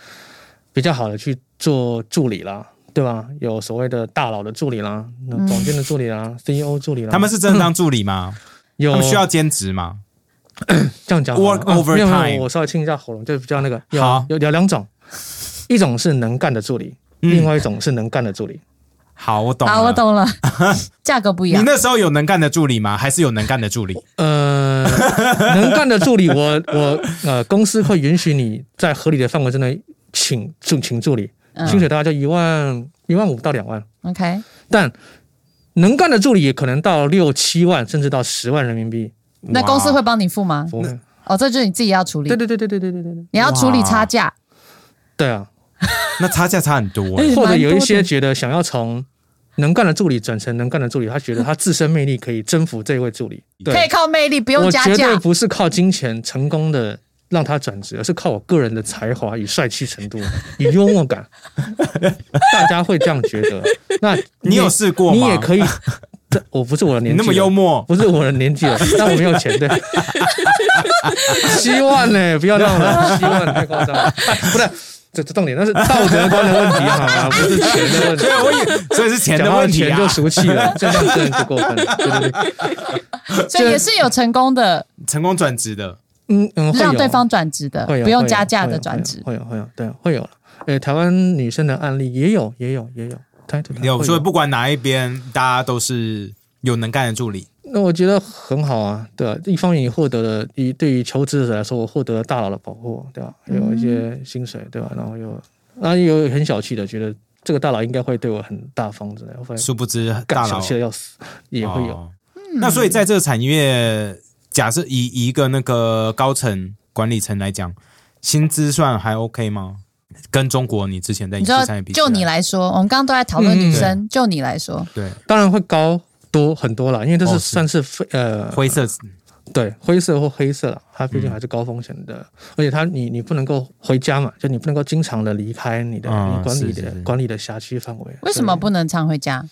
[SPEAKER 3] 比较好的去做助理啦，对吧？有所谓的大佬的助理啦，那
[SPEAKER 1] 嗯
[SPEAKER 3] 总监的助理啦、c e o 助理啦，
[SPEAKER 2] 他们是真的当助理吗？他
[SPEAKER 3] 有
[SPEAKER 2] 们需要兼职吗？
[SPEAKER 3] 这样讲好了
[SPEAKER 2] work
[SPEAKER 3] 啊没有
[SPEAKER 2] overtime
[SPEAKER 3] 没有我稍微清一下喉咙，就比较那个。有
[SPEAKER 2] 好
[SPEAKER 3] 有有两种，一种是能干的助理，另
[SPEAKER 2] 嗯，
[SPEAKER 3] 外一种是能干的助理。
[SPEAKER 2] 好，我懂，
[SPEAKER 1] 好，我。懂 了，价格不一
[SPEAKER 2] 你
[SPEAKER 1] 样。
[SPEAKER 2] 那时候有能干的助理吗？还是有能干的助 理？
[SPEAKER 3] 呃，能干的助理我，我呃，公司会允许你在合理的范围之内请助请助理，
[SPEAKER 1] 嗯
[SPEAKER 3] 薪水大概就一万一万五到两万，
[SPEAKER 1] OK，
[SPEAKER 3] 但能干的助理也可能到六七万，甚至到十万人民币。
[SPEAKER 1] 那公司会帮你付吗？
[SPEAKER 3] 不会
[SPEAKER 1] 哦，这就是你自己要处理
[SPEAKER 3] 对，对对对对对对对对，
[SPEAKER 1] 你要处理差价。
[SPEAKER 3] 对啊，
[SPEAKER 2] 那差价差很多欸、
[SPEAKER 1] 哎
[SPEAKER 3] 或者有
[SPEAKER 1] 蛮
[SPEAKER 3] 一
[SPEAKER 1] 多的
[SPEAKER 3] 些觉得想要从能干的助理转成能干的助理，他觉得他自身魅力可以征服这位助理，对
[SPEAKER 1] 可以靠魅力，不用
[SPEAKER 3] 我
[SPEAKER 1] 加
[SPEAKER 3] 绝对
[SPEAKER 1] 价。
[SPEAKER 3] 不是靠金钱成功的让他转职，而是靠我个人的才华与帅气程度 与幽默感，大家会这样觉得。那
[SPEAKER 2] 你有试过吗？
[SPEAKER 3] 你也可以，这我不是我的
[SPEAKER 2] 你
[SPEAKER 3] 年纪，
[SPEAKER 2] 那么幽，默，
[SPEAKER 3] 不是我的年纪 了，但我没有钱对。希望呢、不要让 我希望太夸张了，啊不是。这这重点，那是道德观的问题，好 吗？不是钱的问题。
[SPEAKER 2] 对，我以所以是钱
[SPEAKER 3] 讲
[SPEAKER 2] 的
[SPEAKER 3] 到
[SPEAKER 2] 问题
[SPEAKER 3] 钱
[SPEAKER 2] 啊
[SPEAKER 3] 就，俗气了，这样真的就过分了。对对对，
[SPEAKER 1] 所以也是有成功的，
[SPEAKER 2] 成功转职的，
[SPEAKER 3] 嗯嗯，会有
[SPEAKER 1] 让对方转职的，
[SPEAKER 3] 会有
[SPEAKER 1] 不用加价的转职。
[SPEAKER 3] 会有会有会有对会有了。呃，台湾女生的案例也有也有也有，台台
[SPEAKER 2] 有
[SPEAKER 3] 会
[SPEAKER 2] 所以不管哪一边，大家都是有能干的助 理。
[SPEAKER 3] 那我觉得很好啊，对吧？一方面你获得了，以对于求职者来说，我获得了大佬的保护，对吧？有一些
[SPEAKER 2] 嗯
[SPEAKER 3] 薪水，对吧？然后有，然后有很小气的，觉得这个大佬应该会对我很大方之类的，会
[SPEAKER 2] 殊不知大
[SPEAKER 3] 干
[SPEAKER 2] 佬
[SPEAKER 3] 小气的要死，也会有。嗯
[SPEAKER 2] 哦那所以在这个产业，假设以以一个那个高层管理层来讲，薪资算还 OK 吗？跟中国你之前
[SPEAKER 1] 你
[SPEAKER 2] 在
[SPEAKER 3] 哎
[SPEAKER 2] 影视
[SPEAKER 1] 知道
[SPEAKER 2] 产业比，起来，
[SPEAKER 1] 就你来说，我们刚刚都在讨论女生，
[SPEAKER 3] 嗯
[SPEAKER 1] 就你来说，
[SPEAKER 2] 对
[SPEAKER 3] 当然会高多很多啦，因为这
[SPEAKER 2] 哦是
[SPEAKER 3] 是算是非、呃
[SPEAKER 2] 灰嗯色
[SPEAKER 3] 对，灰色或黑色啦，它毕竟还是高风险的，而且它你你不能够回家嘛，就你不能够经常的离开你的、
[SPEAKER 2] 啊
[SPEAKER 3] 你管理
[SPEAKER 2] 是
[SPEAKER 3] 的
[SPEAKER 2] 是是
[SPEAKER 3] 管理的辖区范围。
[SPEAKER 1] 为什么
[SPEAKER 3] 对
[SPEAKER 1] 不能常回家？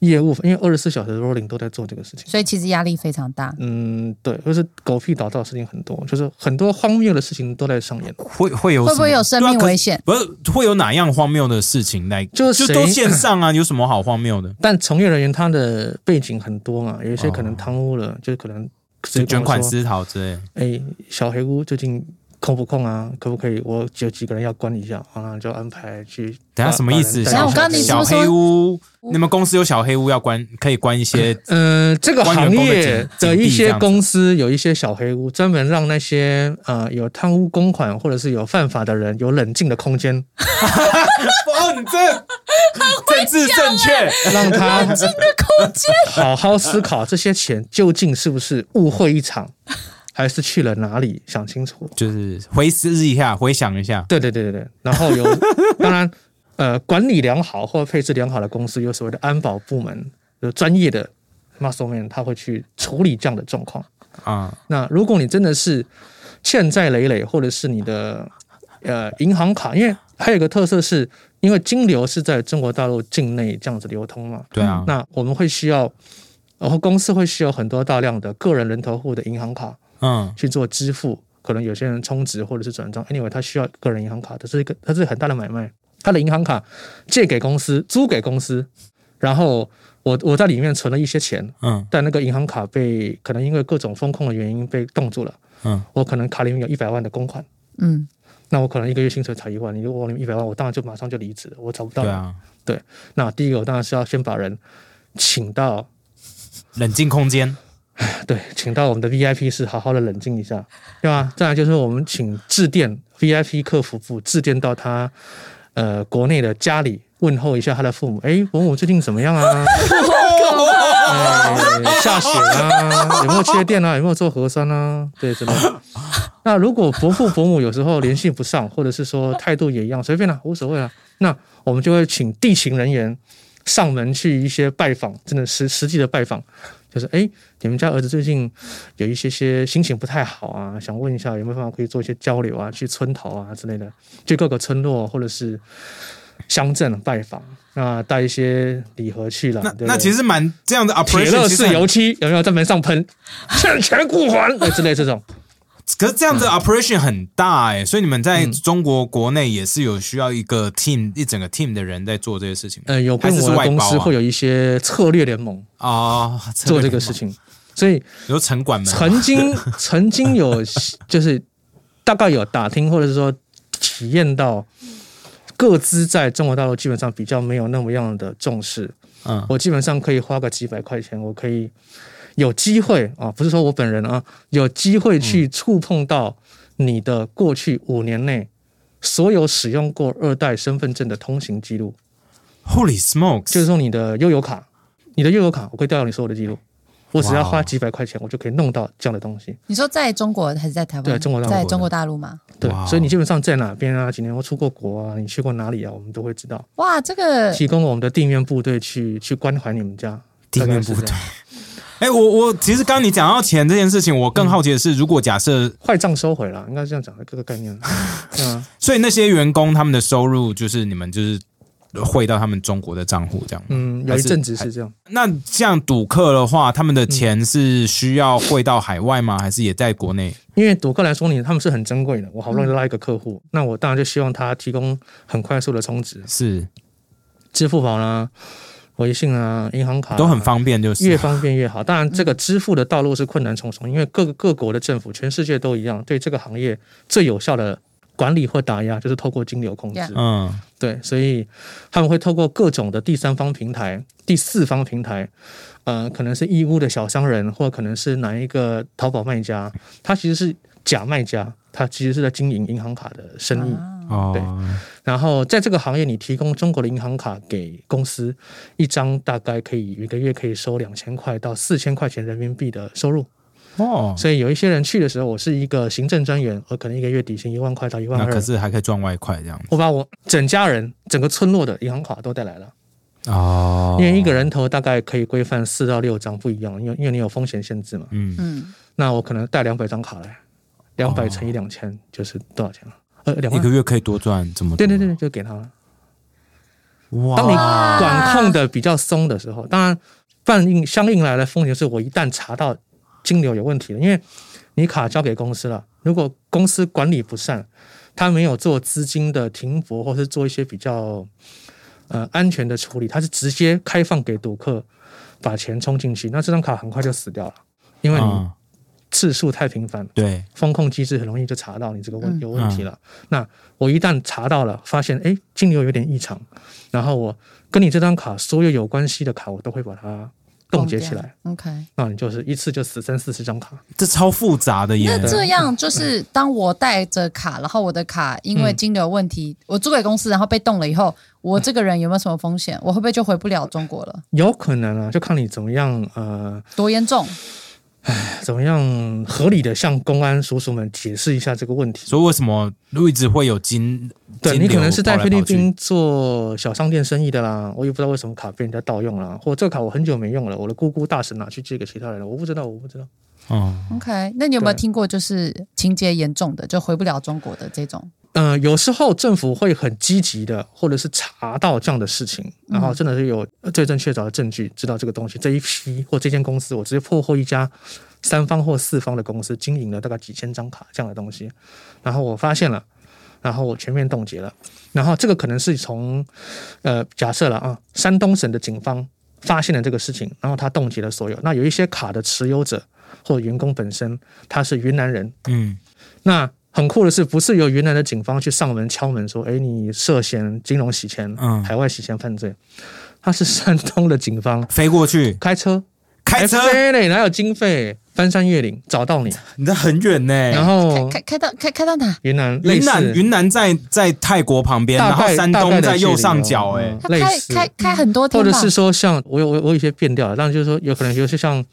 [SPEAKER 3] 业务？因为二十四小时 rolling 都在做这个事情。
[SPEAKER 1] 所以其实压力非常大。
[SPEAKER 3] 嗯，对，就是狗屁倒灶的事情很多，就是很多荒谬的事情都在上演。
[SPEAKER 2] 会会有
[SPEAKER 1] 会不会
[SPEAKER 2] 什么
[SPEAKER 1] 有生命
[SPEAKER 2] 对啊可
[SPEAKER 1] 危险？
[SPEAKER 2] 不是会有哪样荒谬的事情来？
[SPEAKER 3] 就是
[SPEAKER 2] 就
[SPEAKER 3] 谁
[SPEAKER 2] 都线上啊，有什么好荒谬 的？
[SPEAKER 3] 但从业人员他的背景很多嘛，有一些可
[SPEAKER 2] 哦
[SPEAKER 3] 能贪污了，就是可能直
[SPEAKER 2] 就
[SPEAKER 3] 接跟
[SPEAKER 2] 卷
[SPEAKER 3] 我
[SPEAKER 2] 款
[SPEAKER 3] 说
[SPEAKER 2] 私逃之类。
[SPEAKER 3] 哎，小黑屋最近控不控啊？可不可以？我有几个人要关一下，然后就安排去把。
[SPEAKER 2] 等一下什么意思？
[SPEAKER 3] 把
[SPEAKER 1] 等一下
[SPEAKER 3] 人带到
[SPEAKER 1] 我刚刚你
[SPEAKER 3] 小
[SPEAKER 2] 小
[SPEAKER 1] 说
[SPEAKER 3] 黑
[SPEAKER 2] 黑
[SPEAKER 3] 屋
[SPEAKER 2] 屋，你们公司有小黑屋要关，可以关一 些
[SPEAKER 3] 嗯，这个行业的一些
[SPEAKER 2] 关
[SPEAKER 3] 公司有一些小黑屋，专门让那些呃有贪污公款或者是有犯法的人有冷静的空间，
[SPEAKER 2] 哦，你这
[SPEAKER 1] 啊
[SPEAKER 2] 政治正确，
[SPEAKER 3] 让他冷静的空间好好思考这些钱究竟是不是误会一场，还是去了哪里，想清楚。
[SPEAKER 2] 就是回思一下，回想一下。
[SPEAKER 3] 对对对对对，然后有当然呃管理良好或配置良好的公司有所谓的安保部门，有专业的 muscle man 他会去处理这样的状况。
[SPEAKER 2] 啊、
[SPEAKER 3] 那如果你真的是欠债累累，或者是你的呃银行卡，因为还有一个特色是，因为金流是在中国大陆境内这样子流通嘛，
[SPEAKER 2] 对啊，
[SPEAKER 3] 嗯那我们会需要，然后公司会需要很多大量的个人人头户的银行卡
[SPEAKER 2] 嗯，
[SPEAKER 3] 去做支付，可能有些人充值或者是转账，anyway，他需要个人银行卡，这是一个它是很大的买卖，他的银行卡借给公司，租给公司，然后我我在里面存了一些钱，
[SPEAKER 2] 嗯
[SPEAKER 3] 但那个银行卡被可能因为各种风控的原因被冻住了，
[SPEAKER 2] 嗯，
[SPEAKER 3] 我可能卡里面有一百万的公款，
[SPEAKER 1] 嗯，那
[SPEAKER 3] 那我可能一个月薪水才一万，你如果我里面一百万，我当然就马上就离职了，我找不到
[SPEAKER 2] 对
[SPEAKER 3] 人。
[SPEAKER 2] 啊，
[SPEAKER 3] 那第一个我当然是要先把人请到，
[SPEAKER 2] 冷静空间，
[SPEAKER 3] 对，请到我们的 VIP 室，好好的冷静一下，对吧？再来就是我们请致电 VIP 客服部致电到他呃国内的家里。问候一下他的父母，哎，伯母最近怎么样啊？哎下雪 啊？有没有缺电啊？有没有做核酸啊？对，之类的。那如果伯父伯母有时候联系不上，或者是说态度也一样，随便啦、无所谓啦、那我们就会请地勤人员上门去一些拜访，真的实实际的拜访，就是哎，诶你们家儿子最近有一些些心情不太好啊，想问一下有没有办法可以做一些交流啊，去村头啊之类的，去各个村落或者是乡镇拜访，那带一些礼盒去了。
[SPEAKER 2] 那
[SPEAKER 3] 对不
[SPEAKER 2] 那
[SPEAKER 3] 对
[SPEAKER 2] 其实蛮这样的
[SPEAKER 3] 铁乐
[SPEAKER 2] operation 其实
[SPEAKER 3] 是
[SPEAKER 2] 很
[SPEAKER 3] 油漆有没有在门 上喷？欠钱不还对之类这种，
[SPEAKER 2] 可是这样子 operation 很大哎、所以你们在
[SPEAKER 3] 嗯
[SPEAKER 2] 中国国内也是有需要一个 team 一整个 team 的人在做这些事情吗。
[SPEAKER 3] 呃，有
[SPEAKER 2] 还
[SPEAKER 3] 跟
[SPEAKER 2] 是
[SPEAKER 3] 我的
[SPEAKER 2] 外包
[SPEAKER 3] 公
[SPEAKER 2] 啊
[SPEAKER 3] 司会有一些策略联盟
[SPEAKER 2] 哦，
[SPEAKER 3] 做这个事，情，所以
[SPEAKER 2] 有城管们啊
[SPEAKER 3] 曾经 曾经有就是大概有打听或者是说体验到。各自在中国大陆基本上比较没有那么样的重视，
[SPEAKER 2] 嗯
[SPEAKER 3] 我基本上可以花个几百块钱，我可以有机会啊，不是说我本人啊，有机会去
[SPEAKER 2] 嗯
[SPEAKER 3] 触碰到你的过去五年内所有使用过二代身份证的通行记录，
[SPEAKER 2] ，Holy smokes，
[SPEAKER 3] 就是说你的悠游卡，你的悠游卡，我可以调到你所有的记录。我只
[SPEAKER 2] 哇
[SPEAKER 3] 要花
[SPEAKER 2] 哦
[SPEAKER 3] 几百块钱，我就可以弄到这样的东西。
[SPEAKER 1] 你说在中国还是在台湾？
[SPEAKER 3] 对中国大陆
[SPEAKER 1] 在中国大陆吗？
[SPEAKER 3] 对
[SPEAKER 2] 哇哦，
[SPEAKER 3] 所以你基本上在哪边啊？几年后出过国啊？你去过哪里啊？我们都会知道，
[SPEAKER 1] 哇，这个
[SPEAKER 3] 提供我们的地面部队去去关怀你们家。
[SPEAKER 2] 地面
[SPEAKER 3] 大
[SPEAKER 2] 部
[SPEAKER 3] 概是这
[SPEAKER 2] 队
[SPEAKER 3] 样。
[SPEAKER 2] 哎、我我其实刚刚你讲到钱这件事情，我更好奇的是，如果假设，
[SPEAKER 3] 坏账收回了，应该是这样讲的，这个概念。对啊。
[SPEAKER 2] 所以那些员工他们的收入就是你们就是汇到他们中国的账户这样吗。
[SPEAKER 3] 嗯，有
[SPEAKER 2] 还
[SPEAKER 3] 一
[SPEAKER 2] 是
[SPEAKER 3] 阵子
[SPEAKER 2] 还
[SPEAKER 3] 是这样。
[SPEAKER 2] 那像赌客的话，他们的
[SPEAKER 3] 嗯
[SPEAKER 2] 钱是需要汇到海外吗？还是也在国内？
[SPEAKER 3] 因为赌客来说你，他们是很珍贵的。我好不容易拉一个客户，
[SPEAKER 2] 嗯
[SPEAKER 3] 那我当然就希望他提供很快速的充值，
[SPEAKER 2] 是
[SPEAKER 3] 支付宝啦、微信啊、银行卡啊
[SPEAKER 2] 都很，方便，嗯就是
[SPEAKER 3] 越方便越好。当然，这个支付的道路是困难重重，因为各个各国的政府，全世界都一样，对这个行业最有效的管理或打压就是透过金流控制。
[SPEAKER 1] Yeah
[SPEAKER 2] 嗯。
[SPEAKER 3] 对，所以他们会透过各种的第三方平台、第四方平台，呃，可能是义乌的小商人，或可能是哪一个淘宝卖家，他其实是假卖家，他其实是在经营银行卡的生意。
[SPEAKER 1] 啊
[SPEAKER 2] 哦，
[SPEAKER 3] 对然后在这个行业，你提供中国的银行卡给公司，一张大概可以一个月可以收两千块到四千块钱人民币的收入。
[SPEAKER 2] 哦，
[SPEAKER 3] 所以有一些人去的时候，我是一个行政专员，我可能一个月底薪一万块到一万
[SPEAKER 2] 那
[SPEAKER 3] 二
[SPEAKER 2] 可。是还可以赚外快这样
[SPEAKER 3] 我把我整家人、整个村落的银行卡都带来了。
[SPEAKER 2] 哦
[SPEAKER 3] 因为一个人头大概可以规范四到六张不一样，因为因为你有风险限制嘛。
[SPEAKER 2] 嗯，
[SPEAKER 1] 嗯，
[SPEAKER 3] 那我可能带两百张卡来，两百乘以两千就是多少钱啊？呃，两
[SPEAKER 2] 哦一
[SPEAKER 3] 万
[SPEAKER 2] 个。月可以多赚这么多，
[SPEAKER 3] 对对对，，就给他了。
[SPEAKER 2] 哇，
[SPEAKER 3] 当你管控的比较松的时候，当然反应相应来的风险是我一旦查到金流有问题了，因为你卡交给公司了，如果公司管理不善，他没有做资金的停泊，或是做一些比较呃安全的处理，他是直接开放给赌客把钱充进去，那这张卡很快就死掉了，因为你
[SPEAKER 2] 嗯
[SPEAKER 3] 次数太频繁了。
[SPEAKER 2] 对，
[SPEAKER 3] 风控机制很容易就查到你这个问
[SPEAKER 1] 嗯
[SPEAKER 3] 有问题了。那我一旦查到了，发现哎金流有点异常，然后我跟你这张卡所有有关系的卡，我都会把它冻结起来。
[SPEAKER 1] OK，
[SPEAKER 3] 那你就是一次就死三四十张卡，
[SPEAKER 2] 这超复杂的耶
[SPEAKER 1] 那，这样就是当我带着卡，然后我的卡因为金流问题，我租给公司，然后被冻了以后，我这个人有没有什么风险？我会不会就回不了中国了？
[SPEAKER 3] 有可能啊，就看你怎么样呃
[SPEAKER 1] 多严重？
[SPEAKER 3] 怎么样合理的向公安叔叔们解释一下这个问题。
[SPEAKER 2] 所以为什么一直会有金？
[SPEAKER 3] 对
[SPEAKER 2] 金
[SPEAKER 3] 你
[SPEAKER 2] 流
[SPEAKER 3] 可能是在
[SPEAKER 2] 跑来
[SPEAKER 3] 菲律
[SPEAKER 2] 跑去
[SPEAKER 3] 宾做小商店生意的啦，我也不知道为什么卡被人家盗用了，或者这个卡我很久没用了，我的姑姑大婶拿去借给其他人了，我不知道，我不知道。
[SPEAKER 2] 哦，
[SPEAKER 1] OK，那你有没有
[SPEAKER 3] 对
[SPEAKER 1] 听过就是情节严重的，就回不了中国的这种？
[SPEAKER 3] 嗯、有时候政府会很积极的，或者是查到这样的事情，然后真的是有罪证确凿的证据，知道这个东西这一批或这间公司，我直接破获一家三方或四方的公司，经营了大概几千张卡这样的东西，然后我发现了，然后我全面冻结了，然后这个可能是从呃假设了啊，山东省的警方发现了这个事情，然后他冻结了所有，那有一些卡的持有者或员工本身他是云南人，
[SPEAKER 2] 嗯，
[SPEAKER 3] 那很酷的是，不是由云南的警方去上门敲门说：“哎，你涉嫌金融洗钱、
[SPEAKER 2] 嗯
[SPEAKER 3] 海外洗钱犯罪。”他是山东的警方
[SPEAKER 2] 飞过去
[SPEAKER 3] 开车，哎
[SPEAKER 2] 开车，
[SPEAKER 3] 飞嘞，哪有经费？翻山越岭找到你，
[SPEAKER 2] 你这很远呢。
[SPEAKER 3] 然
[SPEAKER 1] 开
[SPEAKER 3] 后
[SPEAKER 1] 开开到开开到哪？
[SPEAKER 3] 云南类
[SPEAKER 2] 哎云
[SPEAKER 3] 似
[SPEAKER 2] 南云南在在泰国旁边，然
[SPEAKER 3] 大
[SPEAKER 2] 后
[SPEAKER 3] 概
[SPEAKER 2] 山
[SPEAKER 3] 大
[SPEAKER 2] 东
[SPEAKER 3] 概的
[SPEAKER 2] 在
[SPEAKER 3] 距离
[SPEAKER 2] 右
[SPEAKER 3] 哦
[SPEAKER 2] 上角，哎
[SPEAKER 3] 嗯，
[SPEAKER 1] 他
[SPEAKER 3] 类
[SPEAKER 1] 开
[SPEAKER 3] 似
[SPEAKER 1] 开开很
[SPEAKER 2] 嗯
[SPEAKER 1] 多天
[SPEAKER 3] 或者
[SPEAKER 1] 吧？
[SPEAKER 3] 是说像我有我我有一些变调了，但就是说有可能有些像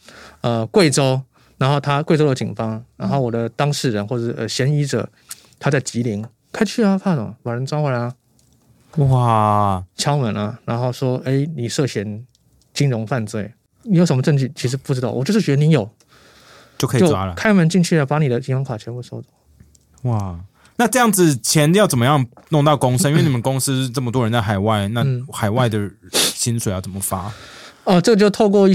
[SPEAKER 3] 呃贵州，然后他贵州的警方，然
[SPEAKER 1] 嗯
[SPEAKER 3] 后我的当事人或者是呃嫌疑者，他在吉林开去啊，怕什么？把人抓回来啊。
[SPEAKER 2] 哇，
[SPEAKER 3] 敲门啊，然后说：“哎，你涉嫌金融犯罪，你有什么证据？其实不知道，我就是觉得你有，
[SPEAKER 2] 就可以
[SPEAKER 3] 就
[SPEAKER 2] 抓了。
[SPEAKER 3] 开门进去了，啊把你的银行卡全部收走。
[SPEAKER 2] 哇，那这样子钱要怎么样弄到公司？因为你们公司这么多人在海外，那
[SPEAKER 3] 嗯
[SPEAKER 2] 海外的薪水要怎么发？
[SPEAKER 3] 哦，这个就透过一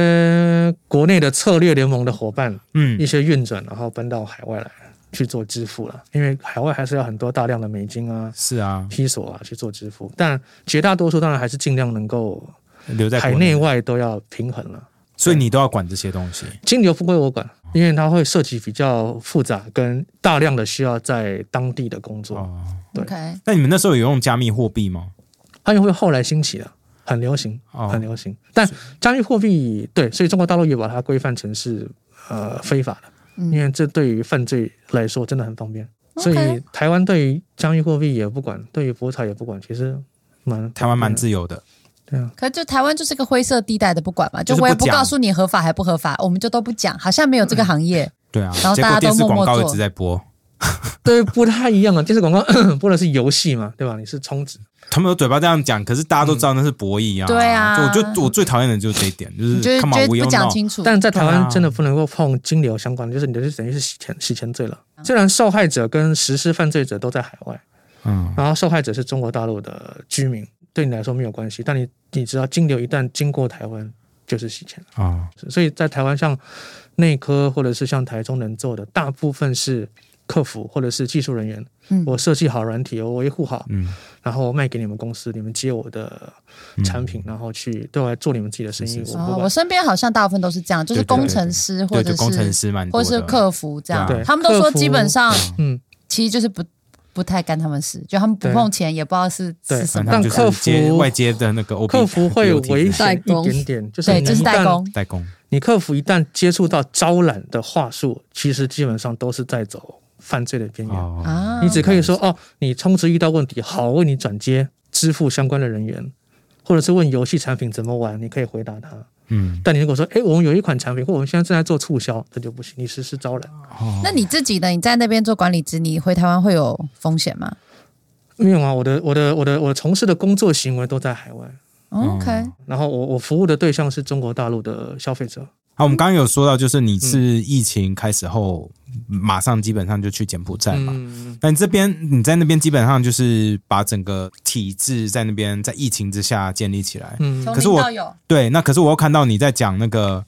[SPEAKER 3] 些国内的策略联盟的伙伴，
[SPEAKER 2] 嗯
[SPEAKER 3] 一些运转，然后搬到海外来去做支付了。因为海外还是要很多大量的美金啊、
[SPEAKER 2] 是啊，
[SPEAKER 3] 披索啊去做支付，但绝大多数当然还是尽量能够
[SPEAKER 2] 留在国
[SPEAKER 3] 海内，外都要平衡了。
[SPEAKER 2] 所以你都要管这些东西。
[SPEAKER 3] 金流不归我管，因为它会涉及比较复杂跟大量的需要在当地的工
[SPEAKER 1] 嗯
[SPEAKER 3] 作。
[SPEAKER 2] 哦，
[SPEAKER 3] 对
[SPEAKER 1] OK，
[SPEAKER 2] 那你们那时候有用加密货币吗？
[SPEAKER 3] 它又会后来兴起了，很流行，
[SPEAKER 2] 哦
[SPEAKER 3] 很流行。但加密货币对，所以中国大陆也把它规范成是呃非法的，
[SPEAKER 1] 嗯
[SPEAKER 3] 因为这对于犯罪来说真的很方便。所
[SPEAKER 1] OK
[SPEAKER 3] 以台湾对于加密货币也不管，对于博彩也不管，其实蛮
[SPEAKER 2] 台湾蛮自由的，
[SPEAKER 1] 可就台湾就是个灰色地带的，不管嘛，
[SPEAKER 2] 就
[SPEAKER 1] 就是我也
[SPEAKER 2] 不
[SPEAKER 1] 不
[SPEAKER 2] 讲
[SPEAKER 1] 告诉你合法还不合法，我们就都不讲，好像没有这个行业。
[SPEAKER 2] 对啊。
[SPEAKER 1] 后
[SPEAKER 2] 结
[SPEAKER 1] 大家
[SPEAKER 2] 果
[SPEAKER 1] 都
[SPEAKER 2] 电视广
[SPEAKER 1] 默
[SPEAKER 2] 告
[SPEAKER 1] 默
[SPEAKER 2] 一
[SPEAKER 1] 做
[SPEAKER 2] 直在播，
[SPEAKER 3] 对不太一样啊。电视广告 播的是游戏嘛，对吧？你是充值，
[SPEAKER 2] 他们都嘴巴这样讲，可是大家都知道那是博弈啊。
[SPEAKER 1] 嗯对啊
[SPEAKER 2] 就我就我最讨厌的就是这一点，就
[SPEAKER 1] 你就是是
[SPEAKER 2] come
[SPEAKER 1] 觉
[SPEAKER 2] on，
[SPEAKER 1] 得
[SPEAKER 2] we
[SPEAKER 1] 不
[SPEAKER 2] don't
[SPEAKER 1] 讲
[SPEAKER 2] know。
[SPEAKER 1] 清楚，
[SPEAKER 3] 但在台
[SPEAKER 2] 对啊
[SPEAKER 3] 湾真的不能够碰金流相关的，就是你就是等于是洗钱洗钱罪了。虽
[SPEAKER 1] 啊
[SPEAKER 3] 然受害者跟实施犯罪者都在海外，
[SPEAKER 2] 嗯，
[SPEAKER 3] 然后受害者是中国大陆的居民，对你来说没有关系，但你你知道金流一旦经过台湾就是洗钱了，
[SPEAKER 2] 哦，
[SPEAKER 3] 所以在台湾像内科或者是像台中能做的，大部分是客服或者是技术人员，
[SPEAKER 1] 嗯
[SPEAKER 3] 我设计好软体，我维护好，
[SPEAKER 2] 嗯，
[SPEAKER 3] 然后我卖给你们公司，你们接我的产品，然后去对外做你们自己的生意，
[SPEAKER 2] 嗯是是是
[SPEAKER 3] 我不
[SPEAKER 1] 哦，
[SPEAKER 3] 管
[SPEAKER 1] 我身边好像大部分都是这样，就是
[SPEAKER 2] 对对对
[SPEAKER 1] 工程师或
[SPEAKER 2] 对，
[SPEAKER 1] 者
[SPEAKER 2] 就工程
[SPEAKER 1] 是
[SPEAKER 2] 师蛮多
[SPEAKER 1] 或
[SPEAKER 2] 的，
[SPEAKER 1] 是客服这样
[SPEAKER 2] 对
[SPEAKER 3] 啊，
[SPEAKER 1] 他们都说
[SPEAKER 3] 客服
[SPEAKER 1] 基本上
[SPEAKER 3] 嗯。
[SPEAKER 1] 其实就是不不太干他们事，就他们不
[SPEAKER 3] 对
[SPEAKER 1] 碰钱，也不知道是
[SPEAKER 3] 对
[SPEAKER 1] 是什
[SPEAKER 2] 反
[SPEAKER 1] 么
[SPEAKER 2] 正他们
[SPEAKER 3] 但客
[SPEAKER 2] 就是接
[SPEAKER 3] 服
[SPEAKER 2] 外接的那个 OB，
[SPEAKER 3] 客服会
[SPEAKER 2] BOT
[SPEAKER 3] 危
[SPEAKER 4] 代
[SPEAKER 3] 险一
[SPEAKER 4] 工
[SPEAKER 3] 点点，就是
[SPEAKER 2] 嗯
[SPEAKER 1] 对，
[SPEAKER 3] 你
[SPEAKER 1] 就是
[SPEAKER 3] 一
[SPEAKER 1] 代
[SPEAKER 3] 旦
[SPEAKER 1] 工，
[SPEAKER 2] 代工，
[SPEAKER 3] 你客服一旦接触到招揽的话术，其实基本上都是在走犯罪的边缘。
[SPEAKER 2] 哦
[SPEAKER 1] 啊
[SPEAKER 3] 你只可以说哦，你充值遇到问题，好，为你转接支付相关的人员，或者是问游戏产品怎么玩，你可以回答他。
[SPEAKER 2] 嗯，
[SPEAKER 3] 但你如果说，哎，我们有一款产品，或我们现在正在做促销，这就不行，你实施招揽。
[SPEAKER 2] 哦
[SPEAKER 1] 那你自己呢？你在那边做管理职，你回台湾会有风险吗
[SPEAKER 3] 没有啊，我的我的我的我从事的工作行为都在海外，
[SPEAKER 2] 嗯
[SPEAKER 1] ？OK，
[SPEAKER 3] 然后我我服务的对象是中国大陆的消费者。
[SPEAKER 2] 好，我们刚刚有说到，就是你是
[SPEAKER 3] 嗯
[SPEAKER 2] 疫情开始后，马上基本上就去柬埔寨嘛。
[SPEAKER 3] 嗯，
[SPEAKER 2] 那你这边你在那边基本上就是把整个体制在那边在疫情之下建立起来。
[SPEAKER 3] 嗯
[SPEAKER 1] 从
[SPEAKER 2] 可是我
[SPEAKER 1] 零到有，
[SPEAKER 2] 对，那可是我又看到你在讲那个，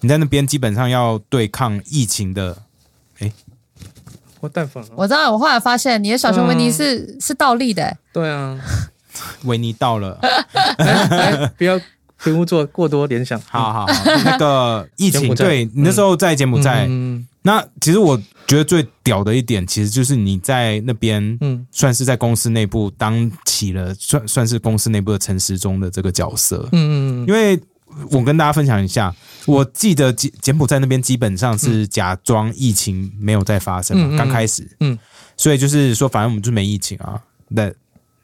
[SPEAKER 2] 你在那边基本上要对抗疫情的，
[SPEAKER 3] 我带粉了。
[SPEAKER 1] 我知道。我后来发现你的小熊维
[SPEAKER 3] 嗯
[SPEAKER 1] 尼是、是倒立的、欸
[SPEAKER 3] 对啊，
[SPEAKER 2] 维尼到 了，
[SPEAKER 3] 哎不要不要做过多联想。
[SPEAKER 2] 好好好，那个疫
[SPEAKER 3] 柬
[SPEAKER 2] 情，
[SPEAKER 3] 埔寨
[SPEAKER 2] 对你那时候在柬埔寨，
[SPEAKER 3] 嗯
[SPEAKER 2] 那其实我觉得最屌的一点，其实就是你在那边
[SPEAKER 3] 嗯，
[SPEAKER 2] 算是在公司内部当起了算算是公司内部的诚实中的这个角色，
[SPEAKER 3] 嗯嗯嗯
[SPEAKER 2] 因为我跟大家分享一下，我记得柬柬埔寨那边基本上是假装疫情没有在发生
[SPEAKER 3] 嗯嗯嗯
[SPEAKER 2] 嘛，
[SPEAKER 3] 嗯
[SPEAKER 2] 刚开始，
[SPEAKER 3] 嗯，
[SPEAKER 2] 所以就是说，反正我们就没疫情啊，那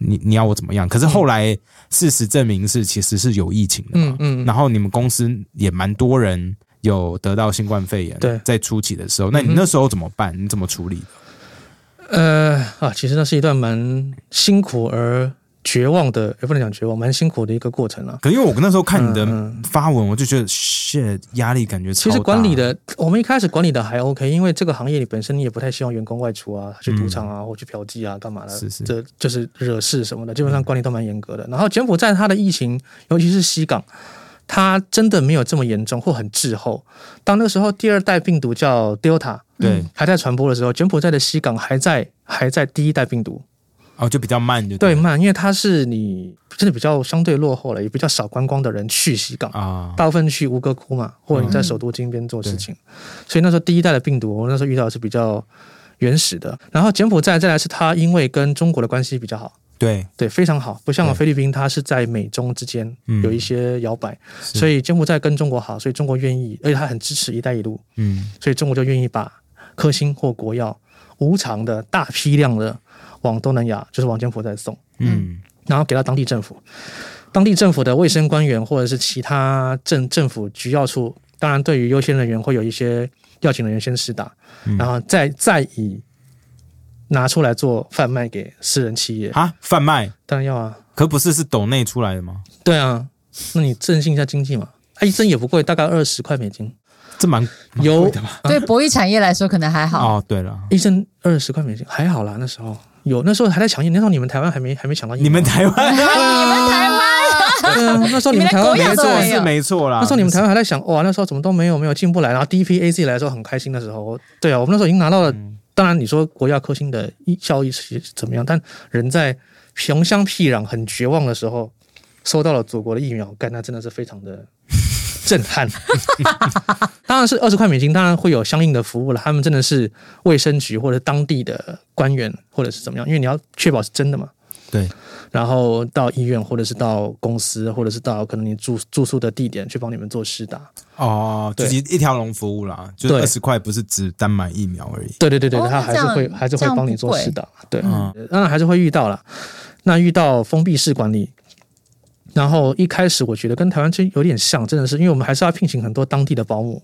[SPEAKER 2] 你你要我怎么样？可是后来事实证明是其实是有疫情的嘛
[SPEAKER 3] 嗯，嗯，
[SPEAKER 2] 然后你们公司也蛮多人有得到新冠肺炎，
[SPEAKER 3] 对嗯
[SPEAKER 2] 在初期的时候，那你那时候怎么办？你怎么处理的？
[SPEAKER 3] 呃啊，其实那是一段蛮辛苦而绝望的，也不能讲绝望，蛮辛苦的一个过程啊。
[SPEAKER 2] 可因为我那时候看你的
[SPEAKER 3] 嗯
[SPEAKER 2] 发文，我就觉得 shit 压力感觉超
[SPEAKER 3] 其
[SPEAKER 2] 大
[SPEAKER 3] 实管理的，我们一开始管理的还 OK，因为这个行业里本身你也不太希望员工外出啊，去赌场啊，或去嫖妓啊，干嘛的，
[SPEAKER 2] 嗯是是嗯
[SPEAKER 3] 这就是惹事什么的，基本上管理都蛮严格的。然后柬埔寨它的疫情，尤其是西港，它真的没有这么严重或很滞后。到那个时候，第二代病毒叫 Delta
[SPEAKER 2] 对
[SPEAKER 1] 嗯
[SPEAKER 3] 还在传播的时候，柬埔寨的西港还在还在第一代病毒，
[SPEAKER 2] 哦，就比较慢，就
[SPEAKER 3] 对
[SPEAKER 2] 了
[SPEAKER 3] 慢，因为它是你真的比较相对落后了，也比较少观光的人去西港，
[SPEAKER 2] 啊，
[SPEAKER 3] 大部分去吴哥窟嘛，或者你在
[SPEAKER 1] 嗯
[SPEAKER 3] 首都金边做事情。所以那时候第一代的病毒，我那时候遇到的是比较原始的。然后柬埔寨再来是它因为跟中国的关系比较好，
[SPEAKER 2] 对，
[SPEAKER 3] 对，非常好，不像
[SPEAKER 2] 对
[SPEAKER 3] 菲律宾，它是在美中之间
[SPEAKER 2] 嗯
[SPEAKER 3] 有一些摇摆，
[SPEAKER 2] 是
[SPEAKER 3] 所以柬埔寨跟中国好，所以中国愿意，而且它很支持“一带一路”，
[SPEAKER 2] 嗯，
[SPEAKER 3] 所以中国就愿意把科兴或国药无偿的大批量的往东南亚，就是往柬埔寨送。
[SPEAKER 2] 嗯
[SPEAKER 3] 然后给到当地政府，当地政府的卫生官员或者是其他政政府局要处，当然对于优先人员会有一些要请人员先施打，
[SPEAKER 2] 嗯
[SPEAKER 3] 然后再再以拿出来做贩卖给私人企业，
[SPEAKER 2] 啊，贩卖
[SPEAKER 3] 当然要啊，
[SPEAKER 2] 可不是是抖内出来的吗？
[SPEAKER 3] 对啊，那你振兴一下经济嘛。啊，一帧也不贵，大概二十块美金，
[SPEAKER 2] 这蛮蛮
[SPEAKER 3] 有
[SPEAKER 2] 贵的吧？
[SPEAKER 1] 对博弈产业来说可能还好，
[SPEAKER 2] 哦，对了，
[SPEAKER 3] 一帧二十块美金，还好啦，那时候有，那时候还在抢印，那时候你们台湾还没还没抢到印，
[SPEAKER 2] 你们台湾
[SPEAKER 1] 你们台湾
[SPEAKER 3] 对啊，那时候你们台湾
[SPEAKER 1] 你们连国
[SPEAKER 2] 没
[SPEAKER 3] 没
[SPEAKER 1] 药
[SPEAKER 3] 做
[SPEAKER 1] 都
[SPEAKER 2] 错
[SPEAKER 1] 没有
[SPEAKER 2] 是没错啦。
[SPEAKER 3] 那时候你们台湾还在想，哇，那时候怎么都没有没有进不来，然后第一批 AZ 来的时候很开心的时候，对啊，我们那时候已经拿到了。
[SPEAKER 2] 嗯
[SPEAKER 3] 当然，你说国药科兴的效益是怎么样？但人在穷乡僻壤、很绝望的时候，收到了祖国的疫苗，干那真的是非 常的震撼。 当然是二十块美金，当然会有相应的服务了。他们真的是卫生局或者当地的官员或者是怎么样，因为你要确保是真的嘛。
[SPEAKER 2] 对，
[SPEAKER 3] 然后到医院，或者是到公司，或者是到可能你住住宿的地点去帮你们做施打。
[SPEAKER 2] 哦，自
[SPEAKER 3] 对
[SPEAKER 2] 己一条龙服务啦，就是
[SPEAKER 3] 对
[SPEAKER 2] 二十块，不是只单买疫苗而已。
[SPEAKER 3] 对对对对，
[SPEAKER 1] 哦
[SPEAKER 3] 他还是
[SPEAKER 1] 那这
[SPEAKER 3] 会
[SPEAKER 1] 样
[SPEAKER 3] 还是会帮你做试的，对，
[SPEAKER 2] 嗯
[SPEAKER 3] 当然还是会遇到啦。那遇到封闭式管理，然后一开始我觉得跟台湾其实有点像，真的是因为我们还是要聘请很多当地的保姆。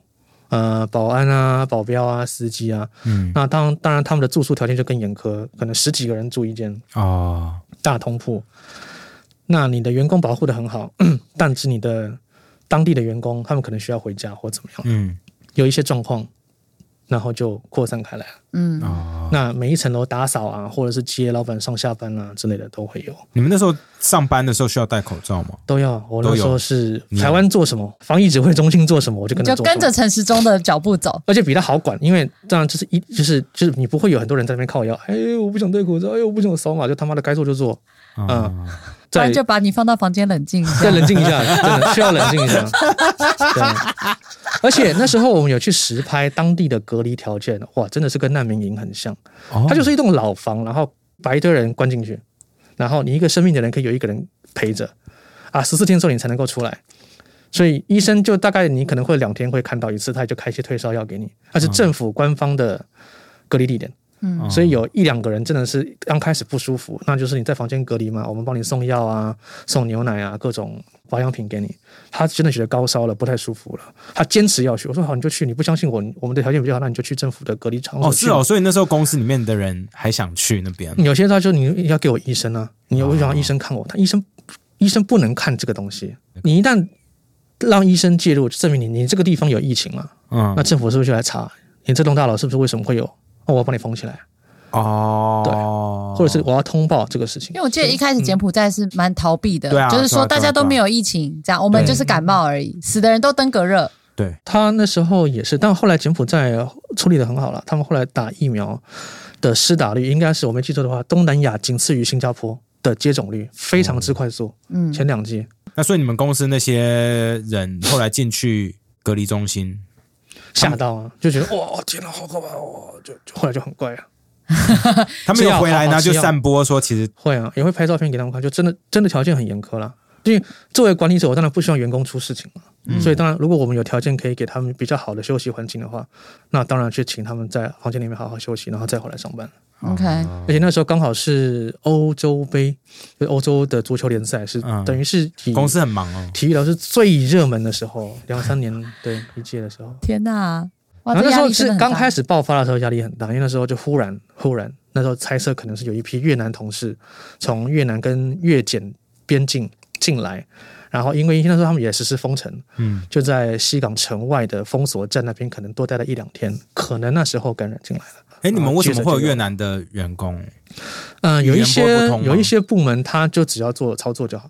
[SPEAKER 3] 呃，保安啊，保镖啊，司机啊，
[SPEAKER 2] 嗯，
[SPEAKER 3] 那当当然他们的住宿条件就更严苛，可能十几个人住一间
[SPEAKER 2] 哦，
[SPEAKER 3] 大通铺。那你的员工保护的很好， 但是你的当地的员工他们可能需要回家或怎么样，
[SPEAKER 2] 嗯，
[SPEAKER 3] 有一些状况，然后就扩散开来了。
[SPEAKER 1] 嗯，
[SPEAKER 2] 哦，
[SPEAKER 3] 那每一层楼打扫啊，或者是接老板上下班啊之类的都会有，
[SPEAKER 2] 你们那时候上班的时候需要戴口罩吗？
[SPEAKER 3] 都要。我那
[SPEAKER 2] 都
[SPEAKER 3] 时
[SPEAKER 2] 有
[SPEAKER 3] 候是
[SPEAKER 2] 嗯
[SPEAKER 3] 台湾做什么，防疫指挥中心做什么，我就
[SPEAKER 1] 你
[SPEAKER 3] 跟着
[SPEAKER 1] 就
[SPEAKER 3] 做什
[SPEAKER 1] 跟
[SPEAKER 3] 么
[SPEAKER 1] 着，陈时中的脚步走，
[SPEAKER 3] 而且比较好管，因为这样就是一就是就是你不会有很多人在那边靠腰，哎，我不想戴口罩，哎，我不想扫码，就他妈的该做就做，呃
[SPEAKER 2] 嗯，
[SPEAKER 1] 不
[SPEAKER 3] 再
[SPEAKER 1] 然就把你放到房间冷 静一下。
[SPEAKER 3] 再冷静一下，真的需要冷静一下。对，而且那时候我们有去实拍当地的隔离条件，哇，真的是跟难民营很像。
[SPEAKER 2] 哦
[SPEAKER 3] 它就是一栋老房，然后把一堆人关进去，然后你一个生病的人可以有一个人陪着，啊，十四天之后你才能够出来。所以医生就大概你可能会两天会看到一次，他就开一些退烧药给你，那是政府官方的隔离地点，
[SPEAKER 2] 哦
[SPEAKER 3] 所以有一两个人真的是刚开始不舒服，那就是你在房间隔离嘛，我们帮你送药啊、送牛奶啊、各种保养品给你。他真的觉得高烧了，不太舒服了，他坚持要去。我说好，你就去，你不相信我，我们的条件比较好，那你就去政府的隔离场所
[SPEAKER 2] 哦
[SPEAKER 3] 去
[SPEAKER 2] 是
[SPEAKER 3] 嘛。
[SPEAKER 2] 哦，所以那时候公司里面的人还想去那边。
[SPEAKER 3] 有些他就你要给我医生啊，你我想要医生看我，他医生医生不能看这个东西，
[SPEAKER 2] 嗯
[SPEAKER 3] 你一旦让医生介入，证明你你这个地方有疫情了，
[SPEAKER 2] 嗯
[SPEAKER 3] 那，政府是不是就来查你这栋大楼是不是为什么会有？哦，我要帮你封起来，
[SPEAKER 2] 哦，
[SPEAKER 3] 或者是我要通报这个事情
[SPEAKER 1] 因为。我记得一开
[SPEAKER 3] 嗯
[SPEAKER 1] 始柬埔寨是蛮逃避的，
[SPEAKER 2] 对啊
[SPEAKER 1] 就是
[SPEAKER 2] 对
[SPEAKER 1] 说
[SPEAKER 2] 啊
[SPEAKER 1] 大家都没有疫情，这样我们就是感冒而已，死的人都登革热。
[SPEAKER 2] 对，
[SPEAKER 3] 他那时候也是，但后来柬埔寨处理的很好了，他们后来打疫苗的施打率应该是我没记错的话，东南亚仅次于新加坡的接种率非常之快速，
[SPEAKER 1] 嗯，
[SPEAKER 3] 前两季。
[SPEAKER 2] 那所以你们公司那些人后来进去隔离中心，
[SPEAKER 3] 吓到啊，就觉得哇天哪，好可怕哦！就就后来就很怪啊，
[SPEAKER 2] 他们有回来
[SPEAKER 3] 吃药好
[SPEAKER 2] 呢
[SPEAKER 3] 好
[SPEAKER 2] 就
[SPEAKER 3] 吃药
[SPEAKER 2] 散播说其实
[SPEAKER 3] 会啊，也会拍照片给他们看，就真的真的条件很严苛啦。因为作为管理者，我当然不希望员工出事情嘛，
[SPEAKER 1] 嗯
[SPEAKER 3] 所以当然如果我们有条件可以给他们比较好的休息环境的话，那当然去请他们在房间里面好好休息，然后再回来上班。
[SPEAKER 2] 哦
[SPEAKER 1] OK，
[SPEAKER 3] 而且那时候刚好是欧洲杯，就是欧洲的足球联赛是、
[SPEAKER 2] 嗯
[SPEAKER 3] 等于是体
[SPEAKER 2] 公司很忙哦。
[SPEAKER 3] 体育老师最热门的时候，两三年对一届的时候。
[SPEAKER 1] 天哪，哇，
[SPEAKER 3] 然
[SPEAKER 1] 这
[SPEAKER 3] 后那时
[SPEAKER 1] 压
[SPEAKER 3] 候
[SPEAKER 1] 力真的
[SPEAKER 2] 嗯
[SPEAKER 3] 是
[SPEAKER 1] 很大
[SPEAKER 3] 刚开始爆发的时候压力很大，因为那时候就忽然忽然，那时候猜测可能是有一批越南同事从越南跟越柬边境进来，然后因为那时候他们也实施封城，
[SPEAKER 2] 嗯，
[SPEAKER 3] 就在西港城外的封锁站那边可能多待了一两天，可能那时候感染进来了。
[SPEAKER 2] 哎，你们为什么会有
[SPEAKER 3] 确实这个
[SPEAKER 2] 越南的员工？
[SPEAKER 3] 嗯、有一
[SPEAKER 2] 语言
[SPEAKER 3] 些
[SPEAKER 2] 不通吗
[SPEAKER 3] 有一些部门他就只要做操作就好，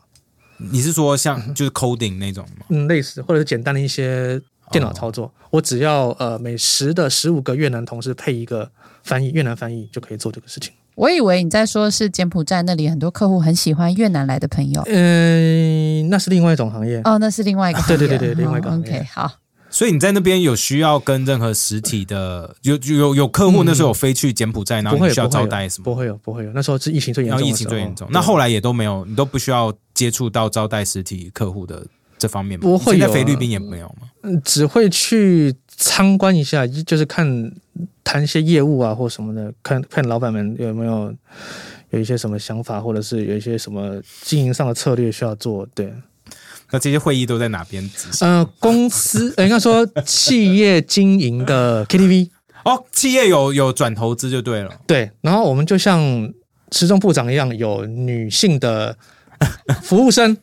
[SPEAKER 2] 你是说像就是 coding 那种吗？
[SPEAKER 3] 嗯，类似或者是简单的一些电脑操作，
[SPEAKER 2] 哦
[SPEAKER 3] 我只要呃每十的十五个越南同事配一个翻译越南翻译就可以做这个事情。
[SPEAKER 1] 我以为你在说是柬埔寨那里很多客户很喜欢越南来的朋友，
[SPEAKER 3] 嗯、那是另外一种行业。
[SPEAKER 1] 哦，那是另外一个行业，
[SPEAKER 3] 呃对对对对另外一个
[SPEAKER 1] 哦
[SPEAKER 3] 行业
[SPEAKER 1] OK，好，
[SPEAKER 2] 所以你在那边有需要跟任何实体的有有有客户那时候有飞去柬埔寨，然
[SPEAKER 3] 嗯不
[SPEAKER 2] 后
[SPEAKER 3] 会
[SPEAKER 2] 你
[SPEAKER 3] 有
[SPEAKER 2] 需要
[SPEAKER 3] 不会
[SPEAKER 2] 招
[SPEAKER 3] 有
[SPEAKER 2] 待什么？
[SPEAKER 3] 不会有，不会有。那时候是疫情最严
[SPEAKER 2] 然
[SPEAKER 3] 重
[SPEAKER 2] 后
[SPEAKER 3] 的时
[SPEAKER 2] 疫情
[SPEAKER 3] 候，
[SPEAKER 2] 最严重，那后来也都没有，你都不需要接触到招待实体客户的这方面吗？
[SPEAKER 3] 不会
[SPEAKER 2] 以前
[SPEAKER 3] 有
[SPEAKER 2] 在菲
[SPEAKER 3] 啊
[SPEAKER 2] 律宾也没有嘛？
[SPEAKER 3] 来只会去参观一下，就是看谈一些业务啊或什么的，看看老板们有没有有一些什么想法，或者是有一些什么经营上的策略需要做。对，
[SPEAKER 2] 那这些会议都在哪边执行？
[SPEAKER 3] 呃，公司呃应该说企业经营的 KTV，
[SPEAKER 2] 哦，企业有有转投资就对 了，
[SPEAKER 3] 对，然后我们就 像时钟部长一样，有女性的服务生。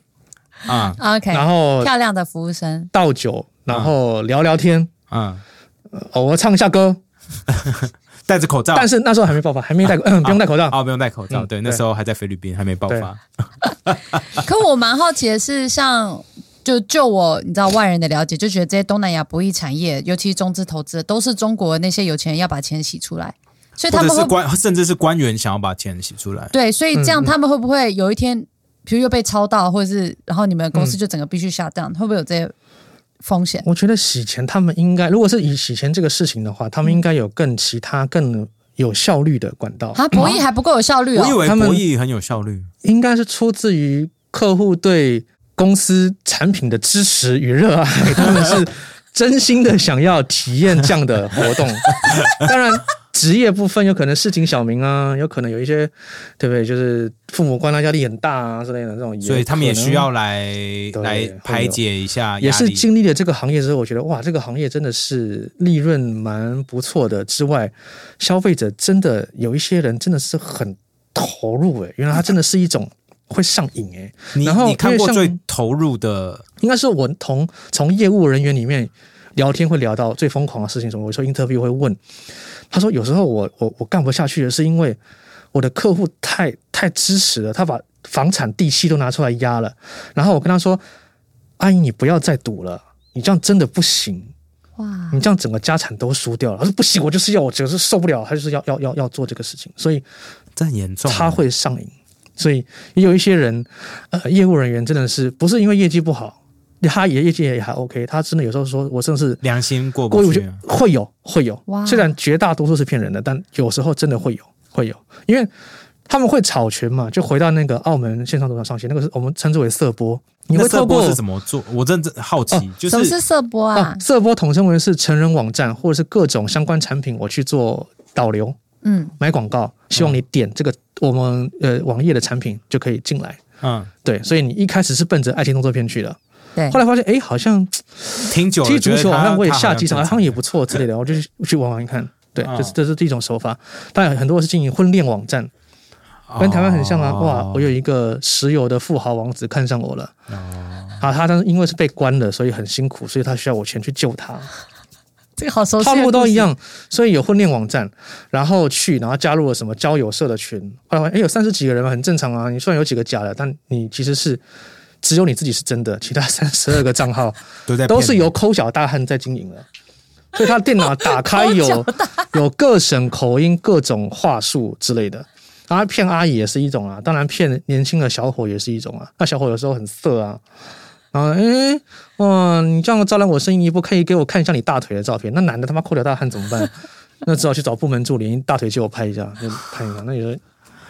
[SPEAKER 2] 啊
[SPEAKER 1] ，OK，
[SPEAKER 3] 然后
[SPEAKER 1] 漂亮的服务生，
[SPEAKER 3] 倒酒，然后聊聊天，
[SPEAKER 2] 嗯，
[SPEAKER 3] 偶尔唱一下歌。
[SPEAKER 2] 戴着口罩，
[SPEAKER 3] 但是那时候还没爆发，还没戴，嗯，不用戴口罩。
[SPEAKER 2] 啊，不用戴口罩。
[SPEAKER 3] 嗯
[SPEAKER 2] 对，
[SPEAKER 3] 对
[SPEAKER 2] 那时候还在菲律宾，还没爆发。
[SPEAKER 1] 可我蛮好奇的是，像就就我你知道外人的了解，就觉得这些东南亚博弈产业，尤其是中资投资的，都是中国那些有钱人要把钱洗出来，所以他们
[SPEAKER 2] 或者
[SPEAKER 1] 会
[SPEAKER 2] 是
[SPEAKER 1] 不会
[SPEAKER 2] 官，甚至是官员想要把钱洗出来。
[SPEAKER 1] 对，所以这样
[SPEAKER 3] 嗯嗯
[SPEAKER 1] 他们会不会有一天，比如又被抄到，或者是然后你们公司就整个必须下档，会不会有这些风险？
[SPEAKER 3] 我觉得洗钱，他们应该，如果是以洗钱这个事情的话，他们应该有更其他更有效率的管道。
[SPEAKER 1] 啊，博弈还不够有效率
[SPEAKER 2] 我以
[SPEAKER 1] 哦。
[SPEAKER 2] 为
[SPEAKER 3] 他们
[SPEAKER 2] 博弈很有效率，
[SPEAKER 3] 应该是出自于客户对公司产品的支持与 热爱，他们是真心的想要体验这样的活 动。当然，职业部分有可能市井小民啊，有可能有一些，对不对？就是父母官他压力很大啊之类的这种，
[SPEAKER 2] 所以他们也需要。来
[SPEAKER 3] 对
[SPEAKER 2] 来排解一下
[SPEAKER 3] 也
[SPEAKER 2] 压
[SPEAKER 3] 是
[SPEAKER 2] 力。
[SPEAKER 3] 经历了这个行业之后，我觉得哇，这个行业真的是利润蛮不错的。之外，消费者真的有一些人真的是很投入诶、原来他真的是一种会上瘾欸诶、
[SPEAKER 2] 你
[SPEAKER 3] 然后
[SPEAKER 2] 你看过
[SPEAKER 3] 因为像
[SPEAKER 2] 最投入的
[SPEAKER 3] 应该是我同从业务人员里面聊天会聊到最疯狂的事情，什么？我说 interview 会问，他说有时候我我我干不下去的是因为我的客户太太支持了，他把房产地契都拿出来压了，然后我跟他说，阿姨你不要再赌了，你这样真的不行。
[SPEAKER 1] 哇，
[SPEAKER 3] 你这样整个家产都输掉了。他说不行，我就是要，我就是受不了，他就是要要要要做这个事情，所以
[SPEAKER 2] 这很严重，啊
[SPEAKER 3] 他会上瘾。所以也有一些人，呃，业务人员真的是不是因为业绩不好，他也业绩也还 OK，他真的有时候说我真的是
[SPEAKER 2] 良心过
[SPEAKER 3] 过意
[SPEAKER 2] 不
[SPEAKER 3] 不
[SPEAKER 2] 去啊
[SPEAKER 3] 去。，会有会有
[SPEAKER 1] 哇。
[SPEAKER 3] 虽然绝大多数是骗人的，但有时候真的会有会有，因为他们会炒拳嘛，就回到那个澳门线上赌场上线，那个是我们称之为色波。你
[SPEAKER 2] 那
[SPEAKER 3] 会
[SPEAKER 2] 色
[SPEAKER 3] 透
[SPEAKER 2] 波
[SPEAKER 3] 过
[SPEAKER 2] 是怎么做？我真的好奇
[SPEAKER 3] 哦，
[SPEAKER 2] 就
[SPEAKER 1] 什么
[SPEAKER 2] 是
[SPEAKER 1] 是色波啊
[SPEAKER 3] 啊，？色波统称为是成人网站或者是各种相关产品，我去做导流。
[SPEAKER 1] 嗯，
[SPEAKER 3] 买广告，希望你点这个我们呃网页的产品就可以进来。
[SPEAKER 2] 嗯，
[SPEAKER 3] 对，所以你一开始是奔着爱情动作片去的，
[SPEAKER 1] 对
[SPEAKER 3] 后。来发现哎，好像
[SPEAKER 2] 挺久了，
[SPEAKER 3] 踢足
[SPEAKER 2] 觉
[SPEAKER 3] 球
[SPEAKER 2] 得他
[SPEAKER 3] 好像我也
[SPEAKER 2] 他
[SPEAKER 3] 下几场，好像也
[SPEAKER 2] 不
[SPEAKER 3] 不错之类的，我就去去玩玩看。对，
[SPEAKER 2] 哦
[SPEAKER 3] 这是这是一种手法。当然，很多是经营婚恋网站，
[SPEAKER 2] 哦
[SPEAKER 3] 跟台湾很像啊。哇，我有一个石油的富豪王子看上我了，啊，他当时因为是被关了，所以很辛苦，所以他需要我钱去救他。
[SPEAKER 1] 这个好熟悉，
[SPEAKER 3] 套路都一。样，所以有婚恋网站，然后去，然后加入了什么交友社的群，后来发现哎有三十几个人嘛，很正常啊。你虽然有几个假的，但你其实是只有你自己是真的，其他三十二个账号
[SPEAKER 2] 都在
[SPEAKER 3] 都是
[SPEAKER 2] 骗
[SPEAKER 3] 由
[SPEAKER 2] 人
[SPEAKER 3] 抠脚大汉在经营的。所以他电脑打开
[SPEAKER 1] 抠脚
[SPEAKER 3] 有有各省口音、各种话术之类的，然后骗阿姨也是一种啊，当然骗年轻的小伙也是一种啊。那小伙有时候很色啊，然后哎哇，你这样招揽我生意，不可以给我看一下你大腿的照片？那男的他妈抠脚大汉怎么办？ 那只好去找部门助理，大腿借我拍一下，就拍一下。那有时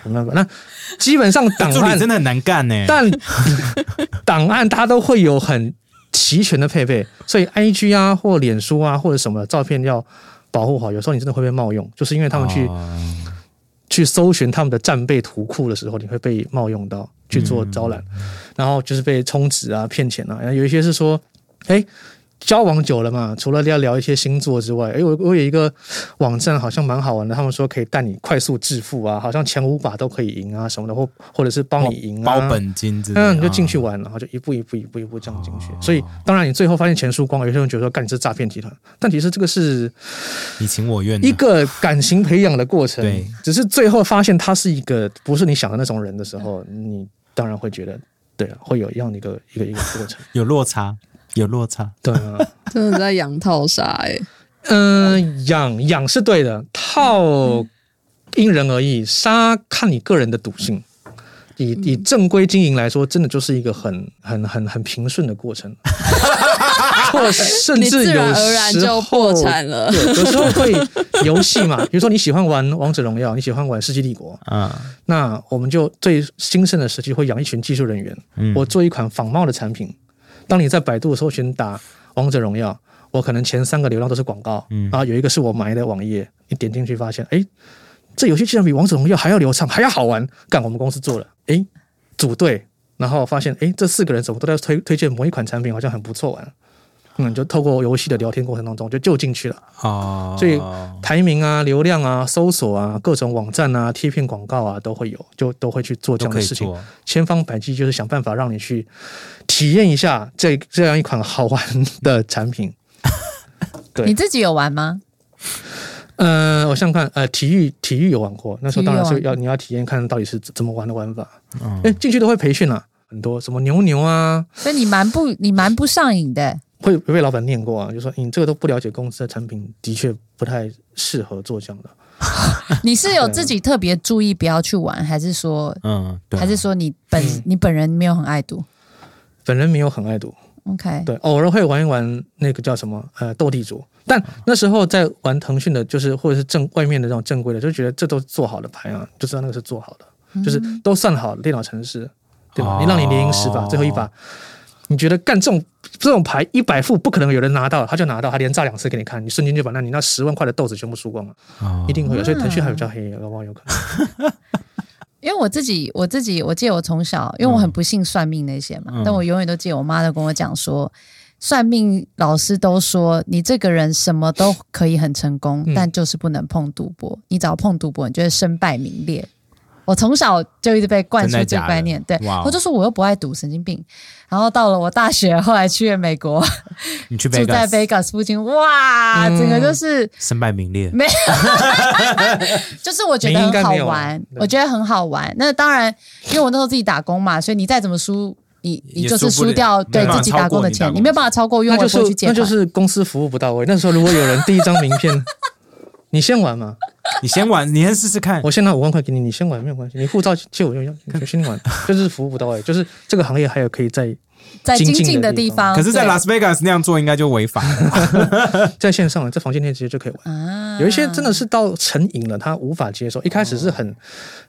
[SPEAKER 3] 候没办法，那基本上档
[SPEAKER 2] 助理
[SPEAKER 3] 案
[SPEAKER 2] 真的很难干呢。
[SPEAKER 3] 但档案它都会有很齐全的配备，所以 IG 啊或脸书啊或者什么照片要保护好。有时候你真的会被冒用，就是因为他们去、
[SPEAKER 2] 哦
[SPEAKER 3] 去搜寻他们的战备图库的时候，你会被冒用到去做招揽，
[SPEAKER 2] 嗯
[SPEAKER 3] 然后就是被充值啊、骗钱啊。然后有一些是说，哎。交往久了嘛，除了要聊一些星座之外，哎，我我有一个网站好像蛮好玩的，他们说可以带你快速致富啊，好像前五把都可以赢啊什么的，或或者是帮你赢啊，
[SPEAKER 2] 哦包本金之类的，
[SPEAKER 3] 嗯，你就进去
[SPEAKER 2] 啊
[SPEAKER 3] 玩，然后就一步一步一步一步这样进去
[SPEAKER 2] 哦。
[SPEAKER 3] 所以，当然你最后发现钱输光了，有些人觉得说，干你是诈骗集团，但其实这个是
[SPEAKER 2] 你情我愿啊。
[SPEAKER 3] 一个感情培养的过程
[SPEAKER 2] 对。
[SPEAKER 3] 只是最后发现他是一个不是你想的那种人的时候，你当然会觉得，对啊，会有一样的一个一个一个 过程。
[SPEAKER 2] 有落差，有落差。
[SPEAKER 3] 对啊，
[SPEAKER 4] 真的在养套杀哎、
[SPEAKER 3] 嗯，养养是对的，套因人而异，杀看你个人的赌性。以以正规经营来说，真的就是一个很很很很平顺的过程，或甚
[SPEAKER 4] 你
[SPEAKER 3] 至
[SPEAKER 4] 自
[SPEAKER 3] 有
[SPEAKER 4] 然而然
[SPEAKER 3] 时
[SPEAKER 4] 就破
[SPEAKER 3] 候
[SPEAKER 4] 产 了
[SPEAKER 3] 对，有时候会游戏嘛，比如说你喜欢玩王者荣耀，你喜欢玩世纪帝国，
[SPEAKER 2] 嗯
[SPEAKER 3] 那我们就最兴盛的时期会养一群技术人员，
[SPEAKER 2] 嗯，
[SPEAKER 3] 我做一款仿冒的产品。当你在百度搜寻打《王者荣耀》，我可能前三个流量都是广告，
[SPEAKER 2] 嗯
[SPEAKER 3] 然后有一个是我埋的网页，你点进去发现，哎，这游戏竟然比《王者荣耀》还要流畅，还要好玩。干，我们公司做了，哎，组队，然后发现，哎，这四个人怎么都在推推荐某一款产品，好像很不错玩。嗯，就透过游戏的聊天过程当中就就进去了。
[SPEAKER 2] 哦，
[SPEAKER 3] 所以排名啊、流量啊、搜索啊、各种网站啊、贴片广告啊都会有，就都会去做
[SPEAKER 2] 都
[SPEAKER 3] 这样
[SPEAKER 2] 可
[SPEAKER 3] 的
[SPEAKER 2] 以
[SPEAKER 3] 事情。
[SPEAKER 2] 做，
[SPEAKER 3] 千方百计就是想办法让你去体验一下这这样一款好玩的产 品。对
[SPEAKER 1] 你自己有玩吗？
[SPEAKER 3] 呃，我想想看，呃，体育体育有玩过，那时候当然
[SPEAKER 1] 体
[SPEAKER 3] 是
[SPEAKER 1] 育有
[SPEAKER 3] 要你要体验看到底是怎么玩的玩法。因
[SPEAKER 2] 嗯
[SPEAKER 3] 为进去都会培训啊，很多什么牛牛啊，
[SPEAKER 1] 所以你蛮不你蛮不上瘾的。
[SPEAKER 3] 会被老板念过啊，就说你这个都不了解公司的产品，的确不太适合做这样的。
[SPEAKER 1] 你是有自己特别注意不要去玩，还是说
[SPEAKER 2] 嗯，对啊，
[SPEAKER 1] 还是说你本
[SPEAKER 3] 嗯
[SPEAKER 1] 你本人没有很爱赌
[SPEAKER 3] 本人没有很爱赌，
[SPEAKER 1] ？OK，
[SPEAKER 3] 对，偶尔会玩一玩那个叫什么呃斗地主，但那时候在玩腾讯的，就是或者是正外面的那种正规的，就觉得这都是做好的牌啊，就知道那个是做好的，就是都算好了电脑程式，对
[SPEAKER 2] 哦
[SPEAKER 3] 吧？你让你连赢十把，最后一把。你觉得干这种这种牌一百副不可能有人拿到，他就拿到，他连炸两次给你看，你瞬间就把那你那十万块的豆子全部输光了，
[SPEAKER 2] 哦
[SPEAKER 3] 一定会有。所以腾讯还比较黑，老不好有可能？
[SPEAKER 1] 因为我自己，我自己，我记得我从小，因为我很不信算命那些嘛，
[SPEAKER 2] 嗯
[SPEAKER 1] 但我永远都记得我妈都跟我讲说，算命老师都说你这个人什么都可以很成功，
[SPEAKER 3] 嗯
[SPEAKER 1] 但就是不能碰赌博，你只要碰赌博，你就会身败名裂。我从小就一直被灌输
[SPEAKER 2] 真的
[SPEAKER 1] 这
[SPEAKER 2] 假
[SPEAKER 1] 个
[SPEAKER 2] 的
[SPEAKER 1] 观念，对
[SPEAKER 2] 哇哦
[SPEAKER 1] 我就说我又不爱赌，神经病。然后到了我大学，后来去了美国，
[SPEAKER 2] 你去
[SPEAKER 1] 住在
[SPEAKER 2] Vegas
[SPEAKER 1] Vegas 附近，哇，
[SPEAKER 3] 嗯
[SPEAKER 1] 整个就是
[SPEAKER 2] 身败名裂，
[SPEAKER 1] 就是我觉得
[SPEAKER 3] 你应该
[SPEAKER 1] 很好
[SPEAKER 3] 没有
[SPEAKER 1] 玩
[SPEAKER 3] 啊，对
[SPEAKER 1] 我觉得很好玩。那当然，因为我那时候自己打工嘛，所以你再怎么输，你
[SPEAKER 2] 也
[SPEAKER 1] 你就是
[SPEAKER 2] 输不
[SPEAKER 1] 输
[SPEAKER 2] 了
[SPEAKER 1] 掉
[SPEAKER 2] 没
[SPEAKER 1] 对
[SPEAKER 2] 办法
[SPEAKER 1] 自己打工的
[SPEAKER 2] 超过你打
[SPEAKER 1] 钱，
[SPEAKER 2] 工
[SPEAKER 1] 你没有办法超过，因
[SPEAKER 3] 那
[SPEAKER 1] 为我
[SPEAKER 3] 就
[SPEAKER 1] 不会
[SPEAKER 3] 是
[SPEAKER 1] 去借
[SPEAKER 3] 那
[SPEAKER 1] 款。
[SPEAKER 3] 就是公司服务不到位。那时候如果有人第一张名片， 你先玩嘛，
[SPEAKER 2] 你先玩，你先试试看，
[SPEAKER 3] 我先拿五万块给你，你先玩没有关系，你护照借我用用，你先玩，就是服务不到位，就是这个行业还有可以在
[SPEAKER 1] 在精
[SPEAKER 3] 精
[SPEAKER 1] 进
[SPEAKER 3] 进
[SPEAKER 1] 的
[SPEAKER 3] 的
[SPEAKER 1] 地
[SPEAKER 3] 地
[SPEAKER 1] 方，
[SPEAKER 2] 可是，在
[SPEAKER 1] 对
[SPEAKER 2] Las Vegas 那样做应该就违法了。
[SPEAKER 3] 在线上在房间内直接就可以玩。
[SPEAKER 1] 啊
[SPEAKER 3] 有一些真的是到成瘾了，他无法接受。一开始是很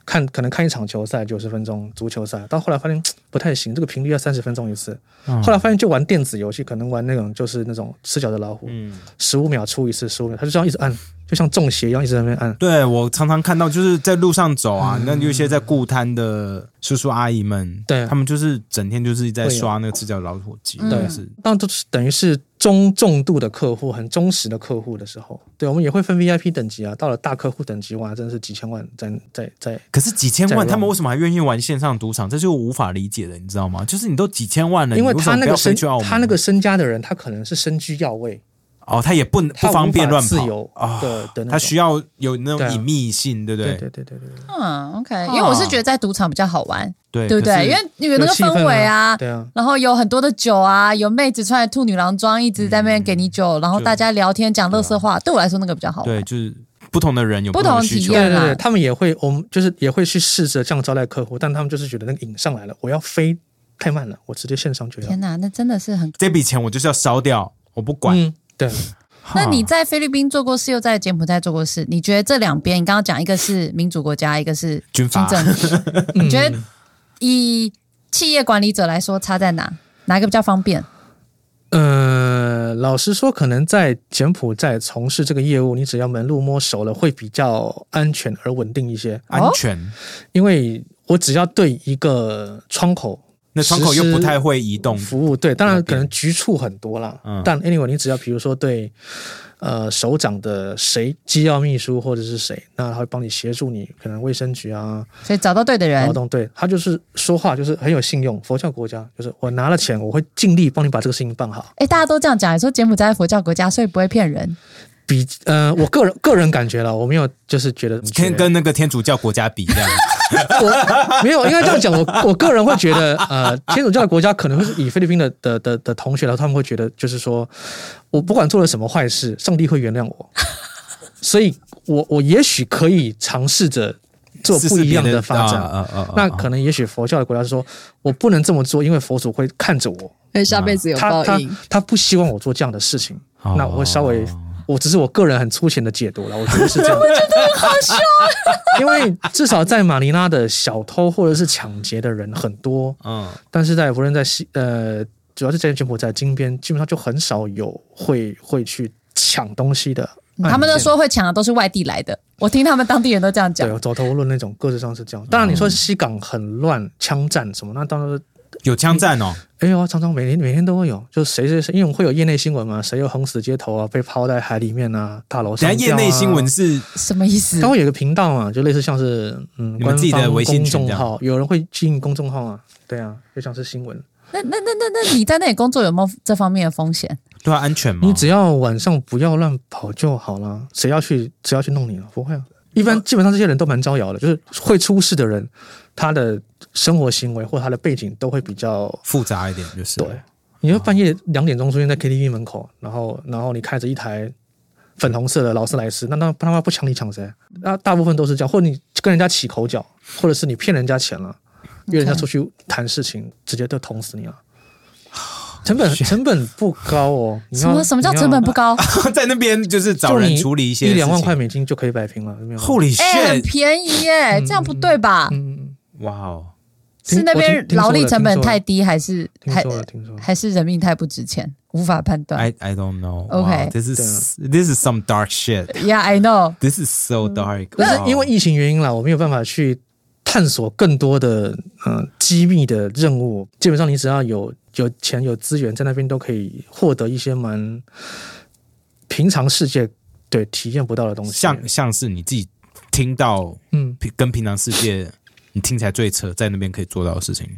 [SPEAKER 3] 看，可能看一场球赛九十分钟足球赛，到后来发现不太行，这个频率要三十分钟一次。后来发现就玩电子游戏，可能玩那种就是那种吃脚的老虎，
[SPEAKER 2] 嗯，
[SPEAKER 3] 十五秒出一次，十五秒，他就这样一直按，就像中邪一样一直在那边按。
[SPEAKER 2] 对我常常看到，就是在路上走啊，那有一些在顾摊的叔叔阿姨们，
[SPEAKER 3] 嗯对
[SPEAKER 2] 他们就是整天就是在
[SPEAKER 3] 会有
[SPEAKER 2] 刷那个赤脚老虎机，
[SPEAKER 1] 嗯
[SPEAKER 2] 对，是
[SPEAKER 3] 当这是等于是中重度的客户，很忠实的客户的时候，对我们也会分 VIP 等级啊。到了大客户等级，哇，真的是几千万在在在，
[SPEAKER 2] 可是几千
[SPEAKER 3] 在
[SPEAKER 2] 万，
[SPEAKER 3] 玩
[SPEAKER 2] 他们为什么还愿意玩线上赌场？这就是我无法理解的，你知道吗？就是你都几千万了，
[SPEAKER 3] 因为
[SPEAKER 2] 你
[SPEAKER 3] 他
[SPEAKER 2] 什么
[SPEAKER 3] 那
[SPEAKER 2] 不
[SPEAKER 3] 个
[SPEAKER 2] 要飞
[SPEAKER 3] 身
[SPEAKER 2] 去澳门
[SPEAKER 3] 他那个身家的人，他可能是身居要位，
[SPEAKER 2] 哦，他也不能
[SPEAKER 3] 他
[SPEAKER 2] 不方便
[SPEAKER 3] 无法
[SPEAKER 2] 乱
[SPEAKER 3] 自
[SPEAKER 2] 跑
[SPEAKER 3] 由
[SPEAKER 2] 啊
[SPEAKER 3] 的的那，种
[SPEAKER 2] 他需要有那种
[SPEAKER 3] 对啊
[SPEAKER 2] 隐秘性，对不
[SPEAKER 3] 对
[SPEAKER 2] 对？
[SPEAKER 3] 对对对对对，
[SPEAKER 1] 嗯，OK，因为我是觉得在赌场比较好玩，
[SPEAKER 2] 对
[SPEAKER 1] 对不
[SPEAKER 2] 可
[SPEAKER 1] 对？
[SPEAKER 2] 是
[SPEAKER 1] 因为有那个
[SPEAKER 3] 有气氛
[SPEAKER 1] 氛围
[SPEAKER 3] 啊
[SPEAKER 1] 啊。
[SPEAKER 3] 对啊，
[SPEAKER 1] 然后有很多的酒啊，有妹子穿着兔女郎装，一直在那边给你酒，然后
[SPEAKER 2] 就
[SPEAKER 1] 大家聊天讲乐色话，对我来说那个比较好玩
[SPEAKER 2] 对，。就是不同的人有
[SPEAKER 1] 不
[SPEAKER 2] 同
[SPEAKER 1] 同
[SPEAKER 2] 的需
[SPEAKER 1] 体
[SPEAKER 2] 求
[SPEAKER 1] 验，
[SPEAKER 3] 对对
[SPEAKER 1] 嘛
[SPEAKER 3] 对，他们也会，我们就是也会去试着这样招待客户，但他们就是觉得那个瘾上来了，我要飞太慢了，我直接线上就要
[SPEAKER 1] 天。哪，那真的是很
[SPEAKER 2] 这笔钱我就是要烧掉，我不管。
[SPEAKER 3] 嗯，对，
[SPEAKER 1] 那你
[SPEAKER 2] 哈
[SPEAKER 1] 在菲律宾做过事，又在柬埔寨做过事，你觉得这两边，你刚刚讲一个是民主国家，一个是
[SPEAKER 2] 军
[SPEAKER 1] 军
[SPEAKER 2] 阀
[SPEAKER 1] 政府，你觉得以企业管理者来说，差在哪？哪一个比较方便？
[SPEAKER 3] 呃，老实说，可能在柬埔寨从事这个业务，你只要门路摸熟了，会比较安全而稳定一些。
[SPEAKER 2] 安全，
[SPEAKER 1] 哦
[SPEAKER 3] 因为我只要对一个窗口
[SPEAKER 2] 那窗口又
[SPEAKER 3] 实施
[SPEAKER 2] 不太会移动，
[SPEAKER 3] 服务，对，当
[SPEAKER 2] 那
[SPEAKER 3] 然
[SPEAKER 2] 边
[SPEAKER 3] 可能局处很多啦，
[SPEAKER 2] 嗯
[SPEAKER 3] 但 anyway，你只要比如说对呃首长的谁机要秘书或者是谁，那他会帮你协助你，可能卫生局啊、
[SPEAKER 1] 所以找到对的人
[SPEAKER 3] 劳，动队，他就是说话就是很有信用，佛教国家就是我拿了钱，我会尽力帮你把这个事情办好。
[SPEAKER 1] 哎，大家都这样讲，你说柬埔寨是佛教国家，所以不会骗人。
[SPEAKER 3] 比呃，我个人个人感觉了，我没有就是觉得
[SPEAKER 2] 天跟那个天主教国家比这样，
[SPEAKER 3] 我没有，应该这样讲，我我个人会觉得，呃，天主教的国家可能会是以菲律宾的的的的同学来说，他们会觉得就是说，我不管做了什么坏事，上帝会原谅我，所以我我也许可以尝试着 做
[SPEAKER 2] 试
[SPEAKER 3] 不
[SPEAKER 2] 试
[SPEAKER 3] 一
[SPEAKER 2] 别
[SPEAKER 3] 样
[SPEAKER 2] 的
[SPEAKER 3] 的发展。
[SPEAKER 2] 啊啊啊啊
[SPEAKER 3] 那
[SPEAKER 2] 啊
[SPEAKER 3] 可能也许佛教的国家说，我不能这么做，因为佛祖会看着我，
[SPEAKER 4] 因为下辈子有
[SPEAKER 3] 他
[SPEAKER 4] 报
[SPEAKER 3] 他
[SPEAKER 4] 应。
[SPEAKER 3] 他不希望我做这样的事情。那我会稍微
[SPEAKER 2] 哦，
[SPEAKER 3] 我只是我个人很粗浅的解读了，我觉得是这样。我觉得好笑，因为至少在马尼拉的小偷或者是抢劫的人很多，
[SPEAKER 2] 嗯，
[SPEAKER 3] 但是在无论在西呃，主要是在柬埔寨金边，基本上就很少有会会去抢东西的案件。
[SPEAKER 1] 嗯他们都说会抢的都是外地来的，我听他们当地人都这样讲
[SPEAKER 3] 对，。走投无路那种，各自上是这样。当然，你说西港很乱，枪战什么，那当然是
[SPEAKER 2] 有枪战哦，
[SPEAKER 3] 哎呦，常常每天每天都会有，就谁谁谁，因为我们会有业内新闻嘛，谁又横死街头啊，被抛在海里面啊，大楼上、
[SPEAKER 2] 等
[SPEAKER 3] 啊。
[SPEAKER 2] 一下业内新闻是
[SPEAKER 1] 什么意思
[SPEAKER 3] 它？会有一个频道嘛，就类似像是嗯，
[SPEAKER 2] 嗯你们自己的
[SPEAKER 3] 官方
[SPEAKER 2] 微信
[SPEAKER 3] 公
[SPEAKER 2] 群
[SPEAKER 3] 众
[SPEAKER 2] 这样
[SPEAKER 3] 号，有人会经营公众号啊，对啊，就像是新闻。
[SPEAKER 2] 哦
[SPEAKER 1] 那那那那那你在那里工作有没有这方面的风险？
[SPEAKER 2] 对啊安全吗
[SPEAKER 3] 你？只要晚上不要乱跑就好了，谁要去谁要去弄你了？不会啊，一
[SPEAKER 2] 哦
[SPEAKER 3] 般基本上这些人都蛮招摇的，就是会出事的人，他的生活行为或他的背景都会比较
[SPEAKER 2] 复杂一点就是
[SPEAKER 3] 对。你就半夜两点钟出现在 KTV 门口，然后然后你开着一台粉红色的劳斯莱斯，那那他妈不抢你抢谁？那大部分都是这样，或者你跟人家起口角，或者是你骗人家钱了，约人家出去谈事情，直接就捅死你了。成本成本不高哦，你
[SPEAKER 1] 什
[SPEAKER 3] 要
[SPEAKER 1] 么什么叫成本不高？
[SPEAKER 2] 在那边就是找
[SPEAKER 3] 就
[SPEAKER 2] 人
[SPEAKER 3] 你
[SPEAKER 2] 处理一些
[SPEAKER 3] 一两万
[SPEAKER 2] 事情
[SPEAKER 3] 块。美金就可以摆平了，有没有？
[SPEAKER 2] Holy
[SPEAKER 1] 哎、很
[SPEAKER 2] shit！
[SPEAKER 1] 便宜耶，这样不对吧？
[SPEAKER 3] 嗯，
[SPEAKER 2] 哇哦，
[SPEAKER 1] 是那边劳力成本太低，还是
[SPEAKER 3] 听
[SPEAKER 1] 还
[SPEAKER 3] 说了，哎听说了。
[SPEAKER 1] 还是人命太不值钱，无法判断
[SPEAKER 2] I I don't know.
[SPEAKER 1] Okay.
[SPEAKER 2] Wow, this is this is some dark shit.
[SPEAKER 1] ？Yeah, I know。
[SPEAKER 2] This is so dark.
[SPEAKER 3] 但是
[SPEAKER 2] Wow
[SPEAKER 3] Mm 因为疫情原因啦，我没有办法去探索更多的嗯、呃机密的任务。基本上，你只要有有钱有资源，在那边都可以获得一些蛮平常世界对体验不到的东西。
[SPEAKER 2] 像像是你自己听到
[SPEAKER 3] 嗯，
[SPEAKER 2] 平跟平常世界你听起来最扯，在那边可以做到的事情，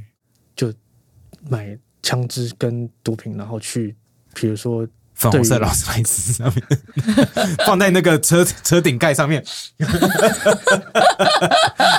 [SPEAKER 3] 买枪支跟毒品，然后去，比如说
[SPEAKER 2] 粉红色
[SPEAKER 3] 对于
[SPEAKER 2] 劳斯莱斯上面 放在那个车车顶盖上 面，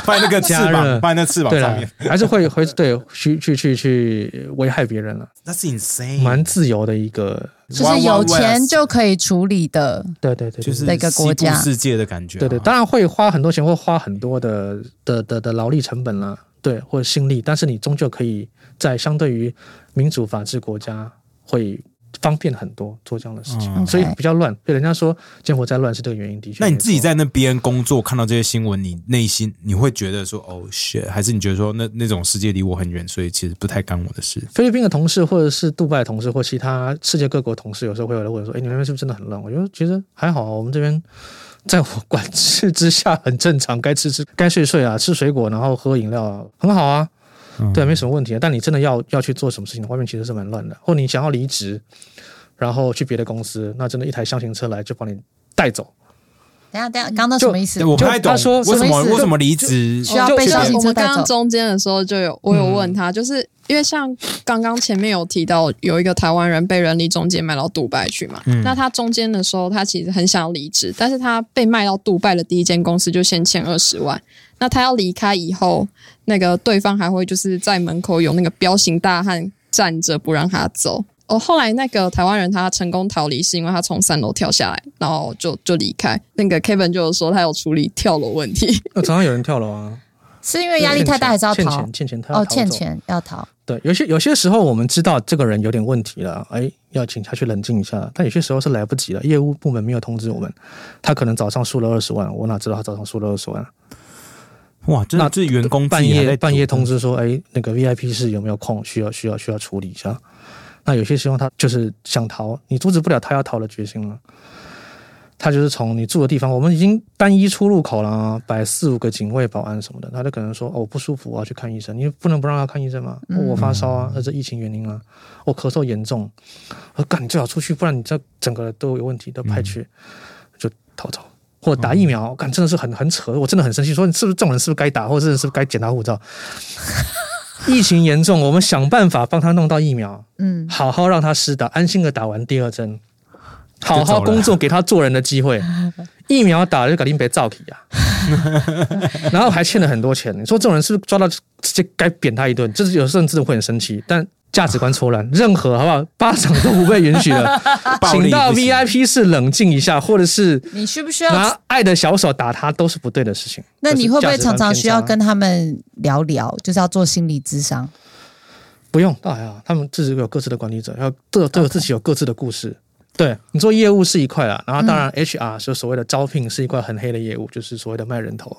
[SPEAKER 2] 放在那个翅
[SPEAKER 3] 加热
[SPEAKER 2] 膀，放在那翅膀
[SPEAKER 3] 对
[SPEAKER 2] 上
[SPEAKER 3] 了
[SPEAKER 2] 面，，
[SPEAKER 3] 还是会会对去去去去危害别人了，
[SPEAKER 2] 那是 insane。
[SPEAKER 3] 蛮自由的一个，
[SPEAKER 1] 就是有钱就可以处理的，
[SPEAKER 3] 对对对，对
[SPEAKER 2] 就是
[SPEAKER 1] 那个国家
[SPEAKER 2] 西部世界的感觉啊，
[SPEAKER 3] 对对，当然会花很多钱，或花很多的的的的劳力成本啦，对，或者心力，但是你终究可以在相对于民主法治国家会方便很多做这样的事情，
[SPEAKER 2] 嗯
[SPEAKER 3] 所以比较乱。对，人家说柬埔寨乱是这个原因，的确。
[SPEAKER 2] 那你自己
[SPEAKER 3] 没错
[SPEAKER 2] 在那边工作，看到这些新闻，你内心你会觉得说哦 shit，还是你觉得说那那种世界离我很远，所以其实不太干我的事？
[SPEAKER 3] 菲律宾的同事，或者是杜拜的同事，或其他世界各国同事，有时候会有人问说：“哎，你们那边是不是真的很乱？”我觉得其实还好啊，我们这边在我管制之下很正常，该吃吃，该睡睡啊，吃水果，然后喝饮料啊，很好啊。
[SPEAKER 2] 嗯
[SPEAKER 3] 对，没什么问题啊。但你真的要要去做什么事情，外面其实是蛮乱的。或你想要离职，然后去别的公司，那真的一台箱型车来就把你带走。
[SPEAKER 1] 等一下等一下，啊刚刚那什么意思
[SPEAKER 2] 对？我不太懂
[SPEAKER 3] 就他说
[SPEAKER 2] 为
[SPEAKER 1] 什
[SPEAKER 2] 什么
[SPEAKER 1] 么意思
[SPEAKER 2] 为什么离职
[SPEAKER 1] 需要被
[SPEAKER 4] 就
[SPEAKER 1] 上
[SPEAKER 4] 是
[SPEAKER 1] 行
[SPEAKER 4] 我
[SPEAKER 1] 车
[SPEAKER 4] 们
[SPEAKER 1] 带
[SPEAKER 4] 刚刚
[SPEAKER 1] 走。
[SPEAKER 4] 中间的时候就有，我有问他，就是因为像刚刚前面有提到有一个台湾人被人力中介卖到杜拜去嘛，
[SPEAKER 2] 嗯
[SPEAKER 4] 那他中间的时候他其实很想离职，但是他被卖到杜拜的第一间公司就先欠二十万，那他要离开以后，那个对方还会就是在门口有那个彪形大汉站着不让他走。哦，后来那个台湾人他成功逃离，是因为他从三楼跳下来，然后就就离开。那个 Kevin 就有说他有处理跳楼问题，
[SPEAKER 3] 那常常有人跳楼啊，
[SPEAKER 1] 是因为压力太大还是要
[SPEAKER 3] 欠
[SPEAKER 1] 逃
[SPEAKER 3] 钱？欠钱他要
[SPEAKER 1] 哦，
[SPEAKER 3] 逃
[SPEAKER 1] 欠
[SPEAKER 3] 走
[SPEAKER 1] 钱要逃。
[SPEAKER 3] 对，有些有些时候我们知道这个人有点问题了，哎，要请他去冷静一下。但有些时候是来不及了，业务部门没有通知我们，他可能早上输了二十万，我哪知道他早上输了二十万？
[SPEAKER 2] 哇，真的
[SPEAKER 3] 那
[SPEAKER 2] 这员工自
[SPEAKER 3] 半
[SPEAKER 2] 己还啊在
[SPEAKER 3] 夜半夜
[SPEAKER 2] 赌
[SPEAKER 3] 通知说，哎，那个 VIP 室有没有空？需要需要需要处理一下。那有些时候他就是想逃，你阻止不了他要逃的决心了。他就是从你住的地方，我们已经单一出入口了啊，摆四五个警卫、保安什么的，他就可能说：“哦，我不舒服，我要去看医生。”你不能不让他看医生嘛？哦我发烧啊，那这疫情原因啊，我咳嗽严重，我干，你最好出去，不然你这整个都有问题，都派去、就逃走。或
[SPEAKER 2] 嗯
[SPEAKER 3] 打疫苗，干、真的是很很扯，我真的很生气，说你是不是这种人是不是该打，或者是不是该检查护照？疫情严重，我们想办法帮他弄到疫苗，
[SPEAKER 1] 嗯，
[SPEAKER 3] 好好让他施打，安心的打完第二针，好
[SPEAKER 2] 就走
[SPEAKER 3] 好
[SPEAKER 2] 了
[SPEAKER 3] 工作，给他做人的 机会。疫苗打了就搞定别造起啊，然后还欠了很多钱。你说这种人是不是抓到直接该扁他一顿？就是有时候真的会很生气，但价值观错乱，任何好不好，巴掌都不被允许的，
[SPEAKER 2] 暴力
[SPEAKER 3] 请到
[SPEAKER 2] 不行
[SPEAKER 3] VIP 室冷静一下，或者是
[SPEAKER 1] 你需不需要？
[SPEAKER 3] 拿爱的小手打他，都是不对的事情。
[SPEAKER 1] 啊那你会不会
[SPEAKER 3] 就是价值
[SPEAKER 1] 常
[SPEAKER 3] 观
[SPEAKER 1] 常
[SPEAKER 3] 偏
[SPEAKER 1] 需要
[SPEAKER 3] 差
[SPEAKER 1] 跟他们聊聊，就是要做心理智商？
[SPEAKER 3] 不用，倒还好，他们自己有各自的管理者，要各都有自己有各自的故事。对你做业务是一块啦，然后
[SPEAKER 1] 嗯
[SPEAKER 3] 当然 HR 就所谓的招聘是一块很黑的业务，就是所谓的卖人头。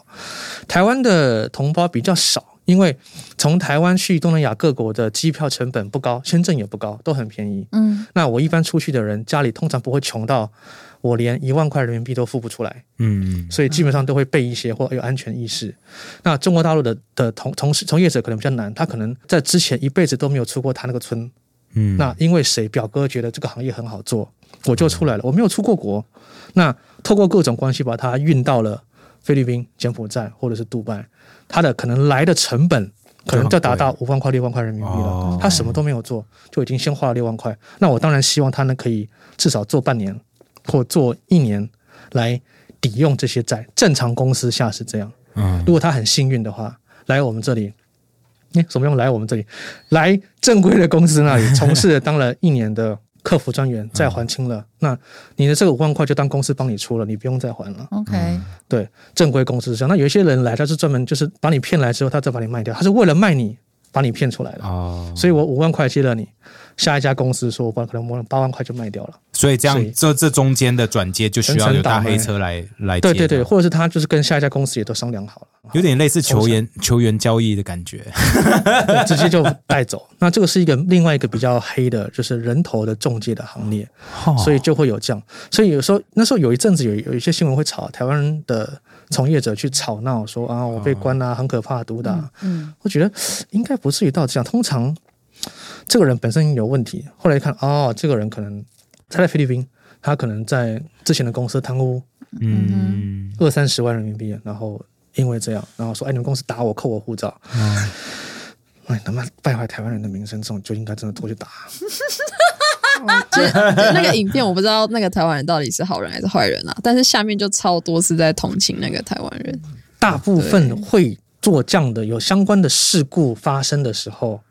[SPEAKER 3] 台湾的同胞比较少，因为从台湾去东南亚各国的机票成本不高，签证也不高，都很便宜。
[SPEAKER 1] 嗯，
[SPEAKER 3] 那我一般出去的人，家里通常不会穷到我连一万块人民币都付不出来，
[SPEAKER 2] 嗯，
[SPEAKER 3] 所以基本上都会备一些或有安全意识。那中国大陆的的同从事从业者可能比较难，他可能在之前一辈子都没有出过他那个村。
[SPEAKER 2] 嗯
[SPEAKER 3] 那因为谁表哥觉得这个行业很好做，我就出来了，我没有出过国。那透过各种关系把他运到了菲律宾、柬埔寨或者是杜拜，他的可能来的成本可能就达到五万块、六万块人民币了。
[SPEAKER 2] 哦
[SPEAKER 3] 他什么都没有做，就已经先花了六万块。那我当然希望他呢可以至少做半年或做一年来抵用这些债。正常公司下是这样。
[SPEAKER 2] 嗯
[SPEAKER 3] 如果他很幸运的话，来我们这里， 诶，什么用来我们这里？来正规的公司那里从事了当了一年的客服专员，再还清了，那你的这个五万块就当公司帮你出了，你不用再还了。
[SPEAKER 1] ，OK，
[SPEAKER 3] 对，正规公司是这样。那有一些人来，他是专门就是把你骗来之后，他再把你卖掉，他是为了卖你，把你骗出来的。
[SPEAKER 2] 哦，
[SPEAKER 3] 所以我五万块借了你，下一家公司说我把可能我八万块就卖掉了。
[SPEAKER 2] 所以这
[SPEAKER 3] 所以
[SPEAKER 2] 样这这中间的转接就需要有大黑车来来接
[SPEAKER 3] 对
[SPEAKER 2] 的
[SPEAKER 3] 对对，，或者是他就是跟下一家公司也都商量好了。
[SPEAKER 2] 有点类似球员球员交易的感觉。
[SPEAKER 3] 对直接就带走。那这个是一个另外一个比较黑的，就是人头的中介的行列，
[SPEAKER 2] 哦
[SPEAKER 3] 所以就会有这样。所以有时候那时候有一阵子有有一些新闻会吵台湾的从业者去吵闹说啊我被关啊很可怕毒打，
[SPEAKER 1] 嗯，
[SPEAKER 3] 我觉得应该不至于到这样。通常这个人本身有问题，后来一看哦这个人可能他在菲律宾，他可能在之前的公司贪污
[SPEAKER 2] 嗯，
[SPEAKER 3] 二三十万人民币，然后因为这样，然后说哎你们公司打我扣我护照，哎，他妈败坏台湾人的名声，这种就应该真的拖去打。
[SPEAKER 4] 就是那个影片，我不知道那个台湾人到底是好人还是坏人啊。但是下面就超多是在同情那个台湾人，
[SPEAKER 3] 大部分会做这样的，有相关的事故发生的时候，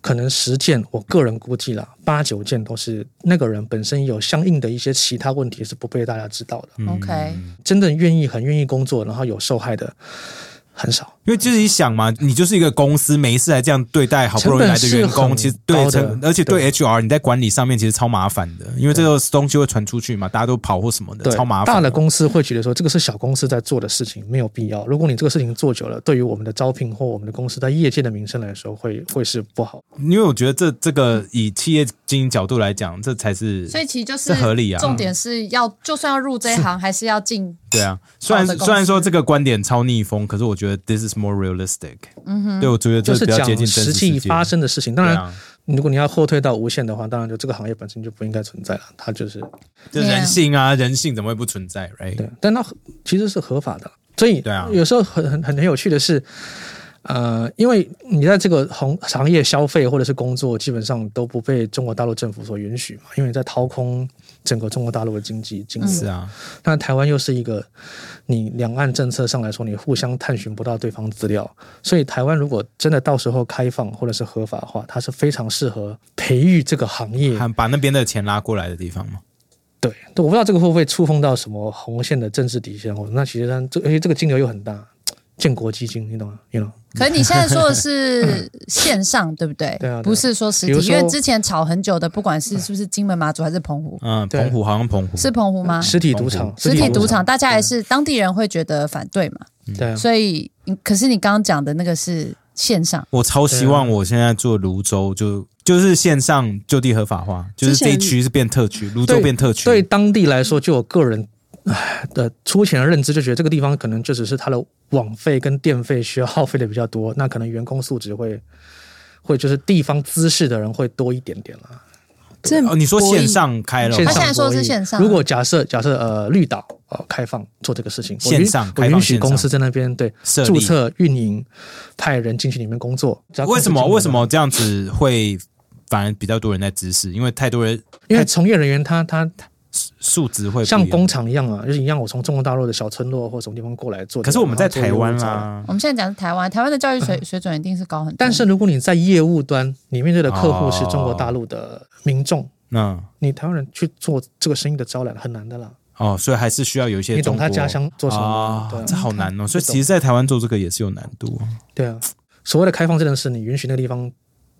[SPEAKER 3] 可能十件，我个人估计啦，八九件都是那个人本身有相应的一些其他问题是不被大家知道的。
[SPEAKER 2] 嗯
[SPEAKER 1] OK
[SPEAKER 3] 真正愿意、很愿意工作，然后有受害的很少。
[SPEAKER 2] 因为自己想嘛，你就是一个公司，没事还这样对待好不容易来的员
[SPEAKER 3] 成
[SPEAKER 2] 工，
[SPEAKER 3] 本是很
[SPEAKER 2] 其实对
[SPEAKER 3] 高的
[SPEAKER 2] 成，而且对 HR 你在管理上面其实超麻烦的，因为这个东西会传出去嘛，大家都跑或什么的，
[SPEAKER 3] 对
[SPEAKER 2] 超麻，烦。
[SPEAKER 3] 大的公司会觉得说这个是小公司在做的事情，没有必要。如果你这个事情做久了，对于我们的招聘或我们的公司在业界的名声来说，会会是不好。
[SPEAKER 2] 因为我觉得这这个以企业经营角度来讲，这才是
[SPEAKER 1] 所以其实就是
[SPEAKER 2] 这合理啊
[SPEAKER 1] 重点是要就算要入这一行，还是要进。
[SPEAKER 2] 对啊。虽然
[SPEAKER 1] 好的公司
[SPEAKER 2] 虽然说这个观点超逆风，可是我觉得 this is more realistic。嗯哼，对我觉得
[SPEAKER 3] 就
[SPEAKER 2] 这
[SPEAKER 3] 是
[SPEAKER 2] 比较
[SPEAKER 3] 讲
[SPEAKER 2] 接近真
[SPEAKER 3] 实
[SPEAKER 2] 实
[SPEAKER 3] 际
[SPEAKER 2] 世界
[SPEAKER 3] 发。生的事情。当
[SPEAKER 2] 对
[SPEAKER 3] 然，
[SPEAKER 2] 啊，
[SPEAKER 3] 如果你要后退到无限的话，当然就这个行业本身就不应该存在了，它就是
[SPEAKER 2] 嗯就
[SPEAKER 1] Yeah
[SPEAKER 2] 人性啊，人性怎么会不存在？Right？
[SPEAKER 3] 对，但它其实是合法的，所以
[SPEAKER 2] 对啊
[SPEAKER 3] 有时候很很很很有趣的是，呃，因为你在这个行行业消费或者是工作，基本上都不被中国大陆政府所允许嘛，因为你在掏空整个中国大陆的经济金
[SPEAKER 2] 是
[SPEAKER 3] 额。
[SPEAKER 2] 啊，
[SPEAKER 3] 那、台湾又是一个你两岸政策上来说，你互相探寻不到对方资料，所以台湾如果真的到时候开放或者是合法化，它是非常适合培育这个行业
[SPEAKER 2] 还把那边的钱拉过来的地方嘛。
[SPEAKER 3] 对，我不知道这个会不会触碰到什么红线的政治底线。我那其实它这，而且这个金额又很大，建国基金，你懂吗？你懂？
[SPEAKER 1] 可是你现在说的 是线上，对不对？
[SPEAKER 3] 对啊对啊
[SPEAKER 1] 不是说实
[SPEAKER 3] 比如
[SPEAKER 1] 体，
[SPEAKER 3] 说
[SPEAKER 1] 因为之前吵很久的，不管是是不是金门、马祖还是澎湖，
[SPEAKER 2] 嗯，
[SPEAKER 3] 对
[SPEAKER 2] 澎湖好像澎湖
[SPEAKER 1] 是澎湖吗？
[SPEAKER 3] 实体赌场
[SPEAKER 2] 澎，
[SPEAKER 1] 啊实体赌场，大家还
[SPEAKER 3] 对
[SPEAKER 1] 是当地人会觉得反对嘛？
[SPEAKER 3] 对啊，
[SPEAKER 1] 所以，嗯可是你刚刚讲的那个是线上，
[SPEAKER 2] 我超希望我现在做泸州就就是线上就地合法化，就是这一区是变特区，泸州变特区。
[SPEAKER 3] 对当地来说，就我个人唉的粗浅的认知，就觉得这个地方可能就只是它的网费跟电费需要耗费的比较多，那可能员工素质会会就是地方知识的人会多一点点啦。
[SPEAKER 4] 这
[SPEAKER 2] 哦，你说
[SPEAKER 4] 博弈
[SPEAKER 2] 线上开了
[SPEAKER 3] 线
[SPEAKER 1] 他
[SPEAKER 3] 上
[SPEAKER 1] 现在说的是
[SPEAKER 3] 博弈
[SPEAKER 1] 线上
[SPEAKER 3] 如果假设假设呃绿岛呃开放做这个事情，我允
[SPEAKER 2] 线上
[SPEAKER 3] 我
[SPEAKER 2] 开放
[SPEAKER 3] 允许
[SPEAKER 2] 线上
[SPEAKER 3] 公司在那边对
[SPEAKER 2] 设立
[SPEAKER 3] 注册啊运营，派人进去里面工作。只要公
[SPEAKER 2] 为
[SPEAKER 3] 司
[SPEAKER 2] 什么
[SPEAKER 3] 经营
[SPEAKER 2] 为什么？这样子会反而比较多人在知识？因为太多人
[SPEAKER 3] 因为从业人员他他
[SPEAKER 2] 数值会不一样
[SPEAKER 3] 像工。厂一样啊，就是一样，我从中国大陆的小村落或什么地方过来做。
[SPEAKER 2] 可是我们在台湾
[SPEAKER 3] 啦、
[SPEAKER 2] 啊，
[SPEAKER 1] 我们现在讲的是台湾，台湾的教育水水准一定是高很多。
[SPEAKER 3] 嗯但
[SPEAKER 2] 嗯
[SPEAKER 3] 是如果你在业务端，你面对的客户是中国大陆的民众，
[SPEAKER 2] 嗯
[SPEAKER 3] 你台湾人去做这个生意的招揽很难的啦。
[SPEAKER 2] 哦，所以还是需要有一些
[SPEAKER 3] 你懂
[SPEAKER 2] 中国
[SPEAKER 3] 他家乡做什么
[SPEAKER 2] 啊
[SPEAKER 3] 对啊
[SPEAKER 2] 这好难 哦。所以
[SPEAKER 3] 懂
[SPEAKER 2] 其实，在台湾做这个也是有难度哦。
[SPEAKER 3] 对啊，所谓的开放这件事，你允许那个地方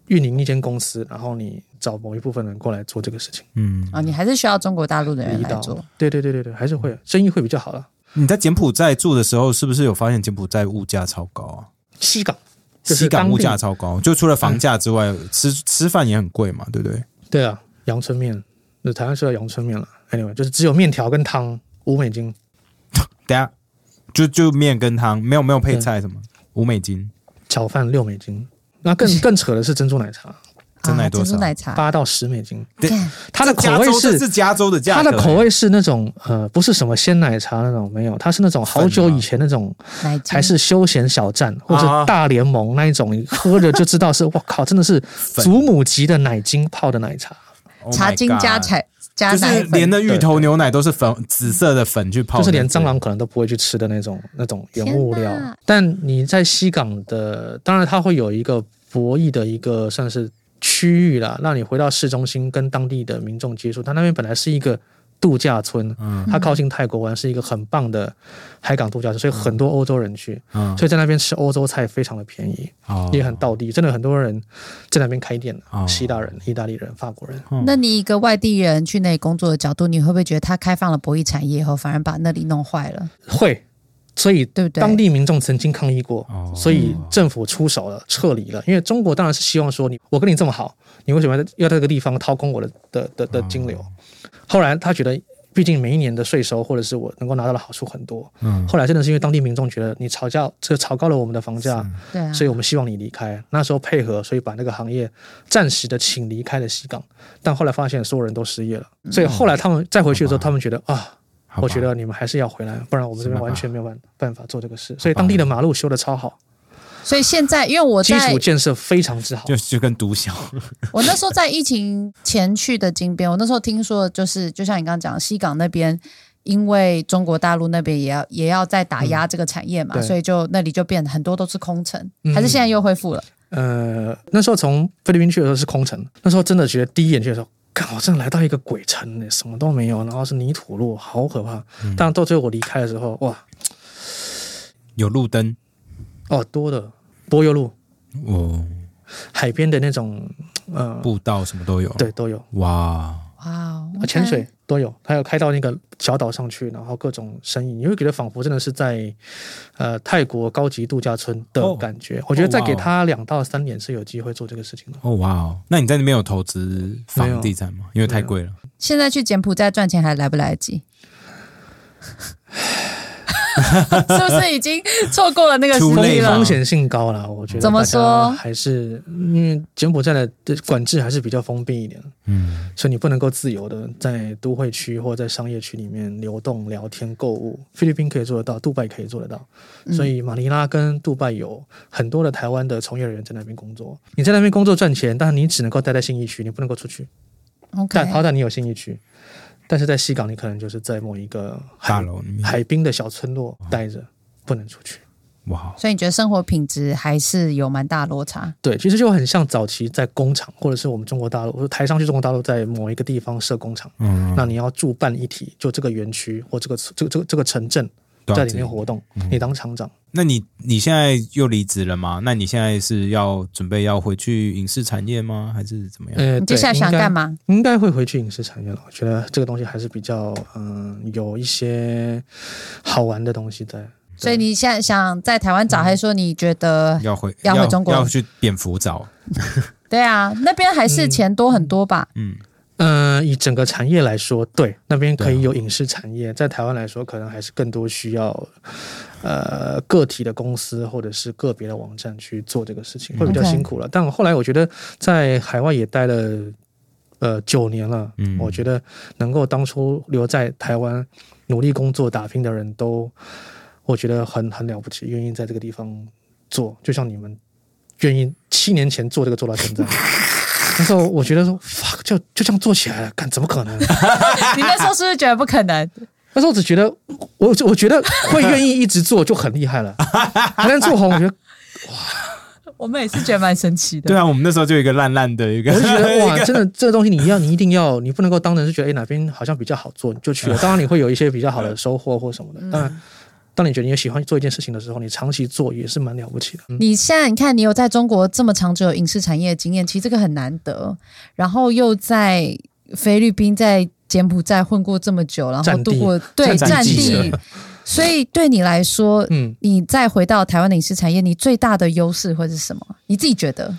[SPEAKER 3] 运营一间公司，然后你找某一部分人过来做这个事情，
[SPEAKER 2] 嗯，
[SPEAKER 1] 啊，你还是需要中国大陆的人
[SPEAKER 3] 一
[SPEAKER 1] 来
[SPEAKER 3] 到
[SPEAKER 1] 做。
[SPEAKER 3] 对对对对对，还是
[SPEAKER 2] 嗯
[SPEAKER 3] 会生意会比较好了。
[SPEAKER 2] 你在柬埔寨住的时候，是不是有发现柬埔寨物价超高啊？
[SPEAKER 3] 西港就是
[SPEAKER 2] 西港
[SPEAKER 3] 当
[SPEAKER 2] 物
[SPEAKER 3] 地嗯
[SPEAKER 2] 价超高，就除了房价之外，吃吃饭也很贵嘛，对不对？
[SPEAKER 3] 对啊，阳春面，那台湾是叫阳春面了。Anyway，就是只有面条跟汤，五美金。
[SPEAKER 2] 等一下就就面跟汤，没有没有配菜什么，五美金，
[SPEAKER 3] 炒饭六美金。那 更更扯的是珍珠奶茶，
[SPEAKER 2] 真奶
[SPEAKER 1] 啊
[SPEAKER 2] 多少
[SPEAKER 1] 珍珠奶茶，
[SPEAKER 3] 八到十美金。
[SPEAKER 2] 对
[SPEAKER 1] 干
[SPEAKER 3] 它的口
[SPEAKER 2] 加
[SPEAKER 3] 味
[SPEAKER 2] 州这
[SPEAKER 3] 是
[SPEAKER 2] 是加州的价
[SPEAKER 3] 它
[SPEAKER 2] 格，哎
[SPEAKER 3] 的口味是那种呃，不是什么鲜奶茶那种，没有，它是那种好久以前那种，
[SPEAKER 1] 奶精
[SPEAKER 3] 还是休闲小站或者
[SPEAKER 2] 啊
[SPEAKER 3] 大联盟那一种，你喝着就知道是， 我靠，真的是
[SPEAKER 2] 粉
[SPEAKER 3] 祖母级的奶精泡的奶茶，
[SPEAKER 2] Oh my
[SPEAKER 1] 茶精加
[SPEAKER 2] God
[SPEAKER 1] 奶加
[SPEAKER 2] 就是
[SPEAKER 1] 奶粉，
[SPEAKER 2] 连的芋头牛奶都是粉紫色的粉去泡
[SPEAKER 3] 就
[SPEAKER 2] 的，
[SPEAKER 3] 是连蟑螂可能都不会去吃的那种那种原物料
[SPEAKER 1] 天哪。
[SPEAKER 3] 但你在西港的，当然它会有一个博弈的一个算是区域啦，让你回到市中心跟当地的民众接触。它那边本来是一个度假村，
[SPEAKER 2] 嗯
[SPEAKER 3] 它靠近泰国湾，是一个很棒的海港度假村，所以很多欧洲人去，
[SPEAKER 2] 嗯，
[SPEAKER 3] 所以在那边吃欧洲菜非常的便宜，
[SPEAKER 2] 哦
[SPEAKER 3] 也很道地。真的很多人在那边开店的
[SPEAKER 2] 哦，
[SPEAKER 3] 希腊人、意大利人、法国人。
[SPEAKER 1] 那你一个外地人去那里工作的角度，你会不会觉得他开放了博弈产业以后，反而把那里弄坏了？
[SPEAKER 3] 会，所以
[SPEAKER 1] 对不对
[SPEAKER 3] 当地民众曾经抗议过，
[SPEAKER 2] 哦
[SPEAKER 3] 所以政府出手了，撤离了。因为中国当然是希望说你，我跟你这么好，你为什么要在要在这个地方掏空我的的的的金流？
[SPEAKER 2] 嗯
[SPEAKER 3] 后来他觉得。毕竟每一年的税收，或者是我能够拿到的好处很多。
[SPEAKER 2] 嗯
[SPEAKER 3] 后来真的是因为当地民众觉得你炒价，这炒高了我们的房价，
[SPEAKER 1] 对啊，
[SPEAKER 3] 所以我们希望你离开。那时候配合，所以把那个行业暂时的请离开了西港。但后来发现所有人都失业了，所以后来他们再回去的时
[SPEAKER 2] 好
[SPEAKER 3] 候，
[SPEAKER 2] 吧
[SPEAKER 3] 他们觉得啊，
[SPEAKER 2] 嗯好吧
[SPEAKER 3] 我觉得你们还是要回来，不然我们这边
[SPEAKER 2] 是吧
[SPEAKER 3] 完全没有办办法做这个事。所以当地的马路修的超好，
[SPEAKER 1] 所以现在，因为我
[SPEAKER 3] 基
[SPEAKER 1] 在
[SPEAKER 3] 础建设非常之好
[SPEAKER 2] 就。就跟毒 枭，
[SPEAKER 1] 我那时候在疫情前去的金边，我那时候听说，就是就像你刚刚讲，西港那边。因为中国大陆那边也要也要再打压这个产业嘛，
[SPEAKER 3] 嗯对
[SPEAKER 1] 所以就那里就变得很多都是空城，
[SPEAKER 3] 嗯
[SPEAKER 1] 还是现在又恢复了？
[SPEAKER 3] 呃，那时候从菲律宾去的时候是空城，那时候真的觉得第一眼去的时候。看，我真的来到一个鬼城呢，什么都没有，然后是泥土路，好可怕。
[SPEAKER 2] 嗯
[SPEAKER 3] 但到最后我离开的时候，哇，
[SPEAKER 2] 有路灯
[SPEAKER 3] 哦，多的柏油路，
[SPEAKER 2] 哦，
[SPEAKER 3] 海边的那种，呃，
[SPEAKER 2] 步道什么都有，
[SPEAKER 3] 对，都有。
[SPEAKER 2] 哇，
[SPEAKER 1] 哇哦，
[SPEAKER 3] 啊，潜水都有，还有开到那个小岛上去，然后各种生意，你会觉得仿佛真的是在呃泰国高级度假村的
[SPEAKER 2] 哦
[SPEAKER 3] 感觉。我觉得再
[SPEAKER 2] 哇哦
[SPEAKER 3] 给他两到三年是有机会做这个事情的。
[SPEAKER 2] 哦哇哦，那你在那边有投资房地产吗？因为太贵了，
[SPEAKER 1] 现在去柬埔寨赚钱还来不来得及？ 是不是已经错过了那个时
[SPEAKER 2] 不累
[SPEAKER 1] 机
[SPEAKER 2] 吗
[SPEAKER 1] 了
[SPEAKER 3] 风？险性高啦，我觉得
[SPEAKER 1] 怎么
[SPEAKER 3] 大家
[SPEAKER 1] 说
[SPEAKER 3] 还是因为柬埔寨的管制还是比较封闭一点，
[SPEAKER 2] 嗯，
[SPEAKER 3] 所以你不能够自由的在都会区或在商业区里面流动、聊天、购物。菲律宾可以做得到，杜拜可以做得到，
[SPEAKER 1] 嗯
[SPEAKER 3] 所以马尼拉跟杜拜有很多的台湾的从业人员在那边工作。你在那边工作赚钱，但是你只能够待在信义区，你不能够出去。但
[SPEAKER 1] OK，
[SPEAKER 3] 好歹你有信义区，但是在西港，你可能就是在某一个海
[SPEAKER 2] 大楼里面，
[SPEAKER 3] 海滨的小村落待着，不能出去。
[SPEAKER 2] 哇，
[SPEAKER 1] 所以你觉得生活品质还是有蛮大落差？
[SPEAKER 3] 对，其实就很像早期在工厂，或者是我们中国大陆，或者台商去中国大陆，在某一个地方设工厂。
[SPEAKER 2] 嗯，
[SPEAKER 3] 那你要住办一体，就这个园区或这个这个这个这个城镇
[SPEAKER 2] 多
[SPEAKER 3] 在
[SPEAKER 2] 少
[SPEAKER 3] 里面
[SPEAKER 2] 钱？
[SPEAKER 3] 活动，你当厂长。
[SPEAKER 2] 啊那你你现在又离职了吗？那你现在是要准备要回去影视产业吗？还是怎么样？
[SPEAKER 3] 呃，
[SPEAKER 1] 你接
[SPEAKER 3] 对
[SPEAKER 1] 下来想干？嘛？
[SPEAKER 3] 应该应该会回去影视产业了。我觉得这个东西还是比较嗯、有一些好玩的东西在。
[SPEAKER 1] 所以你现在想在台湾找，还是说你觉得
[SPEAKER 3] 呃
[SPEAKER 2] 要回
[SPEAKER 1] 要回中国
[SPEAKER 2] 要去蝙蝠找，
[SPEAKER 1] 对啊？那边还是钱多很多吧？
[SPEAKER 2] 嗯，
[SPEAKER 3] 嗯、以整个产业来说，对那边可
[SPEAKER 2] 对
[SPEAKER 3] 以
[SPEAKER 2] 啊
[SPEAKER 3] 有影视产业，在台湾来说，可能还是更多需要呃个体的公司或者是个别的网站去做这个事情，会比较
[SPEAKER 1] OK
[SPEAKER 3] 辛苦了。但后来我觉得在海外也待了呃九年了，
[SPEAKER 2] 嗯
[SPEAKER 3] 我觉得能够当初留在台湾努力工作打拼的人都，我觉得很很了不起，愿意在这个地方做，就像你们愿意七年前做这个做到现在。那时候我觉得说，fuck，就就这样做起来了，干怎么可能？嗯
[SPEAKER 1] 你那时候是不是觉得不可能？
[SPEAKER 3] 那时候只觉得，我我觉得会愿意一直做就很厉害了。还能做红，我觉得
[SPEAKER 1] 我们也是觉得蛮神奇的。
[SPEAKER 2] 对啊，我们那时候就有一个烂烂 的一个，
[SPEAKER 3] 我就觉得哇，真的这个东西你要你一定要，你不能够当成是觉得哎哪边好像比较好做你就 去了。当然你会有一些比较好的收获或什么的。
[SPEAKER 2] 嗯
[SPEAKER 3] 当然，当你觉得你喜欢做一件事情的时候，你长期做也是蛮了不起的。嗯
[SPEAKER 1] 你现在你看，你有在中国这么长久有影视产业的经验，其实这个很难得。然后又在菲律宾、在柬埔寨混过这么久，然后
[SPEAKER 3] 战地
[SPEAKER 1] 度过对
[SPEAKER 2] 战
[SPEAKER 1] 战
[SPEAKER 2] 地
[SPEAKER 1] 地，所以对你来说，
[SPEAKER 3] 嗯，
[SPEAKER 1] 你再回到台湾的影视产业，你最大的优势会是什么？你自己觉得？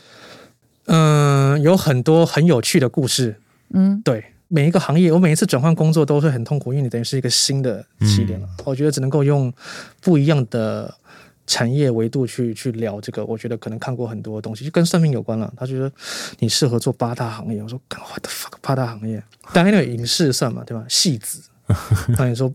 [SPEAKER 3] 嗯，有很多很有趣的故事。
[SPEAKER 1] 嗯，
[SPEAKER 3] 对，每一个行业，我每一次转换工作都会很痛苦，因为你等于是一个新的起
[SPEAKER 1] 嗯
[SPEAKER 3] 点了。我觉得只能够用不一样的产业维度去去聊这个。我觉得可能看过很多东西，就跟算命有关了。他觉得你适合做八大行业，我说干 what the fuck 八大行业？当然那个影视算嘛，对吧？戏 子，那你说。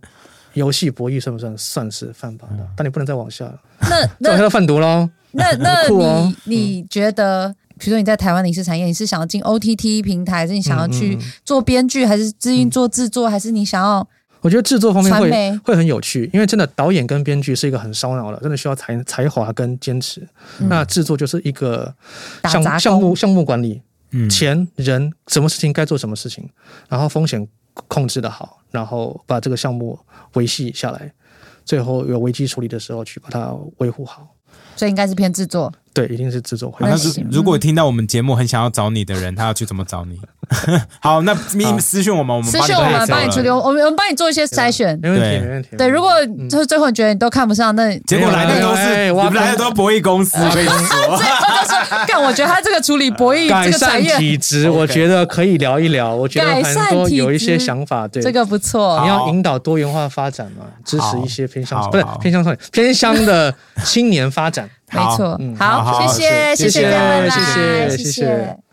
[SPEAKER 3] 游戏博弈算不算？算是犯八大，但你不能再往下了，
[SPEAKER 1] 嗯那
[SPEAKER 3] 再往下
[SPEAKER 1] 那
[SPEAKER 3] 要贩毒喽。
[SPEAKER 1] 那那
[SPEAKER 3] 很
[SPEAKER 1] 你、
[SPEAKER 3] 酷哦
[SPEAKER 1] 你觉得？比如说你在台湾的影视产业，你是想要进 OTT 平台，还是你想要去
[SPEAKER 3] 嗯嗯嗯
[SPEAKER 1] 做编剧，还是至于做制作，还是你想要
[SPEAKER 3] 我觉得制作方面
[SPEAKER 1] 传
[SPEAKER 3] 会
[SPEAKER 1] 媒
[SPEAKER 3] 会很有趣，因为真的导演跟编剧是一个很烧脑的，真的需要才才华跟坚持。那制作就是一个
[SPEAKER 1] 嗯打杂
[SPEAKER 3] 项
[SPEAKER 1] 工
[SPEAKER 3] 项目项目管理，
[SPEAKER 2] 嗯
[SPEAKER 3] 钱人什么事情该做什么事情，然后风险控制的好，然后把这个项目维系下来，最后有危机处理的时候去把它维护好。
[SPEAKER 1] 所以应该是偏制作。
[SPEAKER 3] 对，一定是制作会
[SPEAKER 1] 啊
[SPEAKER 2] 那
[SPEAKER 1] 那
[SPEAKER 2] 是
[SPEAKER 1] 行
[SPEAKER 2] 如果听到我们节目很想要找你的人，他要去怎么找你？ 好，那你
[SPEAKER 3] 好
[SPEAKER 2] 私讯我们，我们
[SPEAKER 1] 私讯我们帮你处
[SPEAKER 2] 处
[SPEAKER 1] 理，
[SPEAKER 2] 理。
[SPEAKER 1] 我们我们帮你做一些筛选。
[SPEAKER 3] 没问
[SPEAKER 2] 对
[SPEAKER 3] 题，没问题。嗯
[SPEAKER 1] 对，如果就是最后你觉得你都看不上，那
[SPEAKER 2] 结果来的都
[SPEAKER 3] 哎
[SPEAKER 2] 是，
[SPEAKER 3] 哎
[SPEAKER 2] 你
[SPEAKER 3] 挖
[SPEAKER 2] 们来的
[SPEAKER 3] 坑
[SPEAKER 2] 都博弈公司，我跟你说，
[SPEAKER 1] 他哦就是干，我觉得他这个处理博弈
[SPEAKER 3] 改
[SPEAKER 1] 这个产
[SPEAKER 3] 善
[SPEAKER 1] 业，
[SPEAKER 3] 体质，我觉得可以聊一聊。我觉得
[SPEAKER 1] 改善
[SPEAKER 3] 很多
[SPEAKER 1] 体
[SPEAKER 3] 有一
[SPEAKER 1] 质
[SPEAKER 3] 些想法，对
[SPEAKER 1] 这个不错
[SPEAKER 2] 好。
[SPEAKER 3] 你要引导多元化发展嘛，支持一些偏
[SPEAKER 2] 好
[SPEAKER 3] 乡不是
[SPEAKER 2] 好
[SPEAKER 3] 偏乡少年偏乡的青年发展。
[SPEAKER 1] 没错
[SPEAKER 3] 嗯，
[SPEAKER 1] 好，
[SPEAKER 2] 好
[SPEAKER 1] 谢谢，
[SPEAKER 2] 好
[SPEAKER 1] 谢
[SPEAKER 3] 谢
[SPEAKER 1] 谢
[SPEAKER 3] 谢
[SPEAKER 1] 各位来，
[SPEAKER 3] 谢谢
[SPEAKER 1] 谢
[SPEAKER 3] 谢谢